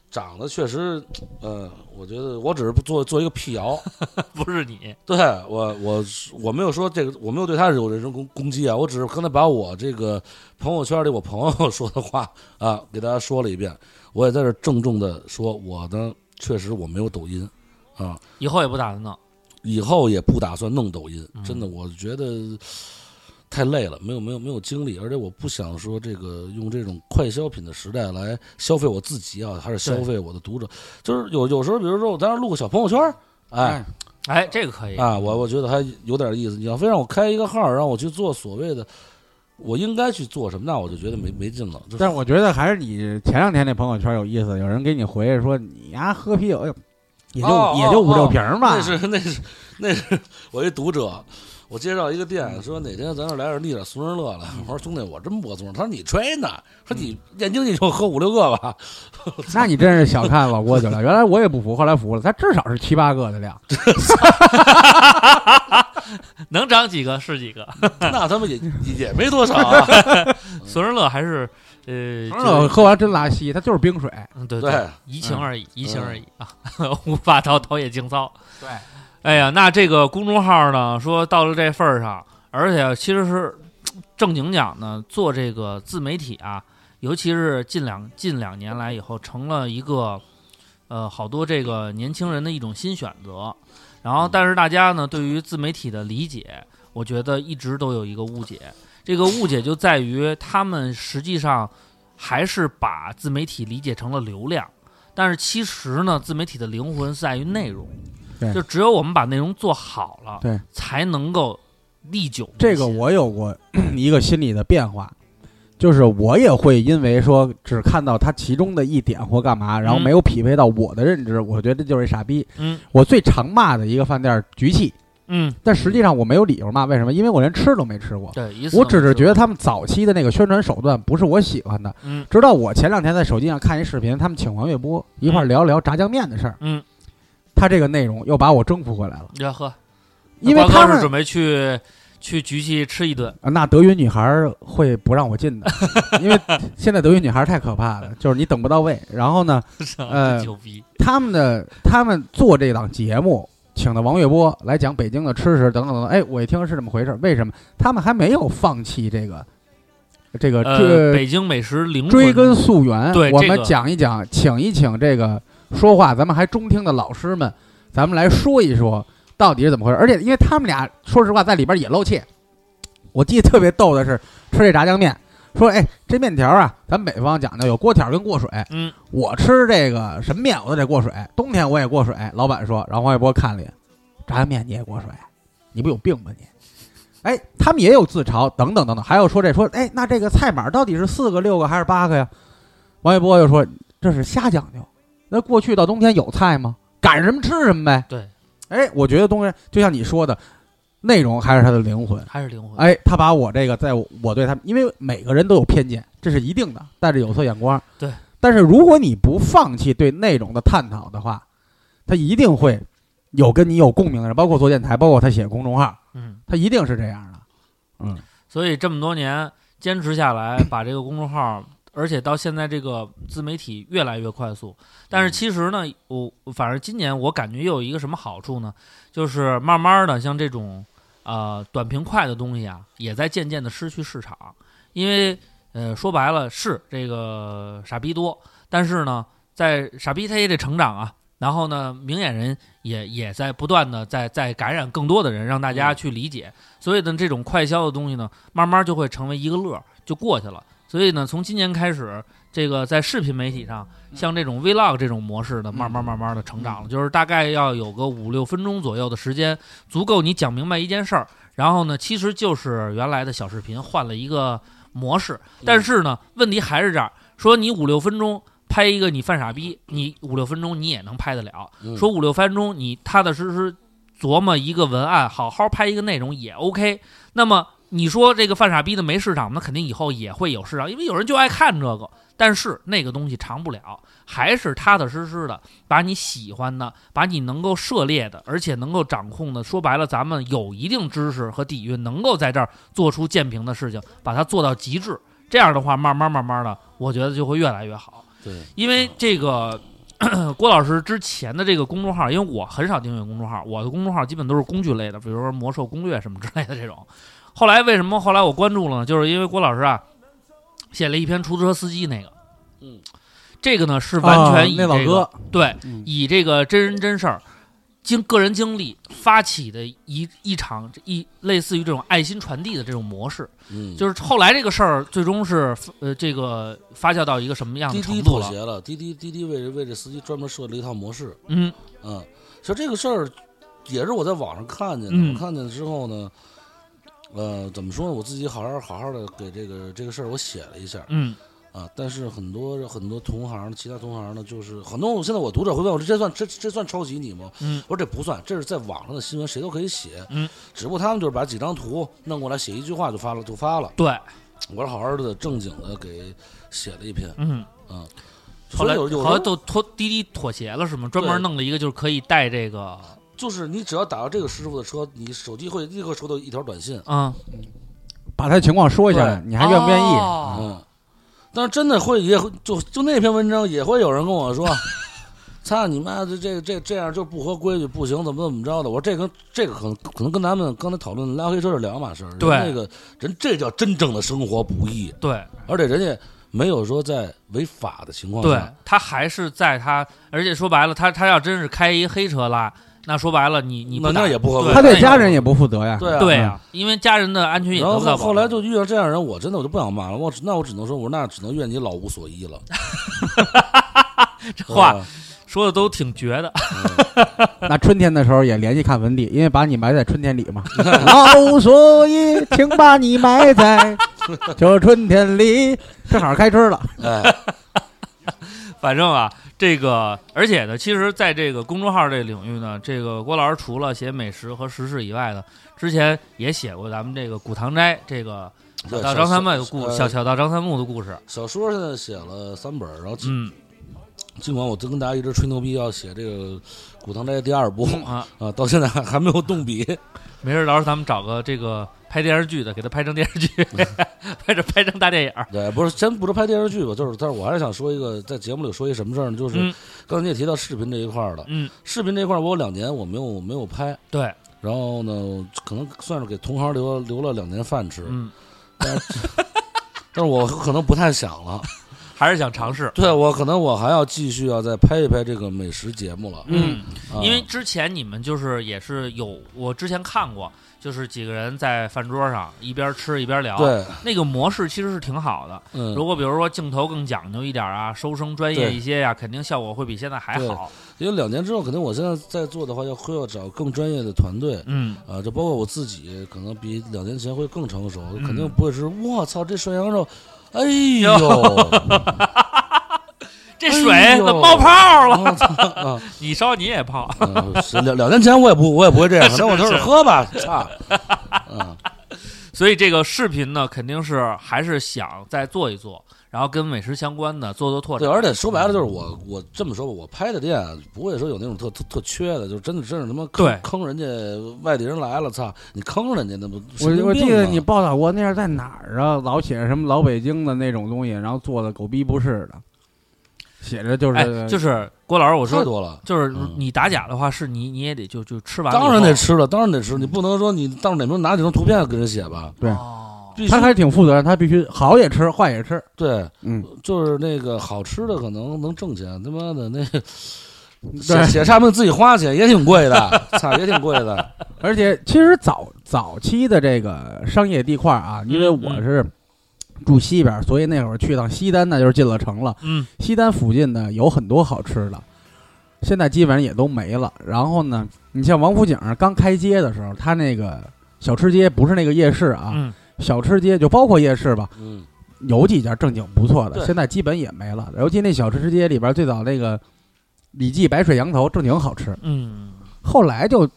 Speaker 5: 长得确实，呃，我觉得我只是做做一个辟谣，
Speaker 3: 不是你
Speaker 5: 对我我我没有说这个，我没有对他有人身攻攻击啊，我只是刚才把我这个朋友圈里我朋友 说的话啊给大家说了一遍，我也在这郑重的说，我呢确实我没有抖音啊，
Speaker 3: 以后也不打算弄。
Speaker 5: 以后也不打算弄抖音，真的，我觉得太累了，没有没有没有精力，而且我不想说这个用这种快消品的时代来消费我自己啊，还是消
Speaker 3: 对
Speaker 5: 费我的读者，就是有有时候，比如说我在那儿录个小朋友圈儿，哎
Speaker 4: 哎，
Speaker 3: 哎，这个可以
Speaker 5: 啊，我我觉得还有点意思。你要非让我开一个号儿，让我去做所谓的我应该去做什么，那我就觉得没没劲了。就是
Speaker 4: 但是我觉得还是你前两天那朋友圈有意思，有人给你回说你呀喝啤酒，哎呦也就、
Speaker 5: 哦
Speaker 4: 也就五六瓶儿吧。
Speaker 3: 啊
Speaker 5: 那是那是那是我一读者，我介绍一个店，说哪天咱这儿来点腻点松仁乐了。我说兄弟，我真不喝松仁。他说你吹呢，说你
Speaker 3: 嗯
Speaker 5: 燕京你就喝五六个 吧。
Speaker 4: 那你真是小看老郭酒了。原来我也不服，后来服了。他至少是七八个的量，
Speaker 3: 能长几个是几个。
Speaker 5: 那他妈 也也也没多少啊。
Speaker 3: 索人乐还是呃，
Speaker 4: 我喝完真拉稀，他就是冰水。
Speaker 3: 嗯，对
Speaker 5: 对，
Speaker 3: 移情而已，移情
Speaker 5: 嗯
Speaker 3: 而已啊， 无法逃陶冶情操。
Speaker 4: 对，
Speaker 3: 哎呀，那这个公众号呢，说到了这份儿上，而且其实是正经讲呢，做这个自媒体啊，尤其是近两近两年来以后，成了一个呃好多这个年轻人的一种新选择。然
Speaker 4: 嗯
Speaker 3: 后，但是大家呢，对于自媒体的理解，我觉得一直都有一个误解。这个误解就在于他们实际上还是把自媒体理解成了流量，但是其实呢，自媒体的灵魂是在于内容。
Speaker 4: 对
Speaker 3: 就只有我们把内容做好了，
Speaker 4: 对，
Speaker 3: 才能够历久弥新。
Speaker 4: 这个我有过 一个心理的变化，就是我也会因为说只看到他其中的一点或干嘛，然后
Speaker 3: 嗯
Speaker 4: 没有匹配到我的认知，我觉得就是一傻逼。
Speaker 3: 嗯
Speaker 4: 我最常骂的一个饭店儿局气，
Speaker 3: 嗯，
Speaker 4: 但实际上我没有理由骂，为什么？因为我连吃都没吃过。
Speaker 3: 对，一次
Speaker 4: 我只是觉
Speaker 3: 得，
Speaker 4: 得他们早期的那个宣传手段不是我喜欢的，
Speaker 3: 嗯
Speaker 4: 直到我前两天在手机上看一视频，他们请王月波一块儿聊聊炸酱面的事儿，
Speaker 3: 嗯，
Speaker 4: 他这个内容又把我征服回来了，
Speaker 3: 你要喝，
Speaker 4: 因为
Speaker 3: 那瓜哥
Speaker 4: 他
Speaker 3: 是
Speaker 4: 们
Speaker 3: 准备去去局系吃一顿，
Speaker 4: 啊那德云女孩儿会不让我进的，因为现在德云女孩儿太可怕了，就是你等不到位。然后呢，
Speaker 3: 是吧
Speaker 4: 呃
Speaker 3: 牛逼，
Speaker 4: 他们的他们做这档节目，请的王月波来讲北京的吃食等等等等。哎，我一听是这么回事，为什么他们还没有放弃这个这个
Speaker 3: 呃，
Speaker 4: 追
Speaker 3: 北京美食灵魂
Speaker 4: 追根溯源？
Speaker 3: 对
Speaker 4: 我
Speaker 3: 这
Speaker 4: 们
Speaker 3: 个
Speaker 4: 讲一讲，请一请这个说话咱们还中听的老师们，咱们来说一说到底是怎么回事。而且因为他们俩说实话在里边也露怯，我记得特别逗的是吃这炸酱面。说哎，这面条啊，咱北方讲究有锅条跟过水，
Speaker 3: 嗯，
Speaker 4: 我吃这个什么面我都得过水，冬天我也过水。老板说，然后王一博看了一眼，炸酱面你也过水，啊你不有病吧你？哎，他们也有自嘲，等等等等，还有说这说，哎，那这个菜码到底是四个、六个还是八个呀？王一博就说这是瞎讲究，那过去到冬天有菜吗？赶什么吃什么呗。
Speaker 3: 对，
Speaker 4: 哎，我觉得东西就像你说的，内容还是它的灵魂。
Speaker 3: 还是灵魂。
Speaker 4: 哎，他把我这个在我我对他们，因为每个人都有偏见，这是一定的，带着有色眼光。
Speaker 3: 对，
Speaker 4: 但是如果你不放弃对内容的探讨的话，他一定会有跟你有共鸣的人，包括做电台，包括他写公众号，
Speaker 3: 嗯，
Speaker 4: 他一定是这样的。
Speaker 3: 所以这么多年坚持下来， 把这个公众号，而且到现在这个自媒体越来越快速。但是其实呢，我反正今年我感觉又有一个什么好处呢，就是慢慢的像这种呃短平快的东西啊，也在渐渐的失去市场，因为呃说白了是这个傻逼多，但是呢，在傻逼他也得成长啊。然后呢，明眼人也也在不断的在在感染更多的人，让大家去理解。所以呢，这种快消的东西呢，慢慢就会成为一个乐儿，就过去了。所以呢，从今年开始，这个在视频媒体上，像这种 vlog 这种模式的，慢慢慢慢的成长了，就是大概要有个五六分钟左右的时间，足够你讲明白一件事儿。然后呢，其实就是原来的小视频换了一个模式，但是呢，问题还是这儿，说你五六分钟。拍一个你犯傻逼，你五六分钟你也能拍得了。
Speaker 5: 嗯
Speaker 3: 说五六分钟你踏踏实实琢磨一个文案，好好拍一个内容也 OK。那么你说这个犯傻逼的没市场，那肯定以后也会有市场，因为有人就爱看这个。但是那个东西长不了，还是踏踏实实的把你喜欢的，把你能够涉猎的，而且能够掌控的。说白了，咱们有一定知识和底蕴，能够在这儿做出建平的事情，把它做到极致。这样的话，慢慢慢慢的，我觉得就会越来越好。
Speaker 5: 对，
Speaker 3: 因为这个 郭老师之前的这个公众号，因为我很少订阅公众号，我的公众号基本都是工具类的，比如说魔兽攻略什么之类的这种。后来为什么后来我关注了呢？就是因为郭老师啊，写了一篇出租车司机那个，
Speaker 5: 嗯，
Speaker 3: 这个呢是完全以、
Speaker 4: 啊、那
Speaker 3: 这个
Speaker 4: 老哥，
Speaker 3: 对
Speaker 4: 嗯
Speaker 3: 以这个真人真事儿。经个人经历发起的一一场一类似于这种爱心传递的这种模式，
Speaker 5: 嗯，
Speaker 3: 就是后来这个事儿最终是呃这个发酵到一个什么样的
Speaker 5: 滴滴
Speaker 3: 程度
Speaker 5: 妥
Speaker 3: 了
Speaker 5: 协？了，滴滴滴滴为这为这司机专门设了一套模式，
Speaker 3: 嗯，
Speaker 5: 嗯，其实这个事儿也是我在网上看见的，
Speaker 3: 嗯
Speaker 5: 我看见之后呢，呃，怎么说呢？我自己好好好好的给这个这个事儿我写了一下
Speaker 3: 嗯
Speaker 5: 啊，但是很多很多同行，其他同行呢，就是很多现在我读者会问我，这算这这算抄袭你吗？
Speaker 3: 嗯
Speaker 5: 我说这不算，这是在网上的新闻，谁都可以写，
Speaker 3: 嗯，
Speaker 5: 只不过他们就是把几张图弄过来写一句话就发了就发了，，
Speaker 3: 对，
Speaker 5: 我是好好的正经的给写了一篇，
Speaker 3: 嗯，
Speaker 5: 嗯，
Speaker 3: 后来
Speaker 5: 所以有有时
Speaker 3: 好
Speaker 5: 候
Speaker 3: 像都妥滴滴妥协了是吗？专
Speaker 5: 对
Speaker 3: 门弄了一个就是可以带这个，
Speaker 5: 就是你只要打到这个师傅的车，你手机会立刻收到一条短信，
Speaker 3: 嗯，
Speaker 4: 把他的情况说一下，你还愿不愿意？
Speaker 3: 哦
Speaker 5: 嗯，但是真的会也会就就那篇文章也会有人跟 我说，操你妈这这这这样就不合规矩，不行，怎么怎么着的。我说这跟这个可能可能跟咱们刚才讨论拉黑车是两码事儿，
Speaker 3: 对
Speaker 5: 人那个人这叫真正的生活不易，
Speaker 3: 对
Speaker 5: 而且人家没有说在违法的情况
Speaker 3: 对
Speaker 5: 下，，
Speaker 3: 他还是在他，而且说白了，他他要真是开一黑车拉，那说白了你你
Speaker 5: 那
Speaker 3: 打
Speaker 5: 那也不合规
Speaker 3: 对
Speaker 4: 他对家
Speaker 3: 那
Speaker 4: 人
Speaker 3: 也
Speaker 4: 也嗯不负责呀。
Speaker 5: 啊
Speaker 3: 不对啊，因为家人的安全也
Speaker 5: 然
Speaker 3: 得
Speaker 5: 后
Speaker 3: 不到
Speaker 5: 后
Speaker 3: 保
Speaker 5: 后来就
Speaker 3: 证
Speaker 5: 遇到这样人，我真的我就不想骂了，我只那我只能说，我说那只能怨你老无所依了。
Speaker 3: 这话
Speaker 5: 对吧
Speaker 3: 说的都挺绝的，
Speaker 4: 那春天的时候也联系看文帝，因为把你埋在春天里嘛。 老所以，请把你埋在就是春天里，正好开春了。
Speaker 5: 哎，
Speaker 3: 反正啊，这个而且呢，其实在这个公众号这领域呢，这个郭老师除了写美食和时事以外呢，之前也写过咱们这个古唐斋这个 小
Speaker 5: 对
Speaker 3: 到
Speaker 5: 小
Speaker 3: 张三麦的
Speaker 5: 小
Speaker 3: 故
Speaker 5: 呃
Speaker 3: 小小到张三木的故事，
Speaker 5: 小说现在写了三本儿，然后尽
Speaker 3: 嗯
Speaker 5: 尽管我都跟大家一直吹牛逼要写这个《古唐斋》第二部
Speaker 3: 啊，
Speaker 5: 啊，到现在还还没有动笔。
Speaker 3: 没事，到时候咱们找个这个拍电视剧的，给他拍成电视剧，
Speaker 5: 嗯
Speaker 3: 拍成拍成大电影儿。
Speaker 5: 对，不是，先不是拍电视剧吧，就是，但是我还是想说一个，在节目里说一什么事儿呢？就是、
Speaker 3: 嗯
Speaker 5: 刚才你也提到视频这一块儿了，
Speaker 3: 嗯，
Speaker 5: 视频这一块儿我有两年我没有没有拍，
Speaker 3: 对，
Speaker 5: 然后呢，可能算是给同行留了留了两年饭吃，
Speaker 3: 嗯，
Speaker 5: 但是我可能不太想了，
Speaker 3: 还是想尝试。
Speaker 5: 对我可能我还要继续要再拍一拍这个美食节目了，
Speaker 3: 嗯，
Speaker 5: 啊
Speaker 3: 因为之前你们就是也是有，我之前看过，就是几个人在饭桌上一边吃一边聊，
Speaker 5: 对，
Speaker 3: 那个模式其实是挺好的。
Speaker 5: 嗯，
Speaker 3: 如果比如说镜头更讲究一点啊，收声专业一些呀、肯定效果会比现在还好。
Speaker 5: 因为两年之后，肯定我现在在做的话，要会要找更专业的团队，
Speaker 3: 嗯，
Speaker 5: 啊，就包括我自己，可能比两年前会更成熟，肯
Speaker 4: 嗯
Speaker 5: 定不会是我操这涮羊肉，哎呦，
Speaker 3: 这水
Speaker 5: 哎呦
Speaker 3: 怎么冒泡了？
Speaker 5: 我操啊！
Speaker 3: 你烧你也泡，
Speaker 5: 嗯是两两年前我也不我也不会这样，反正我就是喝吧， 操，嗯，
Speaker 3: 所以这个视频呢，肯定是还是想再做一做，然后跟美食相关的做做拓
Speaker 5: 对，
Speaker 3: 展。
Speaker 5: 而且说白了就是我我这么说吧，我拍的店啊不会说有那种特特特缺的，就是真的真是他妈
Speaker 3: 对
Speaker 5: 坑坑人家外地人来了，操，你坑人家那不 神
Speaker 4: 我
Speaker 5: 经
Speaker 4: 我
Speaker 5: 病啊
Speaker 4: 记得
Speaker 5: 吗
Speaker 4: 你报道过那是在哪儿啊？老写着什么老北京的那种东西，然后做的狗逼不是的，写着就是、
Speaker 3: 哎，就是郭老师，我
Speaker 5: 太
Speaker 3: 说
Speaker 5: 多了。
Speaker 3: 就是
Speaker 5: 嗯
Speaker 3: 你打假的话，是你你也得就就吃完了以后，
Speaker 5: 当然得吃了，当然得吃，你不能说你到哪边拿几张图片给人写吧，
Speaker 4: 对
Speaker 3: 哦，
Speaker 5: 必须
Speaker 4: 他还挺负责任，他必须好也吃，坏也吃。
Speaker 5: 对，
Speaker 4: 嗯，
Speaker 5: 就是那个好吃的可能能挣钱，他妈的那个写
Speaker 4: 对，
Speaker 5: 写差评自己花钱也挺贵 的，操也挺贵的。
Speaker 4: 而且其实早早期的这个商业地块啊，因为
Speaker 5: 嗯
Speaker 4: 我是住西边，所以那会儿去趟西单，那就是进了城了。
Speaker 3: 嗯
Speaker 4: 西单附近呢有很多好吃的，现在基本上也都没了。然后呢，你像王府井刚开街的时候，它那个小吃街不是那个夜市啊，
Speaker 3: 嗯，
Speaker 4: 小吃街就包括夜市吧，
Speaker 5: 嗯，
Speaker 4: 有几家正经不错的，
Speaker 5: 对
Speaker 4: 现在基本也没了。尤其那小吃街里边最早那个李记白水羊头正经好吃，
Speaker 3: 嗯，
Speaker 4: 后来就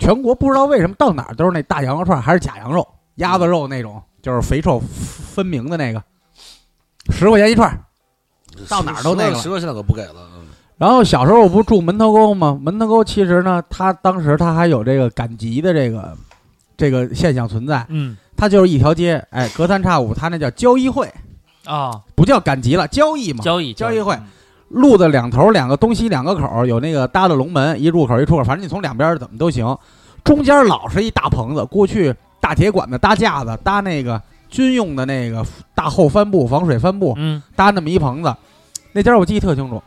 Speaker 4: 全国不知道为什么到哪儿都是那大羊肉串，还是假羊肉、鸭子肉那种，就是肥瘦分明的那个，十块钱一串儿。到哪儿都那个
Speaker 5: 十块现在可不给了，嗯
Speaker 4: 然后小时候我不住门头沟吗？门头沟其实呢，它当时它还有这个赶集的这个这个现象存在，
Speaker 3: 嗯
Speaker 4: 它就是一条街，哎，隔三差五它那叫交易会，
Speaker 3: 啊，
Speaker 4: 不叫赶集了，交易嘛。
Speaker 3: 交易嗯
Speaker 4: 交易会，路的两头两个东西两个口有那个搭的龙门，一入口一出口，反正你从两边怎么都行。中间老是一大棚子，过去大铁管子搭架子，搭那个军用的那个大厚帆布、防水帆布，
Speaker 3: 嗯
Speaker 4: 搭那么一棚子。那家我记得特清楚，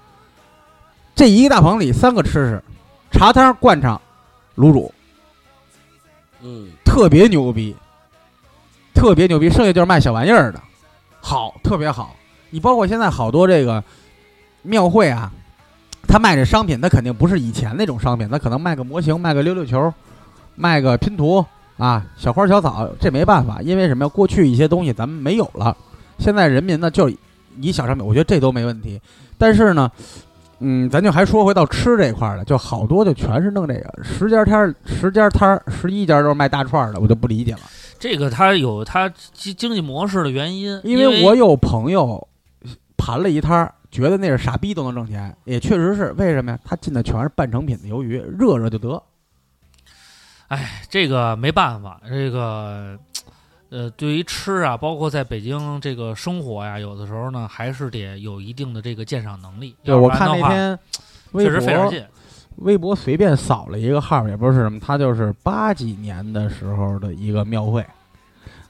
Speaker 4: 这一个大棚里三个吃食，茶汤、灌肠、卤煮，
Speaker 5: 嗯，
Speaker 4: 特别牛逼，特别牛逼。剩下就是卖小玩意儿的，好，特别好。你包括现在好多这个庙会啊，他卖这商品，他肯定不是以前那种商品，他可能卖个模型，卖个溜溜球，卖个拼图啊，小花小草，这没办法，因为什么呀？过去一些东西咱们没有了，现在人民呢就以小商品，我觉得这都没问题。但是呢。嗯，咱就还说回到吃这块儿了，就好多就全是弄这个，十家摊儿，十家摊儿，十一家都是卖大串儿的，我就不理解了。
Speaker 3: 这个它有它经经济模式的原因，
Speaker 4: 因为我有朋友盘了一摊儿，觉得那是傻逼都能挣钱，也确实是。为什么呀？他进的全是半成品的鱿鱼，热热就得。
Speaker 3: 这个没办法，这个呃，对于吃啊，包括在北京这个生活呀，有的时候呢，还是得有一定的这个鉴赏能力。
Speaker 4: 对
Speaker 3: 要不
Speaker 4: 我
Speaker 3: 然
Speaker 4: 看
Speaker 3: 的
Speaker 4: 那
Speaker 3: 话
Speaker 4: 天微
Speaker 3: 确实费点
Speaker 4: 博，
Speaker 3: 劲。
Speaker 4: 微博随便扫了一个号儿，也不是什么，他就是八几年的时候的一个庙会，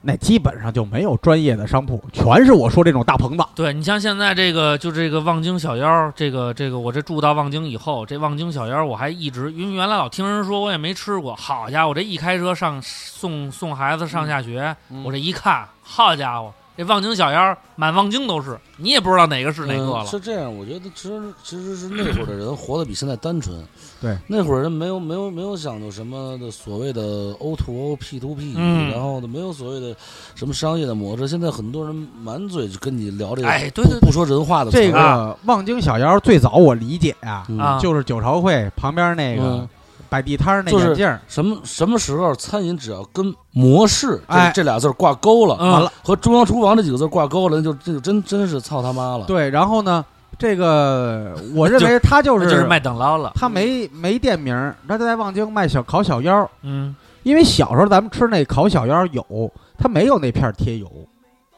Speaker 4: 那基本上就没有专业的商铺，全是我说这种大棚子。
Speaker 3: 对你像现在这个，就这个望京小腰，这个这个，我这住到望京以后，这望京小腰我还一直，因为原来老听人说，我也没吃过。好家伙，这一开车上送送孩子上下学，
Speaker 5: 嗯
Speaker 3: 我这一看，好家伙，这望京小腰满望京都是，你也不知道哪个是哪个了
Speaker 5: 嗯。是这样，我觉得其实其实是那会儿的人活得比现在单纯，
Speaker 4: 对，
Speaker 5: 那会儿人没有没有没有讲究什么的所谓的 O to O P to P，
Speaker 3: 嗯
Speaker 5: 然后呢没有所谓的什么商业的模式，现在很多人满嘴就跟你聊这个，
Speaker 3: 哎对对对
Speaker 5: 不不说人话的词儿
Speaker 4: 这个望京小腰最早我理解呀、
Speaker 5: 嗯
Speaker 3: 啊
Speaker 4: 就是九朝会旁边那个
Speaker 5: 嗯
Speaker 4: 摆地摊儿那
Speaker 5: 就是
Speaker 4: 眼镜儿，
Speaker 5: 什么什么时候餐饮只要跟模式这、
Speaker 4: 哎
Speaker 5: 这俩字儿挂钩了，
Speaker 3: 嗯
Speaker 4: 完了
Speaker 5: 和中央厨房这几个字儿挂钩了，那就这就真真是操他妈了。
Speaker 4: 对，然后呢，这个我认为他就
Speaker 3: 那
Speaker 4: 是
Speaker 3: 就是麦当劳了。
Speaker 4: 他没没店名儿，他就在望京卖小烤小腰儿，
Speaker 3: 嗯，
Speaker 4: 因为小时候咱们吃那烤小腰有，它没有那片儿贴油，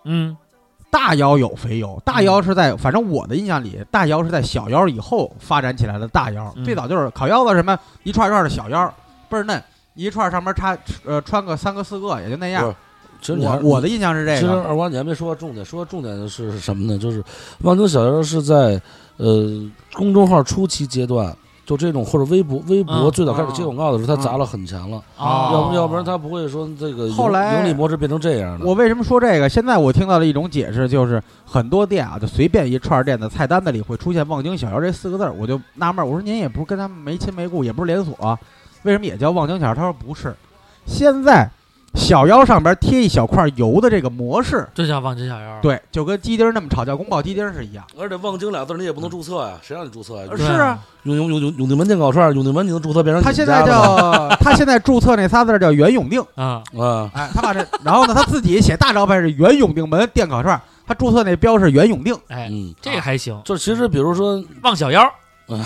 Speaker 3: 嗯
Speaker 4: 大腰有肥油，大腰是在，反正我的印象里，大腰是在小腰以后发展起来的大腰。
Speaker 3: 嗯
Speaker 4: 最早就是烤腰子什么一串一串的小腰，倍儿嫩，一串上面插呃穿个三个四个也就那
Speaker 5: 不
Speaker 4: 样
Speaker 5: 是。其实你
Speaker 4: 我
Speaker 5: 还是
Speaker 4: 我的印象是
Speaker 5: 其
Speaker 4: 这
Speaker 5: 实
Speaker 4: 个，
Speaker 5: 二瓜你还没说重点，说重点的是什么呢？就是望京小妖是在呃公众号初期阶段，就这种或者微博微博
Speaker 3: 嗯
Speaker 5: 最早开始接广告的时候，
Speaker 4: 嗯
Speaker 5: 他砸了很强了，
Speaker 3: 哦
Speaker 5: 要不要不然他不会说这个
Speaker 4: 后
Speaker 5: 盈
Speaker 4: 来
Speaker 5: 盈利模式变成这样的。
Speaker 4: 我为什么说这个？现在我听到的一种解释就是，很多店啊，就随便一串店的菜单子里会出现“望京小腰”这四个字儿，我就纳闷儿，我说您也不是跟他们没亲没故，也不是连锁、为什么也叫望京小腰？他说不是，现在小腰上边贴一小块油的这个模式，
Speaker 3: 就叫望京小
Speaker 5: 啊
Speaker 3: 腰，，
Speaker 4: 对，就跟鸡丁儿那么炒叫宫保鸡丁儿是一样。
Speaker 5: 而且望京俩字儿你也不能注册呀，谁让你注册呀？
Speaker 4: 是啊，
Speaker 5: 永永永永永定门店烤串儿，永定门你能注册变成
Speaker 4: 他
Speaker 5: 你们
Speaker 4: 现
Speaker 5: 家
Speaker 4: 在
Speaker 5: 了吧
Speaker 4: 叫他现在注册那仨字儿叫袁永定，
Speaker 3: 啊，
Speaker 5: 啊，
Speaker 4: 哎，他把这，然后呢，他自己写大招牌是袁永定门电烤串儿，他注册那标是袁永定，
Speaker 3: 哎，
Speaker 5: 嗯，
Speaker 3: 这个还行，
Speaker 5: 就其实比如说
Speaker 3: 望小腰，
Speaker 4: 望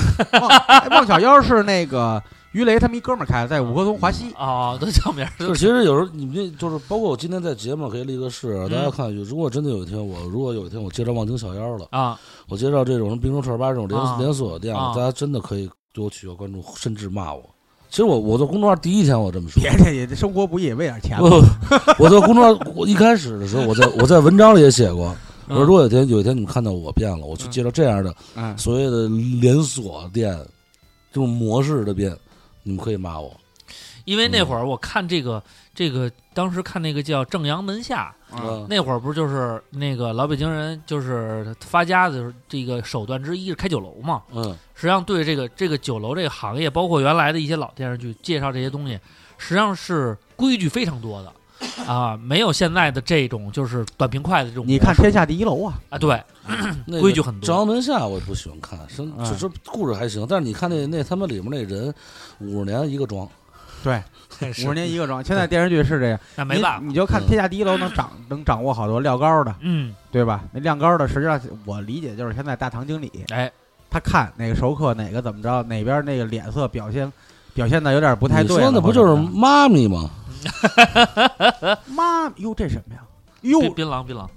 Speaker 4: 哎望小腰是那个于雷他们一哥们儿开的，在五棵松华西。
Speaker 3: 哦，都叫名儿，
Speaker 5: 就是其实有时候你们这就是包括我今天在节目上可以立个誓，大家
Speaker 4: 嗯
Speaker 5: 看，如果真的有一天我如果有一天我接着望京小妖了，
Speaker 3: 啊，
Speaker 5: 我介绍这种什么冰城串儿吧这种连锁、
Speaker 3: 啊
Speaker 5: 连锁店，
Speaker 3: 啊
Speaker 5: 大家真的可以对我取消关注，甚至骂我。其实我我做公众号第一天我这么说
Speaker 4: 别，这也生活不易，为点钱吧。
Speaker 3: 啊
Speaker 5: 我我做公众号我一开始的时候，我在我在文章里也写 过，我说
Speaker 3: 嗯
Speaker 5: 如果有一天有一天你们看到我变了，我去介绍这样的
Speaker 4: 嗯，
Speaker 5: 所谓的连锁店这种模式的店，你们可以骂我。
Speaker 3: 因为那会
Speaker 4: 嗯
Speaker 3: 儿我看这个这个，当时看那个叫《正阳门下》，
Speaker 5: 嗯
Speaker 3: 啊那会儿不是就是那个老北京人就是发家的这个手段之一是开酒楼嘛？
Speaker 5: 嗯，
Speaker 3: 实际上对这个这个酒楼这个行业，包括原来的一些老电视剧介绍这些东西，实际上是规矩非常 多的。啊，没有现在的这种就是短平快的这种模式。
Speaker 4: 你看《天下第一楼》啊，
Speaker 3: 啊，对，
Speaker 5: 那个
Speaker 3: 规矩很多
Speaker 5: 朝阳门下我不喜欢看，生
Speaker 4: 嗯
Speaker 5: 只是故事还行，但是你看那那他们里面那人，五十年一个装，
Speaker 4: 对，
Speaker 3: 五
Speaker 4: 五十年一个装。现在电视剧是这样，
Speaker 3: 那没办法，
Speaker 4: 你你就看
Speaker 5: 嗯
Speaker 4: 《天下第一楼》能掌能掌握好多料高的，
Speaker 3: 嗯，
Speaker 4: 对吧？那量高的，实际上我理解就是现在大堂经理，
Speaker 3: 哎，
Speaker 4: 他看哪个熟客哪个怎么着，哪边那个脸色表现表现的有点不太
Speaker 5: 你
Speaker 4: 对了。
Speaker 3: 啊
Speaker 5: 说那不就是
Speaker 4: 或者怎么
Speaker 5: 妈咪吗？
Speaker 4: 着妈哟？这什么呀？
Speaker 3: 槟
Speaker 4: 哟，
Speaker 3: 槟榔槟榔，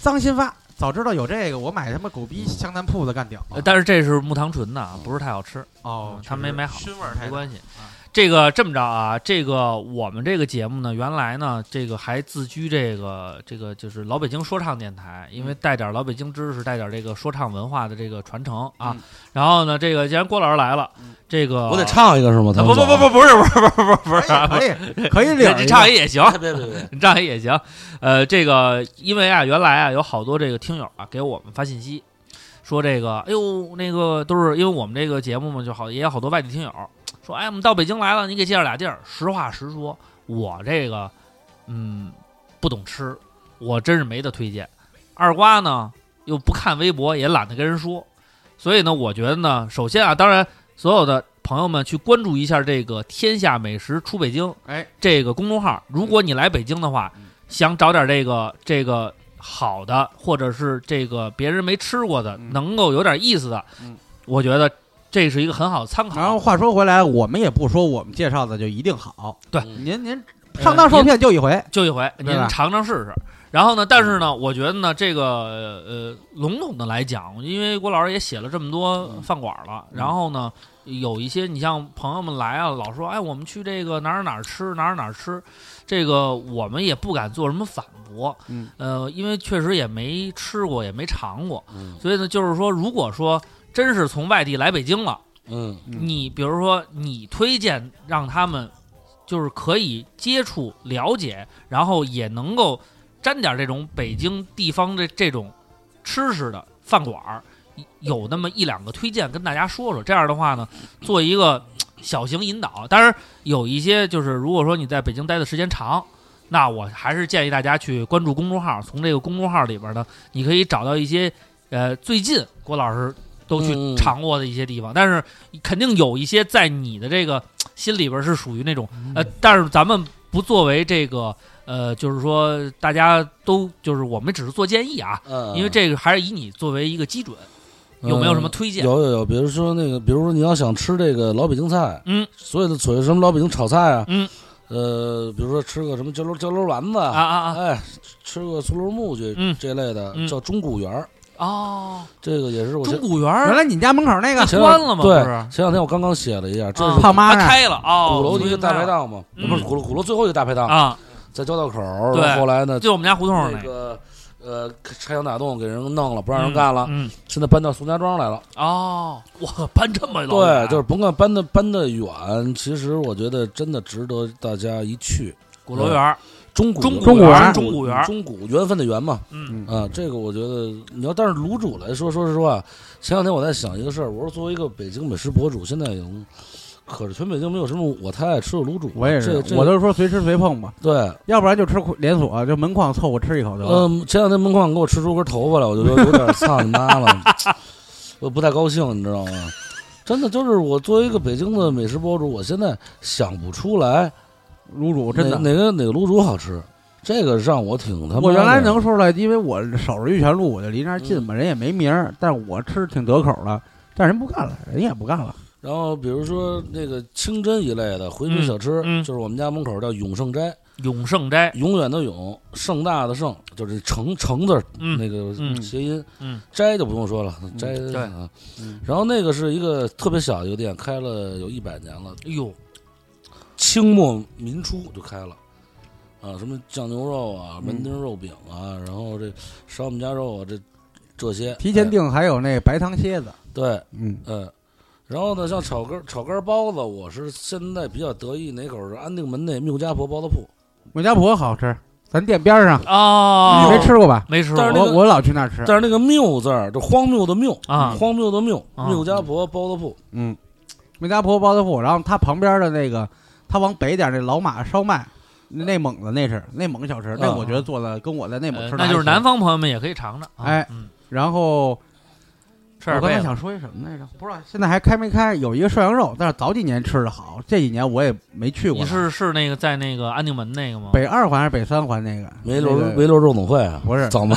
Speaker 4: 脏心发！早知道有这个，我买他妈狗逼湘南铺子干掉。
Speaker 3: 呃但是这是木糖醇的啊，不是太好吃，
Speaker 4: 哦
Speaker 3: 他没买好
Speaker 4: 熏味儿
Speaker 3: 没关系
Speaker 4: 啊。
Speaker 3: 这个这么着啊，这个我们这个节目呢，原来呢，这个还自居这个这个就是老北京说唱电台，因为带点老北京知识，带点这个说唱文化的这个传承啊
Speaker 4: 嗯。
Speaker 3: 然后呢，这个既然郭老师来了，这个
Speaker 5: 我得唱一个是吗？
Speaker 3: 啊，不不不不，不是不是不是不是不是啊，
Speaker 4: 可以哎可以领一
Speaker 3: 你
Speaker 4: 个
Speaker 3: 唱一也行，
Speaker 5: 别别别，
Speaker 3: 你这样也行。呃，这个因为啊，原来啊有好多这个听友啊给我们发信息，说这个，哎呦，那个都是因为我们这个节目嘛，就好也有好多外地听友说，哎，我们到北京来了，你给介绍俩地儿。实话实说，我这个嗯不懂吃，我真是没得推荐。二瓜呢又不看微博，也懒得跟人说，所以呢，我觉得呢，首先啊，当然所有的朋友们去关注一下这个“天下美食出北京”
Speaker 4: 哎嗯
Speaker 3: 这个公众号。如果你来北京的话，想找点这个这个好的，或者是这个别人没吃过的，
Speaker 4: 嗯
Speaker 3: 能够有点意思的，
Speaker 4: 嗯
Speaker 3: 我觉得这是一个很好的参考。
Speaker 4: 然后话说回来，我们也不说我们介绍的就一定好。
Speaker 3: 对
Speaker 4: 您您上当受骗就一
Speaker 5: 嗯
Speaker 4: 回。
Speaker 3: 就一回，您
Speaker 4: 对吧
Speaker 3: 尝尝试试。然后呢，但是呢，我觉得呢，这个呃，笼统的来讲，因为郭老师也写了这么多
Speaker 4: 嗯
Speaker 3: 饭馆了，然后呢，有一些你像朋友们来啊，老说哎，我们去这个哪儿哪儿吃，哪儿哪儿吃，这个我们也不敢做什么反驳，
Speaker 4: 嗯，
Speaker 3: 呃，因为确实也没吃过，也没尝过，
Speaker 5: 嗯
Speaker 3: 所以呢，就是说，如果说真是从外地来北京了，
Speaker 5: 嗯，
Speaker 4: 嗯
Speaker 3: 你比如说，你推荐让他们就是可以接触、了解，然后也能够沾点这种北京地方的这种吃食的饭馆儿，有那么一两个推荐跟大家说说。这样的话呢，做一个小型引导。当然，有一些就是如果说你在北京待的时间长。那我还是建议大家去关注公众号，从这个公众号里边呢，你可以找到一些，呃，最近郭老师都去
Speaker 5: 嗯
Speaker 3: 尝过的一些地方。但是肯定有一些在你的这个心里边儿是属于那种呃，但是咱们不作为这个呃，就是说大家都就是我们只是做建议啊，
Speaker 5: 嗯
Speaker 3: 因为这个还是以你作为一个基准，有没有什么推荐？
Speaker 5: 有有有，比如说那个，比如说你要想吃这个老北京菜，
Speaker 3: 嗯，
Speaker 5: 所有的所谓什么老北京炒菜啊，
Speaker 3: 嗯，
Speaker 5: 呃，比如说吃个什么焦溜焦溜丸子
Speaker 3: 啊啊啊！
Speaker 5: 哎，吃个苏溜木去，
Speaker 3: 嗯
Speaker 5: 这类的
Speaker 3: 嗯
Speaker 5: 叫钟鼓园儿，
Speaker 3: 哦，
Speaker 5: 这个也是我
Speaker 3: 中
Speaker 5: 前
Speaker 3: 古园
Speaker 4: 原
Speaker 3: 儿
Speaker 4: 来你家门口那个
Speaker 5: 前两
Speaker 3: 关了吗不
Speaker 5: 对
Speaker 3: 是，
Speaker 5: 前两天我刚刚写了一下，这
Speaker 3: 啊
Speaker 5: 是
Speaker 4: 胖妈
Speaker 3: 它
Speaker 4: 那儿，
Speaker 3: 开了哦，
Speaker 5: 鼓楼的
Speaker 3: 的
Speaker 5: 一个大排档嘛，呃
Speaker 3: 嗯
Speaker 5: 不是鼓楼鼓楼最后一个大排档，
Speaker 3: 啊，
Speaker 5: 在交道口儿。
Speaker 3: 对
Speaker 5: 然后后来呢，
Speaker 3: 就我们家胡同儿
Speaker 5: 那
Speaker 3: 那个，
Speaker 5: 个呃拆墙打洞给人弄了，不让人干了，
Speaker 3: 嗯，嗯
Speaker 5: 现在搬到宋家庄来了。
Speaker 3: 哦，哇，搬这么老远，啊
Speaker 5: 对，就是甭管搬的搬的远，其实我觉得真的值得大家一去。
Speaker 3: 鼓楼园儿，
Speaker 5: 中古
Speaker 3: 中
Speaker 4: 古园
Speaker 5: 园，
Speaker 3: 中古园
Speaker 5: 中古缘分的缘嘛，
Speaker 3: 嗯
Speaker 5: 啊，这个我觉得你要，但是卤煮来说，说实话，前两天我在想一个事儿，我说作为一个北京美食博主，现在已经，可是全北京没有什么我太爱吃的卤煮了，
Speaker 4: 我也
Speaker 5: 这
Speaker 4: 是，
Speaker 5: 这
Speaker 4: 我都是说随吃随碰吧，
Speaker 5: 对，
Speaker 4: 要不然就吃连锁，就门框凑合吃一口得了。
Speaker 5: 嗯，前两天门框给我吃出根头发来，我就觉得有点操你妈 了，我不太高兴，你知道吗？真的就是我作为一个北京的美食博主，我现在想不出来
Speaker 4: 卤煮哦真的，
Speaker 5: 哪哪个哪个卤煮好吃，这个让我挺他妈的。
Speaker 4: 我原来能说出来，因为我守着玉泉路，我就离那儿近嘛，人也没名儿，但是我吃挺得口的，但人不干了，人也不干了。
Speaker 5: 然后比如说那个清真一类的回民小吃，
Speaker 3: 嗯嗯
Speaker 5: 就是我们家门口叫永盛斋，
Speaker 3: 永盛斋，
Speaker 5: 永远的永，盛大的盛，就是橙橙字儿
Speaker 3: 嗯
Speaker 5: 那个
Speaker 3: 嗯
Speaker 5: 谐音，
Speaker 3: 嗯，
Speaker 5: 斋就不用说了，斋
Speaker 3: 对
Speaker 5: 啊
Speaker 4: 嗯。
Speaker 5: 然后那个是一个特别小的一个店，开了有一百年了，
Speaker 3: 哎呦，
Speaker 5: 清末民初就开了。啊，什么酱牛肉啊，门
Speaker 3: 嗯
Speaker 5: 钉肉饼啊，然后这烧我们家肉啊，这这些
Speaker 4: 提前
Speaker 5: 哎
Speaker 4: 订还有那白糖蝎子，
Speaker 5: 对，
Speaker 4: 嗯，
Speaker 5: 嗯，然后呢，像炒肝炒肝包子，我是现在比较得意哪口是安定门那缪家婆包子铺，
Speaker 4: 我家婆好吃，咱店边儿上，
Speaker 3: 哦，
Speaker 4: 你没吃过吧？
Speaker 3: 没吃
Speaker 5: 但是那
Speaker 3: 过
Speaker 5: 个
Speaker 4: 我我老去那儿吃，
Speaker 5: 但是那个缪字儿，就荒谬的谬
Speaker 3: 啊
Speaker 5: 荒谬的谬，
Speaker 3: 啊
Speaker 5: 缪家婆包子铺，
Speaker 4: 嗯，梅家坡包子铺，然后它旁边的那个，它往北点儿那老马烧麦，
Speaker 5: 呃
Speaker 4: 内蒙的那是内蒙小吃，那
Speaker 5: 啊
Speaker 4: 我觉得做的跟我在内蒙
Speaker 3: 呃
Speaker 4: 吃的
Speaker 3: 那就是
Speaker 4: 还
Speaker 3: 南
Speaker 4: 行。
Speaker 3: 方朋友们也可以尝尝，啊
Speaker 4: 哎
Speaker 3: 嗯，
Speaker 4: 然后
Speaker 3: 吃点
Speaker 4: 我刚才
Speaker 3: 贝
Speaker 4: 想说一什么来着？不知道现在还开没开？有一个涮羊肉，但是早几年吃的好，这几年我也没去过
Speaker 3: 你
Speaker 4: 了。
Speaker 3: 是是那个在那个安定门那个吗？
Speaker 4: 北二环还是北三环那个？
Speaker 5: 梅楼
Speaker 4: 那个
Speaker 5: 梅楼肉总会啊，
Speaker 4: 不是
Speaker 5: 早吗？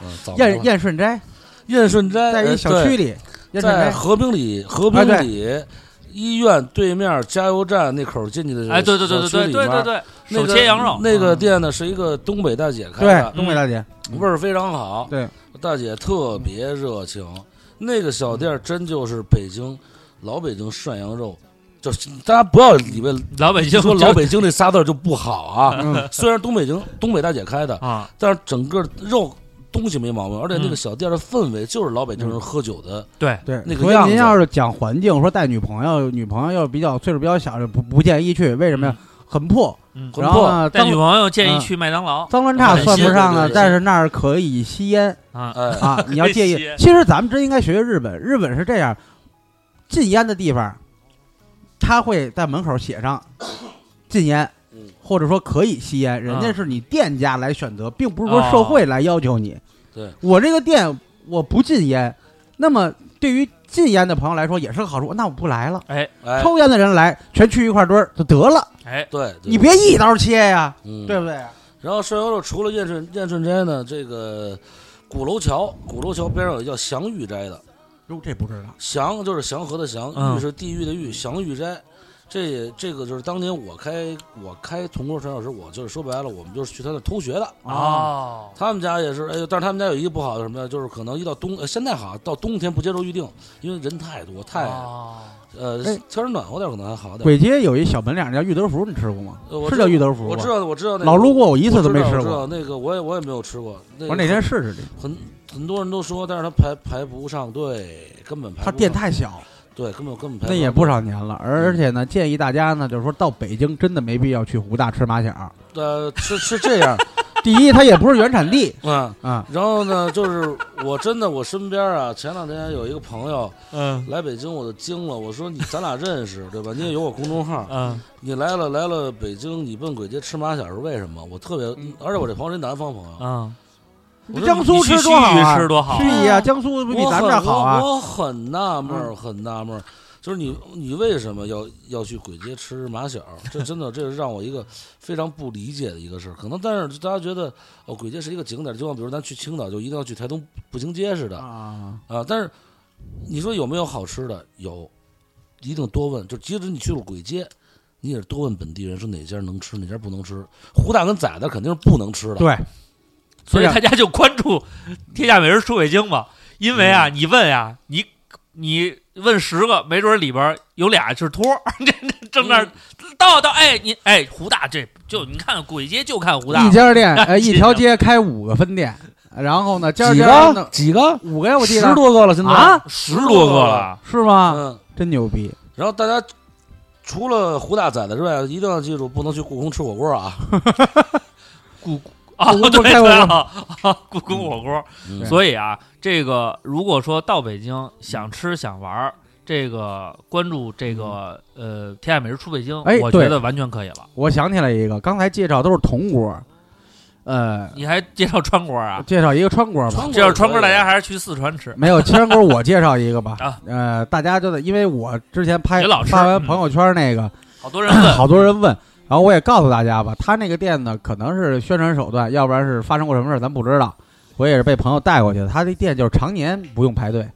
Speaker 5: 嗯早吗
Speaker 4: 燕燕顺斋，
Speaker 5: 燕顺斋
Speaker 4: 在一小区，
Speaker 5: 呃对
Speaker 4: 里，燕顺
Speaker 5: 在
Speaker 4: 斋啊
Speaker 5: 和平里和平里医院对面加油站那口进去的，
Speaker 3: 哎，对对对对对对对，对，
Speaker 5: 那
Speaker 3: 手
Speaker 5: 个
Speaker 3: 切羊肉嗯
Speaker 5: 那个店呢是一个东北大姐开
Speaker 4: 对
Speaker 5: 的，
Speaker 4: 东北大姐，
Speaker 5: 味儿非常好，
Speaker 4: 对，
Speaker 5: 大姐特别热情，那个小店儿真就是北京老北京涮羊肉，就是大家不要以为
Speaker 3: 老北京
Speaker 5: 说
Speaker 3: 就
Speaker 5: 老北京这仨字儿就不好啊。
Speaker 4: 嗯，
Speaker 5: 虽然东北京东北大姐开的，
Speaker 3: 啊，
Speaker 5: 但是整个肉东西没毛病，而且那
Speaker 3: 嗯
Speaker 5: 个小店儿的氛围就是老北京人
Speaker 4: 嗯
Speaker 5: 喝酒的。
Speaker 3: 对，
Speaker 4: 对
Speaker 5: 那，个
Speaker 4: 所以
Speaker 5: 样
Speaker 4: 您
Speaker 5: 子
Speaker 4: 要是讲环境，说带女朋友，女朋友要是比较岁数比较小，就不不建议去，为什么呀？很破，
Speaker 3: 嗯？
Speaker 5: 很
Speaker 3: 嗯，
Speaker 4: 然后呢，
Speaker 3: 带
Speaker 4: 脏
Speaker 3: 女朋友建议去麦当劳
Speaker 4: 脏乱差算不上呢
Speaker 5: 对对，对
Speaker 4: 但是那儿可以吸 烟
Speaker 3: 啊，
Speaker 5: 哎，
Speaker 4: 啊！你要介意
Speaker 3: 可以吸，烟
Speaker 4: 其实咱们真应该学学日本，日本是这样，禁烟的地方，他会在门口写上禁烟
Speaker 5: 嗯。
Speaker 4: 或者说可以吸烟，人家
Speaker 3: 嗯
Speaker 4: 是你店家来选择，并不是说社会来要求你。
Speaker 5: 对
Speaker 4: 我这个店我不禁烟，那么对于禁烟的朋友来说也是个好处，那我不来了。
Speaker 3: 哎
Speaker 5: 哎，
Speaker 4: 抽烟的人来，全去一块堆儿就得了，
Speaker 3: 哎，
Speaker 5: 对，对
Speaker 4: 你别一刀切呀，
Speaker 5: 嗯
Speaker 4: 对不啊对？
Speaker 5: 然后涮羊肉除了燕顺燕顺斋呢，这个鼓楼桥鼓楼桥边上有一叫祥玉斋的。
Speaker 4: 哟，这不知道，
Speaker 5: 祥就是祥和的祥，
Speaker 3: 嗯
Speaker 5: 玉是地狱的狱，祥玉斋。这也这个就是当年我开我开铜锅涮肉时，我就是说白了，我们就是去他那偷学的。
Speaker 3: 哦，
Speaker 5: 他们家也是，哎呦，但是他们家有一个不好的什么呀？就是可能一到冬，呃现在好，到冬天不接受预定，因为人太多，太、
Speaker 3: 哦
Speaker 5: 呃
Speaker 4: 哎
Speaker 5: 天儿暖和点儿可能还好点儿。
Speaker 4: 簋街有一小门脸叫玉德福，你吃过吗？
Speaker 5: 呃我
Speaker 4: 是
Speaker 5: 知道
Speaker 4: 叫玉德福吧
Speaker 5: 我知道，我知道那个、
Speaker 4: 老路过，我一次都没
Speaker 5: 我
Speaker 4: 吃
Speaker 5: 知道我
Speaker 4: 过。
Speaker 5: 知道那个我也我也没有吃过。那
Speaker 4: 我
Speaker 5: 个
Speaker 4: 哪天试试去？
Speaker 5: 很很多人都说，但是他排排不上队，根本排不
Speaker 4: 它
Speaker 5: 上。
Speaker 4: 店太小，
Speaker 5: 对，根本根本排嗯
Speaker 4: 那也
Speaker 5: 上
Speaker 4: 不
Speaker 5: 队
Speaker 4: 少年了，而且呢，建议大家呢，就是说到北京真的没必要去胡大吃马小。
Speaker 5: 呃是是这样
Speaker 4: 第一，它也不是原 产地
Speaker 5: 啊。
Speaker 4: 啊，
Speaker 5: 然后呢，就是我真的我身边啊，前两天有一个朋友
Speaker 3: 嗯
Speaker 5: 来北京，我都惊了。我说你咱俩认识对吧？你也有我公众号，
Speaker 3: 嗯
Speaker 5: 你来了来了北京，你奔簋街吃马小是为什么？我特别，
Speaker 4: 嗯
Speaker 5: 而且我这朋友是南方朋友，
Speaker 3: 嗯，
Speaker 5: 我说
Speaker 4: 江苏吃多好
Speaker 3: 你去
Speaker 4: 啊，
Speaker 3: 西域吃多好啊
Speaker 4: 盱眙啊，江苏
Speaker 5: 我
Speaker 4: 比咱们这儿
Speaker 5: 很
Speaker 4: 好啊。嗯
Speaker 5: 我我很纳闷儿，很纳闷儿，就是你你为什么要要去簋街吃马小？这真的这是让我一个非常不理解的一个事儿。可能但是大家觉得哦，簋街是一个景点，就像比如咱去青岛就一定要去台东步行街似的。
Speaker 4: 啊，
Speaker 5: 啊，但是你说有没有好吃的？有，一定多问。就即使你去了簋街，你也是多问本地人，说哪家能吃，哪家不能吃。胡大跟崽子肯定是不能吃的，
Speaker 4: 对，
Speaker 3: 所以大家就关注天下美食出北京嘛，因为啊，你问呀、你你问十个，没准里边有俩是托儿， 这这正那儿到到哎，你哎胡大这就你看鬼街就看胡大
Speaker 4: 一，家店，呃，
Speaker 3: 记
Speaker 4: 一
Speaker 3: 着
Speaker 4: 条街开五个分店，然后呢，家
Speaker 5: 几
Speaker 4: 家呢
Speaker 5: 个几个
Speaker 4: 五个呀，我记
Speaker 5: 十
Speaker 4: 得
Speaker 5: 多个了，现在
Speaker 4: 啊，
Speaker 3: 十多个了，
Speaker 4: 是吗？
Speaker 5: 嗯，
Speaker 4: 真牛逼！
Speaker 5: 然后大家除了胡大崽子之外，一定要记住不能去故宫吃火锅啊。
Speaker 3: 啊，
Speaker 4: 故宫
Speaker 3: 对对
Speaker 4: 不开火锅
Speaker 3: 了，啊故宫火锅。
Speaker 5: 嗯
Speaker 3: 所以啊，这个如果说到北京想吃想玩儿，这个关注这个呃天下美食出北京，
Speaker 4: 嗯哎
Speaker 3: 我
Speaker 4: 对
Speaker 3: 觉得完全可以了。
Speaker 4: 我想起来一个，刚才介绍都是铜锅，呃，
Speaker 3: 你还介绍川锅 啊？
Speaker 4: 介绍一个川锅吧。
Speaker 5: 川
Speaker 3: 介绍川锅，大家还是去四川吃。。
Speaker 4: 没有川锅，我介绍一个吧
Speaker 3: 啊
Speaker 4: 呃，大家就得，因为我之前拍
Speaker 3: 别老吃
Speaker 4: 发完
Speaker 3: 嗯
Speaker 4: 朋友圈那个，
Speaker 3: 好多人问，
Speaker 4: 好多人问，然后我也告诉大家吧，他那个店呢，可能是宣传手段，要不然是发生过什么事儿，咱不知道。我也是被朋友带过去的，他这店就是常年不用排队，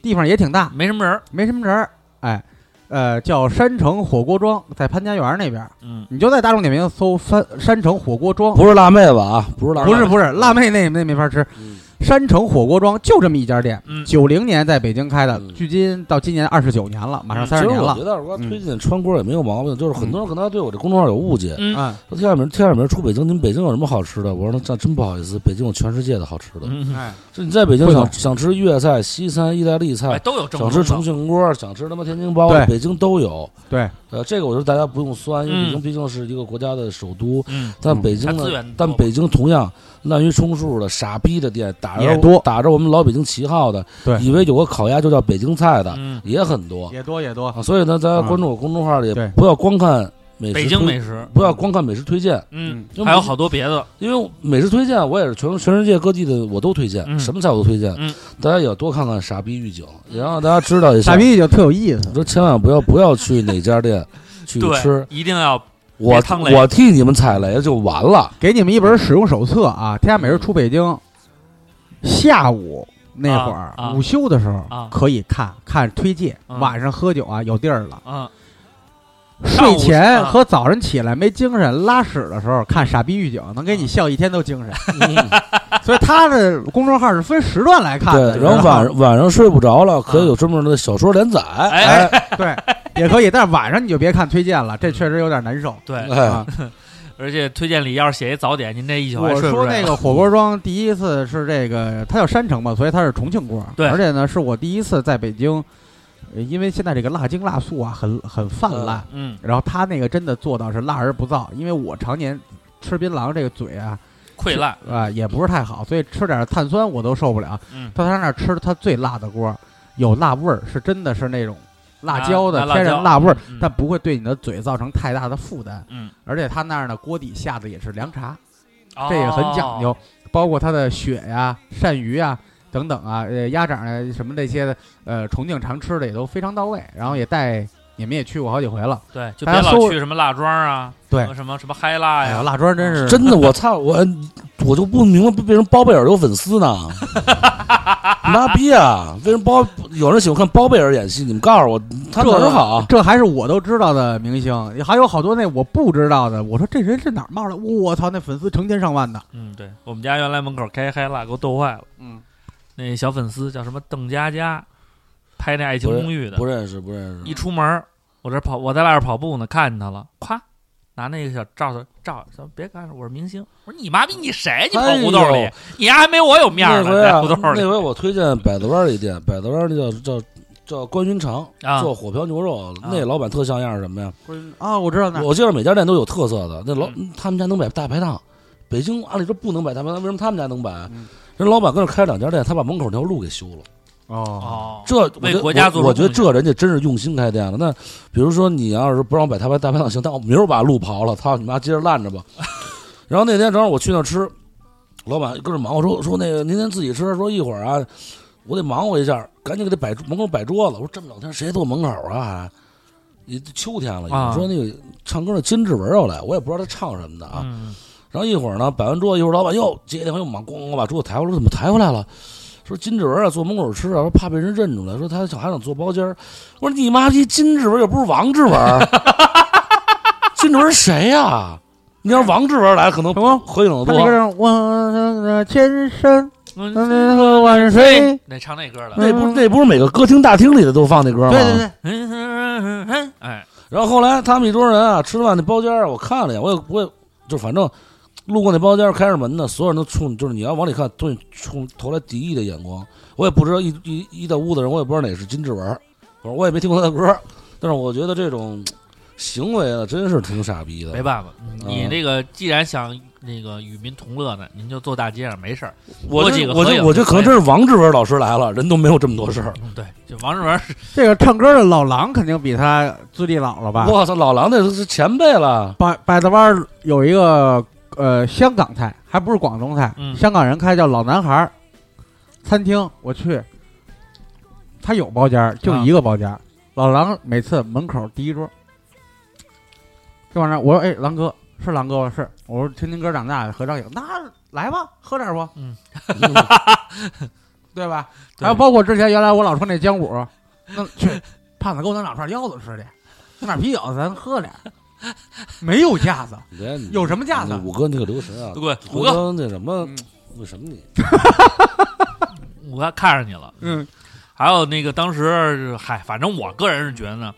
Speaker 4: 地方也挺 大，
Speaker 3: 没什么人儿。
Speaker 4: 没什么人儿，哎，呃，叫山城火锅庄，在潘家园那边儿，
Speaker 3: 嗯，
Speaker 4: 你就在大众点评搜山山城火锅庄，
Speaker 5: 不是辣妹子啊，不是辣妹
Speaker 4: 不
Speaker 5: 子，
Speaker 4: 是不是
Speaker 3: 嗯
Speaker 4: 辣妹那那没法吃，
Speaker 5: 嗯
Speaker 4: 山城火锅庄就这么一家店
Speaker 3: 嗯，
Speaker 4: 九零年在北京开的
Speaker 5: 嗯，
Speaker 4: 距今到今年二十九年了，马上
Speaker 3: 嗯
Speaker 4: 三十
Speaker 5: 其实
Speaker 4: 年
Speaker 5: 我
Speaker 4: 了
Speaker 5: 觉，得二瓜推荐川锅也没有毛病，就是很多人可能对我这公众号有误解，
Speaker 3: 嗯
Speaker 4: 嗯，
Speaker 5: 说天下名天下名出北京，你们北京有什么好吃的？我说那真不好意思，北京有全世界的好吃的。
Speaker 3: 嗯，
Speaker 4: 哎，
Speaker 5: 就你在北京
Speaker 4: 会
Speaker 5: 想
Speaker 4: 的
Speaker 5: 想吃粤菜、西餐、意大利
Speaker 4: 嗯
Speaker 3: 哎，
Speaker 5: 菜，
Speaker 3: 都有正
Speaker 5: 想
Speaker 3: 宗
Speaker 5: 吃
Speaker 3: 的
Speaker 5: 重。庆锅，想吃他妈天津包
Speaker 4: 对，
Speaker 5: 北京都有。
Speaker 4: 对，
Speaker 5: 呃，这个我觉得大家不用酸，因为
Speaker 3: 嗯
Speaker 5: 北京毕竟是一个国家的首都，
Speaker 3: 嗯，
Speaker 5: 但北京
Speaker 3: 它资
Speaker 5: 呢
Speaker 3: 源多，
Speaker 5: 但北京同样滥竽充数的傻逼的店，打
Speaker 4: 也
Speaker 5: 着
Speaker 4: 多
Speaker 5: 打着我们老北京旗号的，
Speaker 4: 对
Speaker 5: 以为有个烤鸭就叫北京菜
Speaker 4: 啊
Speaker 5: 的
Speaker 3: 嗯，
Speaker 5: 也很多
Speaker 4: 也多也多，
Speaker 5: 啊。所以呢，大家关注我公众号里
Speaker 4: 对，
Speaker 5: 不要光看美食
Speaker 3: 北京
Speaker 5: 推
Speaker 3: 美食，
Speaker 5: 不要光看美食推荐，
Speaker 3: 嗯，
Speaker 5: 因为
Speaker 3: 还有好多别的，
Speaker 5: 因为美食推荐，我也是全全世界各地的我都推荐，
Speaker 3: 嗯
Speaker 5: 什么菜我都推荐。
Speaker 3: 嗯
Speaker 5: 大家也要多看看傻逼预警，也让大家知道一下。
Speaker 4: 傻，逼就特有意思，
Speaker 5: 说千万不要不要去哪家店去
Speaker 3: 对
Speaker 5: 吃，，
Speaker 3: 一定要
Speaker 5: 我
Speaker 3: 别趟雷
Speaker 5: 我替你们踩雷就完 了。
Speaker 4: 给你们一本使用手册啊，天下
Speaker 3: 嗯
Speaker 4: 美食出北京，下午。那会儿、
Speaker 3: 啊啊
Speaker 4: 午休的时候、
Speaker 3: 啊
Speaker 4: 可以看看推介，
Speaker 3: 啊
Speaker 4: 晚上喝酒啊有地儿了。
Speaker 3: 啊，上
Speaker 4: 睡
Speaker 3: 午
Speaker 4: 前
Speaker 3: 啊
Speaker 4: 和早晨起来没精神拉屎的时候看傻逼预警，能
Speaker 3: 啊
Speaker 4: 给你笑一天都精神。所以他的公众号是分时段来看的，
Speaker 5: 对，然后晚
Speaker 4: 上
Speaker 5: 上晚上睡不着了，可以有专门的小说连载。
Speaker 3: 哎
Speaker 5: 哎
Speaker 4: 对也可以，但是晚上你就别看推荐了，这确实有点难受。
Speaker 3: 对，
Speaker 5: 哎
Speaker 4: 啊，
Speaker 3: 而且推荐里要是写一早点，您这一宿还
Speaker 4: 我
Speaker 3: 睡不啊
Speaker 4: 说那
Speaker 3: 睡？
Speaker 4: 个火锅庄第一次是这个，它叫山城嘛，所以它是重庆锅。
Speaker 3: 对
Speaker 4: 而且呢，是我第一次在北京，呃因为现在这个辣精辣素啊很很泛滥，
Speaker 3: 嗯，
Speaker 4: 然后他那个真的做到是辣而不燥，因为我常年吃槟榔这个嘴啊
Speaker 3: 溃烂，
Speaker 4: 啊，也不是太好，所以吃点碳酸我都受不了。
Speaker 3: 嗯
Speaker 4: 他在那儿吃他最辣的锅，有辣味儿，是真的是那种辣椒的、
Speaker 3: 啊拿
Speaker 4: 天
Speaker 3: 椒
Speaker 4: 然辣味儿，
Speaker 3: 嗯
Speaker 4: 但不会对你的嘴造成太大的负担。
Speaker 3: 嗯，
Speaker 4: 而且他那儿呢，锅底下的也是凉茶，
Speaker 3: 哦
Speaker 4: 这也很讲究，包括他的雪呀、鳝鱼呀等等啊，呃，鸭掌啊什么这些的，呃，重庆常吃的也都非常到位。然后也带你们也去过好几回了，
Speaker 3: 对，就
Speaker 4: 大
Speaker 3: 别
Speaker 4: 家
Speaker 3: 老
Speaker 4: 搜
Speaker 3: 去什么辣庄啊，
Speaker 4: 对
Speaker 3: 什么什么什么嗨辣
Speaker 4: 哎呀，
Speaker 3: 呀，
Speaker 4: 辣庄真是
Speaker 5: 真的，我操，我我就不明白为什么包贝尔有粉丝呢？妈逼啊！为什么包有人喜欢看包贝尔演戏？你们告诉我，他哪儿好？
Speaker 4: 这还是我都知道的明星，还有好多那我不知道的。我说这人是哪儿冒的？我操，那粉丝成千上万的。
Speaker 3: 嗯，对我们家原来门口开嗨辣，给我逗坏了。
Speaker 4: 嗯，
Speaker 3: 那小粉丝叫什么邓佳佳，拍那《爱情公寓》的
Speaker 5: 不，认识，不认
Speaker 3: 一
Speaker 5: 识。
Speaker 3: 出门儿，我这跑，我在外边跑步呢，看见他了，咵，拿那个小罩子罩，说别看我是明星。我说你妈逼你谁？你跑
Speaker 5: 哎呦
Speaker 3: 胡同里，你还没我有面儿
Speaker 5: 那
Speaker 3: 呢，
Speaker 5: 回
Speaker 3: 在
Speaker 5: 啊
Speaker 3: 胡同，里
Speaker 5: 那回我推荐百子湾儿一店，百子湾儿那叫叫叫关云长
Speaker 3: 啊
Speaker 5: 做火瓢牛肉，那老板特像样儿什么呀？
Speaker 4: 啊，我知道那儿嗯
Speaker 5: 我记得每家店都有特色的，那老他们家能摆大排档，北京按理说不能摆大排档，为什么他们家能摆
Speaker 4: 嗯？
Speaker 5: 人老板跟那儿开两家店，他把门口那条路给修了。
Speaker 4: 哦，
Speaker 3: 哦，
Speaker 5: 这我觉
Speaker 3: 为
Speaker 5: 得
Speaker 3: 国家
Speaker 5: 我
Speaker 3: 做出
Speaker 5: 我觉得
Speaker 3: 贡献
Speaker 5: 这人家真是用心开店了。那比如说你要是不让我摆大排大排档行，但我明儿把路刨了，操你妈，接着烂着吧。然后那天正好我去那儿吃，老板跟着忙，我说说那个您先自己吃，说一会儿啊，我得忙活一下，赶紧给他摆门口摆桌子。我说这么冷天谁坐门口啊？也秋天了，
Speaker 3: 啊
Speaker 5: 我说那个唱歌的金志文要来，我也不知道他唱什么的啊。
Speaker 3: 嗯，
Speaker 5: 然后一会儿呢，摆完桌子，一会儿老板又接电话，又忙咣咣把桌子抬回来，说怎么抬回来了？说金志文啊，坐门口吃啊，说怕被人认出来，说他想还想坐包间儿。我说你妈逼，金志文又不是王志文，你说是谁呀？你让王志文来，可能
Speaker 4: 什么
Speaker 5: 合影的
Speaker 4: 他那
Speaker 5: 多
Speaker 4: 个。让我的千山
Speaker 3: 嗯
Speaker 4: 万水万水，
Speaker 3: 得唱那歌了。
Speaker 5: 那不那不是每个歌厅大厅里的都放那歌吗？
Speaker 4: 对对对，
Speaker 3: 嗯哎，
Speaker 5: 然后后来他们一桌人啊，吃饭那包间儿我看了呀，我也我也就反正路过那包间儿开着门呢，所有人都冲，就是你要往里看，都冲投来敌意的眼光。我也不知道一一一到屋子人，我也不知道哪是金志文，反正我也没听过他的歌儿。但是我觉得这种行为啊，真是挺傻逼的。
Speaker 3: 没办法，
Speaker 4: 嗯
Speaker 3: 你那个既然想那个与民同乐呢，您就坐大街上没事儿。
Speaker 5: 我
Speaker 3: 多
Speaker 5: 这
Speaker 3: 几个
Speaker 5: 我
Speaker 3: 合
Speaker 5: 这
Speaker 3: 影
Speaker 5: 我这可能
Speaker 3: 就
Speaker 5: 真
Speaker 3: 可
Speaker 5: 是王志文老师来了，人都没有这么多事儿。
Speaker 3: 嗯对，就王志文是
Speaker 4: 这个唱歌的老狼肯定比他资历老了吧？
Speaker 5: 我操，老狼那都是前辈 了。
Speaker 4: 百百子湾儿有一个呃香港菜，还不是广东菜，
Speaker 3: 嗯
Speaker 4: 香港人开叫老男孩儿餐厅，我去，他有包间儿，就
Speaker 3: 啊
Speaker 4: 一个包间儿、老狼每次门口第一桌，就往那儿我说哎，狼哥是狼哥吧？是，我说听您歌长大的，合张影，那来吧，喝点儿不？
Speaker 5: 嗯
Speaker 4: 对吧？
Speaker 3: 对
Speaker 4: 还有包括之前原来我老说那姜骨，那去胖子给我弄两串腰子吃去，弄点啤酒咱喝点儿，没有架子，有什么架子？
Speaker 5: 五哥，你可留神啊！
Speaker 3: 对
Speaker 5: 胡
Speaker 3: 五哥
Speaker 5: 哥那什么
Speaker 4: 嗯，
Speaker 5: 那什么你？
Speaker 3: 我看看上你了。
Speaker 4: 嗯，
Speaker 3: 还有那个当时，嗨，反正我个人是觉得呢，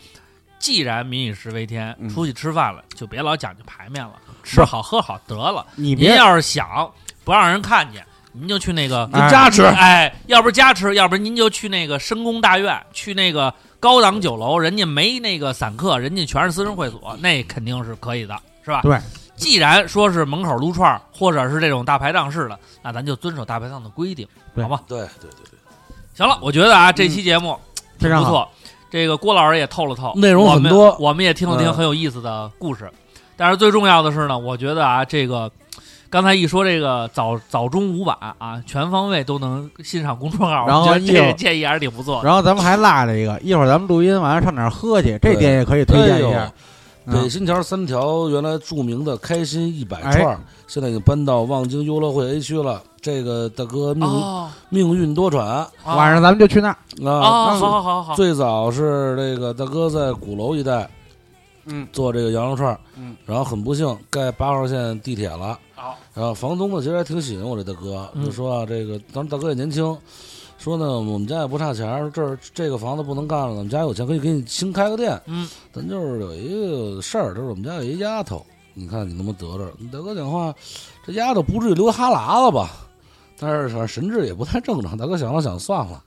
Speaker 3: 既然民以食为天，
Speaker 4: 嗯
Speaker 3: 出去吃饭了就别老讲究排面了，吃好喝好得了。
Speaker 4: 你
Speaker 3: 您
Speaker 4: 别
Speaker 3: 要是想不让人看见，您就去那个
Speaker 4: 哎
Speaker 5: 家吃
Speaker 3: 哎，要不是家吃，要不然您就去那个深宫大院，去那个高档酒楼，人家没那个散客，人家全是私人会所，那肯定是可以的，是吧？
Speaker 4: 对。
Speaker 3: 既然说是门口撸串儿，或者是这种大排档式的，那咱就遵守大排档的规定，
Speaker 4: 对
Speaker 3: 好吧？
Speaker 5: 对对对对，
Speaker 3: 行了，我觉得啊，这期节目
Speaker 4: 非常
Speaker 3: 不
Speaker 4: 好。
Speaker 3: 错，这个郭老师也透了透，
Speaker 5: 啊内容很多
Speaker 3: 我们我们也听了听
Speaker 5: 嗯
Speaker 3: 很有意思的故事。但是最重要的是呢，我觉得啊，这个刚才一说这个早早中午晚啊，全方位都能欣赏公众号，
Speaker 4: 然后
Speaker 3: 我觉得这
Speaker 4: 又
Speaker 3: 个建议还是挺不错的。
Speaker 4: 然后咱们还落了一个，一会儿咱们录音完了上哪儿喝去？这店也可以推荐一下。
Speaker 5: 哎呦。北
Speaker 4: 嗯
Speaker 5: 新桥三条原来著名的开心一百
Speaker 4: 哎
Speaker 5: 串儿，现在已经搬到望京优乐汇 A 区了。这个大哥命、
Speaker 3: 哦，
Speaker 5: 命运多舛啊！
Speaker 3: 啊
Speaker 4: 晚上咱们就去那儿。
Speaker 3: 哦，好好好好，
Speaker 5: 最早是这个大哥在鼓楼一带
Speaker 4: 嗯，
Speaker 5: 做这个羊肉串儿，
Speaker 4: 嗯，
Speaker 5: 然后很不幸盖八号线地铁了。
Speaker 3: 好，
Speaker 5: 然后房东呢，其实还挺喜欢我这大哥，
Speaker 3: 嗯
Speaker 5: 就说啊，这个咱们大哥也年轻，说呢我们家也不差钱儿，这儿这个房子不能干了，我们家有钱可以给你新开个店。
Speaker 3: 嗯，
Speaker 5: 咱就是有一个事儿，就是我们家有一丫头，你看你能不能得着？你大哥讲话，这丫头不至于流哈喇子吧？但是反正神志也不太正常。大哥想了想，算了。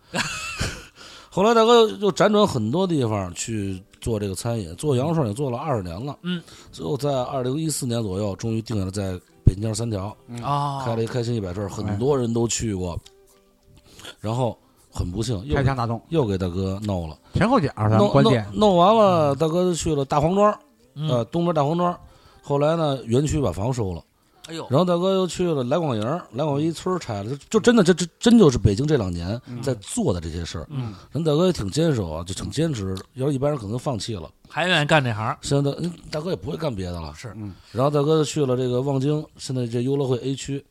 Speaker 5: 后来大哥又辗转很多地方去做这个餐饮，做羊肉串也做了二十年了。
Speaker 3: 嗯，
Speaker 5: 最后在二零一四年左右，终于定下来在北京桥三条
Speaker 3: 哦，
Speaker 5: 开了一开心一百串，很多人都去过。然后很不幸，又
Speaker 4: 开枪大洞，
Speaker 5: 又给大哥弄了，
Speaker 4: 前后脚咱们
Speaker 5: 弄
Speaker 4: 关键
Speaker 5: 弄。弄完了，大哥就去了大黄庄，
Speaker 3: 嗯
Speaker 5: 呃，，东边大黄庄。后来呢，园区把房收了，
Speaker 3: 哎呦，
Speaker 5: 然后大哥又去了来广营，来广营一村儿拆了，就就真的这这真就是北京这两年在做的这些事儿。
Speaker 3: 嗯，
Speaker 5: 人大哥也挺坚守啊，就挺坚持，要是一般人可能放弃了。
Speaker 3: 还愿意干这行，
Speaker 5: 现在大嗯大哥也不会干别的了，
Speaker 3: 是
Speaker 4: 嗯。
Speaker 5: 然后大哥就去了这个望京，现在这优乐汇 A 区，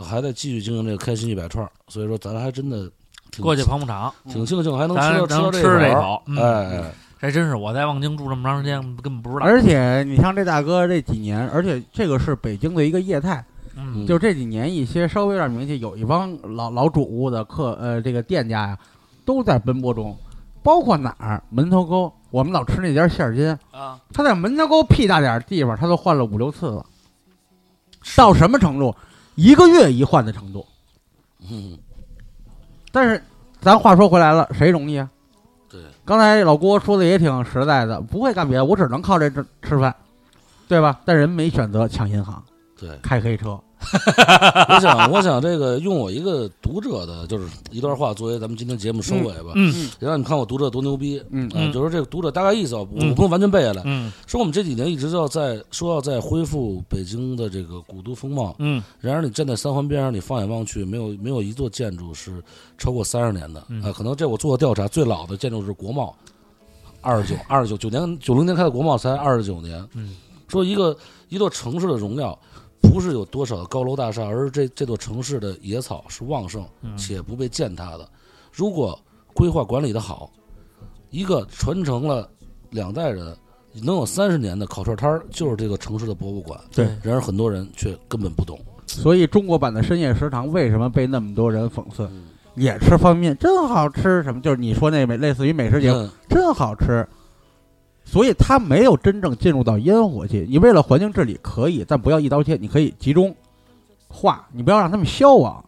Speaker 5: 还在继续经营这个开心一百串儿，所以说咱还真的挺
Speaker 3: 过去捧捧场，
Speaker 5: 挺庆幸还嗯能
Speaker 3: 咱
Speaker 5: 吃到
Speaker 3: 能
Speaker 5: 吃
Speaker 3: 吃这
Speaker 5: 口
Speaker 3: 口，
Speaker 5: 儿，
Speaker 3: 嗯，
Speaker 5: 哎，哎
Speaker 3: 这真是我在望京住这么长时间，根本不知道，
Speaker 4: 而且你像这大哥这几年，而且这个是北京的一个业态，
Speaker 3: 嗯，
Speaker 4: 就这几年一些稍微有点名气，有一帮老老主顾的客呃这个店家呀，都在奔波中，包括哪儿门头沟，我们老吃那家馅儿筋，
Speaker 3: 啊，
Speaker 4: 他在门头沟屁大点儿地方，他都换了五六次了，到什么程度？一个月一换的程度。
Speaker 5: 嗯，
Speaker 4: 但是咱话说回来了，谁容易啊？
Speaker 5: 对，
Speaker 4: 刚才老郭说的也挺实在的，不会干别的，我只能靠这吃吃饭，对吧？但人没选择抢银行、，
Speaker 5: 对
Speaker 4: 开黑车，
Speaker 5: 我想我想这个用我一个读者的就是一段话作为咱们今天节目收尾吧，
Speaker 3: 嗯
Speaker 5: 也让你看我读者多牛逼。
Speaker 4: 嗯
Speaker 5: 啊
Speaker 3: 嗯，
Speaker 5: 就是这个读者大概意思啊，我
Speaker 3: 嗯
Speaker 5: 我不能完全背下来。
Speaker 3: 嗯
Speaker 5: 说我们这几年一直要在说要在恢复北京的这个古都风貌，
Speaker 3: 嗯，
Speaker 5: 然而你站在三环边上，你放眼望去，没有没有一座建筑是超过三十年的啊、
Speaker 3: 嗯
Speaker 5: 可能这我做过调查，最老的建筑是国贸，二十九二十九九年九零年开的国贸才二十九年。
Speaker 3: 嗯，
Speaker 5: 说一个一座城市的荣耀，不是有多少的高楼大厦，而是这这座城市的野草是旺盛
Speaker 3: 嗯
Speaker 5: 且不被践踏的。如果规划管理的好，一个传承了两代人，能有三十年的烤串摊儿就是这个城市的博物馆，
Speaker 4: 对
Speaker 5: 然而很多人却根本不懂。
Speaker 4: 所以中国版的深夜食堂为什么被那么多人讽刺？
Speaker 5: 嗯
Speaker 4: 也吃方便面，真好吃。什么就是你说那美类似于美食节目，
Speaker 5: 嗯
Speaker 4: 真好吃。所以它没有真正进入到烟火气。你为了环境治理可以，但不要一刀切，你可以集中化，你不要让他们消亡，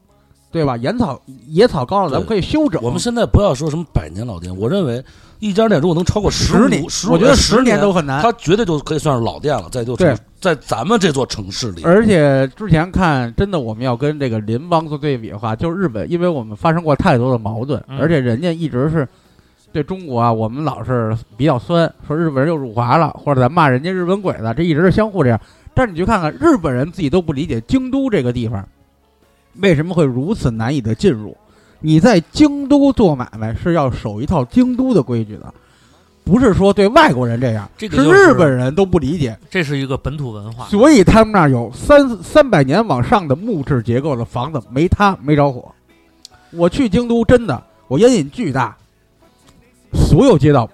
Speaker 4: 对吧？野草野草高了，咱们
Speaker 5: 对
Speaker 4: 可以修整。
Speaker 5: 我们现在不要说什么百年老店，我认为一家店如果能超过
Speaker 4: 十
Speaker 5: 年
Speaker 4: 年，，
Speaker 5: 十呃
Speaker 4: 我觉得
Speaker 5: 十
Speaker 4: 十年都很难。
Speaker 5: 它绝对就可以算是老店了，在就
Speaker 4: 对
Speaker 5: 在咱们这座城市里，
Speaker 4: 而且之前看，真的我们要跟这个邻邦做对比的话，就是日本，因为我们发生过太多的矛盾，
Speaker 2: 嗯
Speaker 4: 而且人家一直是对中国啊，我们老是比较酸，说日本人又辱华了，或者咱骂人家日本鬼子，这一直是相互这样。但是你去看看，日本人自己都不理解京都这个地方为什么会如此难以的进入。你在京都做买卖是要守一套京都的规矩的，不是说对外国人这样，
Speaker 3: 这个就是
Speaker 4: 日本人都不理解。
Speaker 3: 这是一个本土文化。
Speaker 4: 所以他们那儿有三三百年往上的木质结构的房子，没塌没着火。我去京都，真的，我烟瘾巨大，所有街道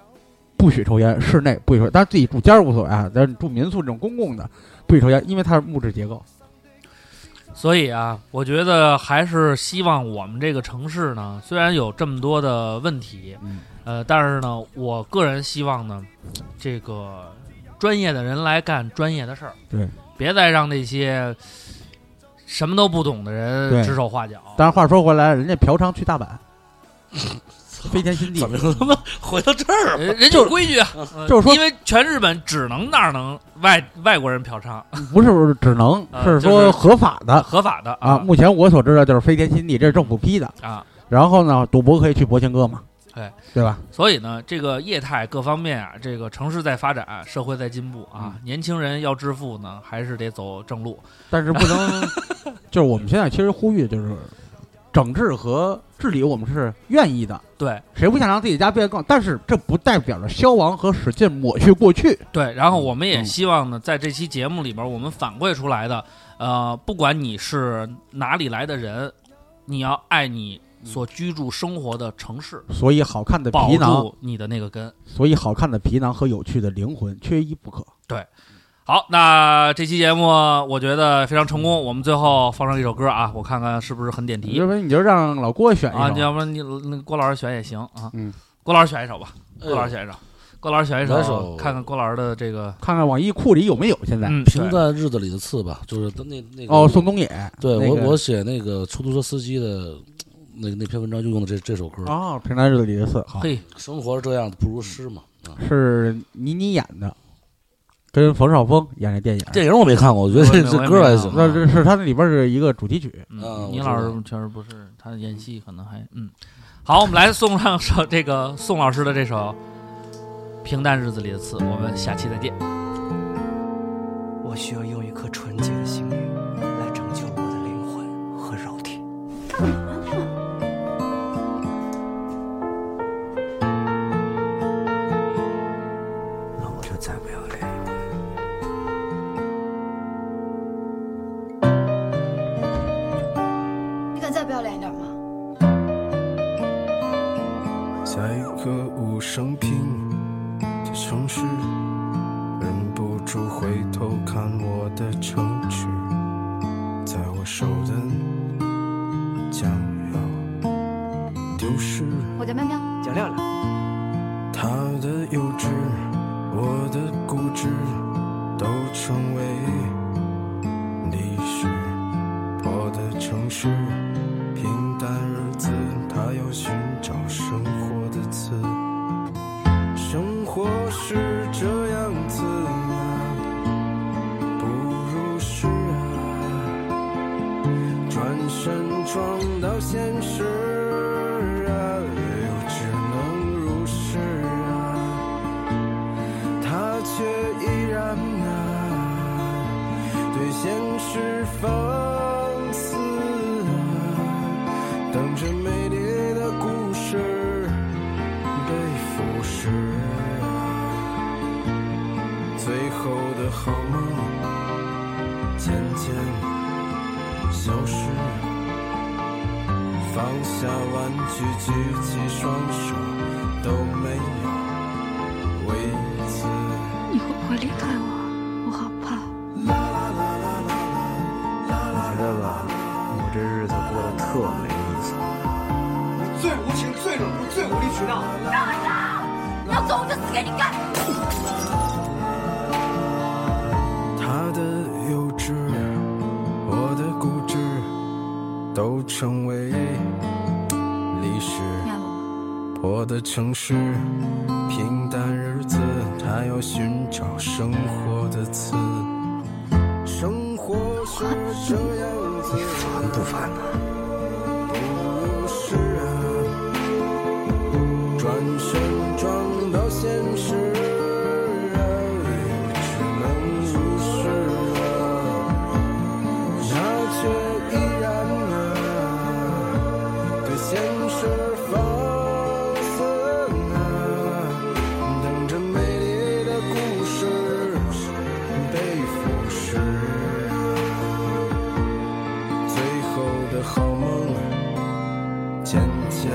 Speaker 4: 不许抽烟，室内不许抽烟，但是自己住家儿无所谓啊，但是住民宿这种公共的不许抽烟，因为它是木质结
Speaker 3: 哦
Speaker 4: 构。
Speaker 3: 所以啊，我觉得还是希望我们这个城市呢，虽然有这么多的问题，
Speaker 4: 嗯
Speaker 3: 呃，但是呢，我个人希望呢，这个专业的人来干专业的事儿，
Speaker 4: 对，
Speaker 3: 别再让那些什么都不懂的人
Speaker 4: 对
Speaker 3: 指手画脚。
Speaker 4: 但是话说回来，人家嫖娼 去大阪，飞天新地
Speaker 5: 怎，么又他妈回到这儿了？
Speaker 3: 呃人家有规矩啊，呃
Speaker 4: 就是说
Speaker 3: 因为全日本只能那儿能外外国人嫖娼，
Speaker 4: 不是不是只能
Speaker 3: 呃
Speaker 4: 是
Speaker 3: 就是
Speaker 4: 说合法的
Speaker 3: 合法的
Speaker 4: 啊。目前我所知道就是飞天新地，这是政府批的。
Speaker 3: 啊，
Speaker 4: 然后呢，赌博可以去博清哥嘛，
Speaker 3: 哎，
Speaker 4: 对吧？
Speaker 3: 所以呢，这个业态各方面啊，这个城市在发展，社会在进步啊，
Speaker 4: 嗯
Speaker 3: 年轻人要致富呢，还是得走正路。
Speaker 4: 但是不能， 就是我们现在其实呼吁就是整治和治理，我们是愿意的，
Speaker 3: 对
Speaker 4: 谁不想让自己家变得更好？但是这不代表着消亡和使劲抹去过去。
Speaker 3: 对，然后我们也
Speaker 5: 嗯
Speaker 3: 希望呢，在这期节目里边，我们反馈出来的，呃，不管你是哪里来的人，你要爱你所居住生活的城市，
Speaker 4: 所以好看的
Speaker 3: 保
Speaker 4: 嗯皮囊，
Speaker 3: 住你的那个根。
Speaker 4: 所以好看的皮囊和有趣的灵魂缺一不可。
Speaker 3: 好，那这期节目我觉得非常成功，我们最后放上一首歌啊，我看看是不是很点题。
Speaker 4: 要不然你就让老郭选
Speaker 3: 啊，
Speaker 4: 一
Speaker 3: 你
Speaker 4: 首。
Speaker 3: 要不然你那郭老师选也行啊。
Speaker 4: 嗯，
Speaker 3: 郭老师选一首吧，郭老
Speaker 5: 哎
Speaker 3: 师选一首，郭老师选一
Speaker 5: 来
Speaker 3: 首，
Speaker 5: 首
Speaker 3: 看看郭老师的这个
Speaker 4: 看看网易库里有没有现在？
Speaker 3: 嗯
Speaker 5: 平
Speaker 3: 对
Speaker 5: 淡日子里的刺吧，就是那那个
Speaker 4: 哦，宋冬野，
Speaker 5: 对
Speaker 4: 那
Speaker 5: 我
Speaker 4: 个
Speaker 5: 我写那个出租车司机的那那篇文章就用的这这首
Speaker 3: 嗯
Speaker 5: 歌，
Speaker 4: 哦，平淡日子里的四，好，
Speaker 3: 嘿，
Speaker 5: 生活是这样的，不如诗嘛。啊，
Speaker 4: 是倪妮演的，跟冯绍峰演的电影。
Speaker 5: 电影我没看过，我觉得
Speaker 3: 我也
Speaker 5: 这
Speaker 3: 没
Speaker 5: 这歌还行
Speaker 3: 我也没看过
Speaker 4: 那这是他那里边是一个主题曲，
Speaker 5: 啊
Speaker 3: 嗯，
Speaker 5: 我
Speaker 3: 倪
Speaker 5: 知
Speaker 3: 老师
Speaker 5: 道
Speaker 3: 确实不是他演戏可能还嗯。好，我们来送上首这个宋老师的这首《平淡日子里的词》，我们下期再见。
Speaker 7: 我需要用一颗纯洁的心灵来拯救我的灵魂和肉体。那我就再不要恋爱了。
Speaker 8: 你敢再不要脸一点吗？
Speaker 9: 在一个无声平的城市，忍不住回头看我的城池，在我手的将要丢失。
Speaker 8: 我叫喵喵，
Speaker 7: 叫亮亮，
Speaker 9: 他的幼稚，我的固执，都成为历史。我的城市，平淡日子，他要寻找生活的刺。生活是这样子啊，不如是啊，转身撞到现实啊，又只能如是啊，他却依然啊，对现实放肆啊，等着美丽的故事被腐蚀啊，最后的好梦渐渐。消失。放下玩具，举起双手，都没有为此
Speaker 8: 你会不会离开我？我好怕。
Speaker 7: 我觉得吧，我这日子过得特没意思。
Speaker 6: 最无情、最冷酷、最无理取闹。
Speaker 8: 要走我就死给你看！
Speaker 9: 他的幼稚，我的固执，都成为历史。
Speaker 8: 念我吗？
Speaker 9: 我的城市，平淡日子，他要寻找生活的刺。生活是这样子，你烦不烦啊？是啊，转身撞到现实，只能如是啊，那却依然啊。对现实放肆啊，等着美丽的故事被腐蚀。最后的好梦渐渐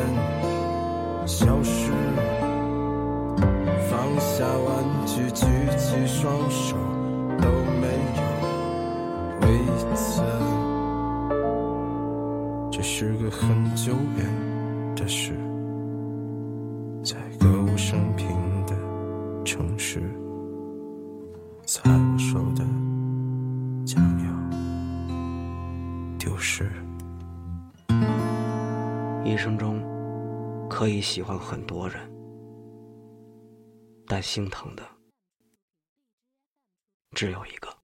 Speaker 9: 消失，放下玩具，举起双手都没有位子。这是个很久远的事，在歌舞升平的城市，在我手的将要丢失。
Speaker 7: 一生中可以喜欢很多人，但心疼的只有一个。